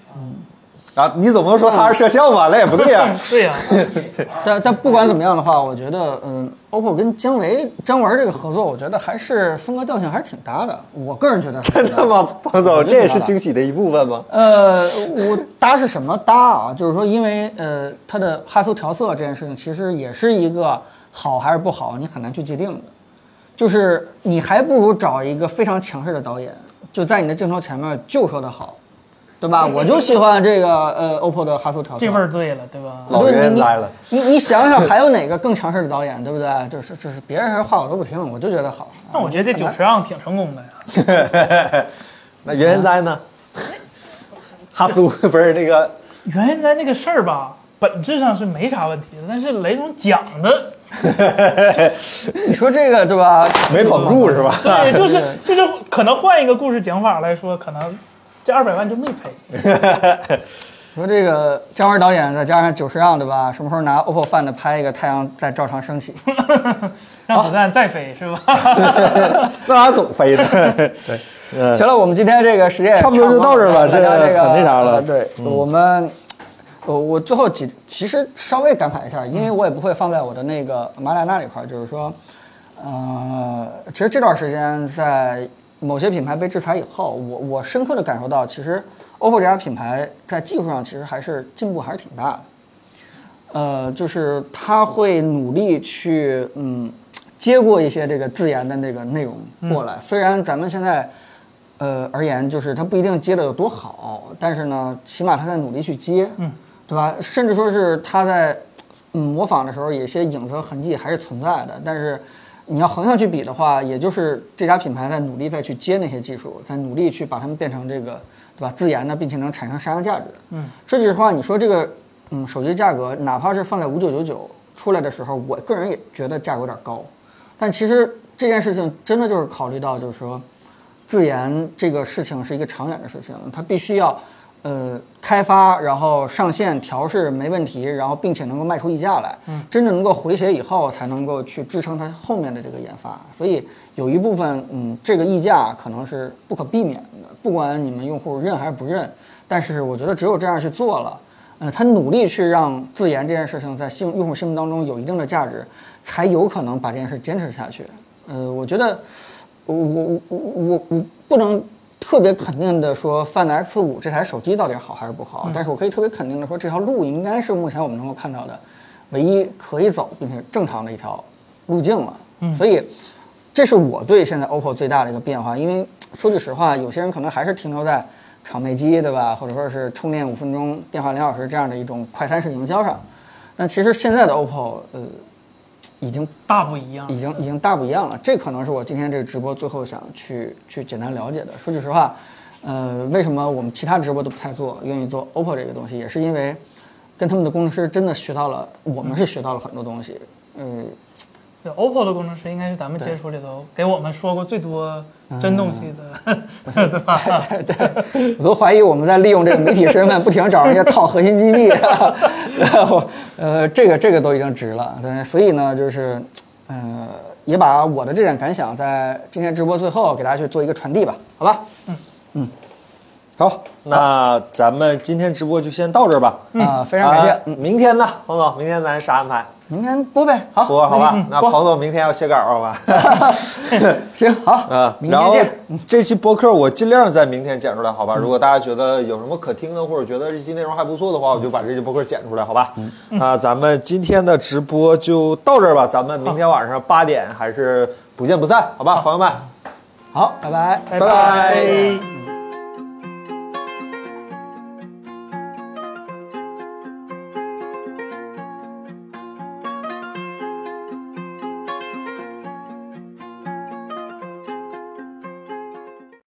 啊，你总不能说他是摄像吧？那也不对啊 呀、
对 呀、
但但不管怎么样的话，我觉得嗯，OPPO 跟姜维、姜文这个合作，我觉得还是风格调性还是挺搭的。我个人觉得
真的吗，彭总？这也是惊喜的一部分吗？
呃，我搭是什么搭啊？就是说，因为呃，它的哈苏调色这件事情，其实也是一个好还是不好，你很难去界定的。就是你还不如找一个非常强势的导演，就在你的镜头前面就说的好，对吧？
哎
我就喜欢这个呃 OPPO 的哈苏调色。
这味儿对了，对吧？
老人栽了。
你你想想，还有哪个更强势的导演，对不对？就是就是别人的话我都不听，我就觉得好。
那我觉得这九十让挺成功的呀。
那原研哉呢？哈苏不是那个
原研哉那个事儿吧，本质上是没啥问题的，但是雷总讲的，
你说这个对吧？
没捧住是吧？
对，就是就是可能换一个故事讲法来说，可能这二百万就没赔。
说这个姜文导演再加上久石让，对吧？什么时候拿 OPPO Find 拍一个太阳在照常升 起？
让子弹再飞是吧？
那咋总飞呢？对，嗯，
行了，我们今天这个时间也
差不多就到这儿吧
差不多了
这
大家
很那啥了嗯
呃对，我们。我我最后几其实稍微感慨一下，因为我也不会放在我的那个马里亚纳那块儿，就是说，呃，其实这段时间在某些品牌被制裁以后，我我深刻的感受到，其实 OPPO 这家品牌在技术上其实还是进步还是挺大的。呃，就是他会努力去嗯接过一些这个自研的那个内容过来。虽然咱们现在呃而言，就是他不一定接的有多好，但是呢，起码他在努力去接，嗯，对吧？甚至说是他在嗯模仿的时候，有些影子和痕迹还是存在的，但是。你要横向去比的话，也就是这家品牌在努力再去接那些技术，在努力去把它们变成这个，对吧？自研的，并且能产生商业价值。
嗯，
说句实话，你说这个，嗯，手机价格，哪怕是放在五九九九出来的时候，我个人也觉得价格有点高，但其实这件事情真的就是考虑到，就是说，自研这个事情是一个长远的事情，它必须要。呃，开发，然后上线调试没问题，然后并且能够卖出溢价来，嗯，真正能够回血以后，才能够去支撑它后面的这个研发。所以有一部分，嗯，这个溢价可能是不可避免的，不管你们用户认还是不认，但是我觉得只有这样去做了，呃，他努力去让自研这件事情在心用户心目当中有一定的价值，才有可能把这件事坚持下去。呃，我觉得，我我我我我不能特别肯定的说 Find X 五这台手机到底好还是不好，但是我可以特别肯定的说，这条路应该是目前我们能够看到的唯一可以走并且正常的一条路径了。所以这是我对现在 OPPO 最大的一个变化。因为说句实话，有些人可能还是停留在炒卖机，对吧？或者说是充电五分钟、电话两小时这样的一种快餐式营销上。但其实现在的 OPPO，呃，已经
大不一样
已。经已经大不一样了。这可能是我今天这个直播最后想去去简单了解的。说句实话，呃，为什么我们其他直播都不太做，愿意做 OPPO 这个东西，也是因为跟他们的工程师真的学到了，我们是学到了很多东西。嗯，
对 OPPO 的工程师应该是咱们接触里头给我们说过最多真东西 的，嗯对吧？
我都怀疑我们在利用这个媒体身份，不停地找人家套核心基地，啊 然后呃，这个这个都已经值了。对，所以呢，就是呃，也把我的这点感想在今天直播最后给大家去做一个传递吧，好吧？
好，那咱们今天直播就先到这儿吧。
啊非常感谢
啊明天呢，彭总，明天咱啥安排？
明天播呗，好，
播好吧
明天？
那
播
彭总明天要写稿儿吧？
行好，
啊，
明
然
天
后
见。嗯
这期播客我尽量在明天剪出来，好吧？如果大家觉得有什么可听的，或者觉得这期内容还不错的话，我就把这期播客剪出来，好吧？
嗯
那咱们今天的直播就到这儿吧，咱们明天晚上八点还是不见不散，好吧，朋友们，
好，拜拜，
拜拜。
拜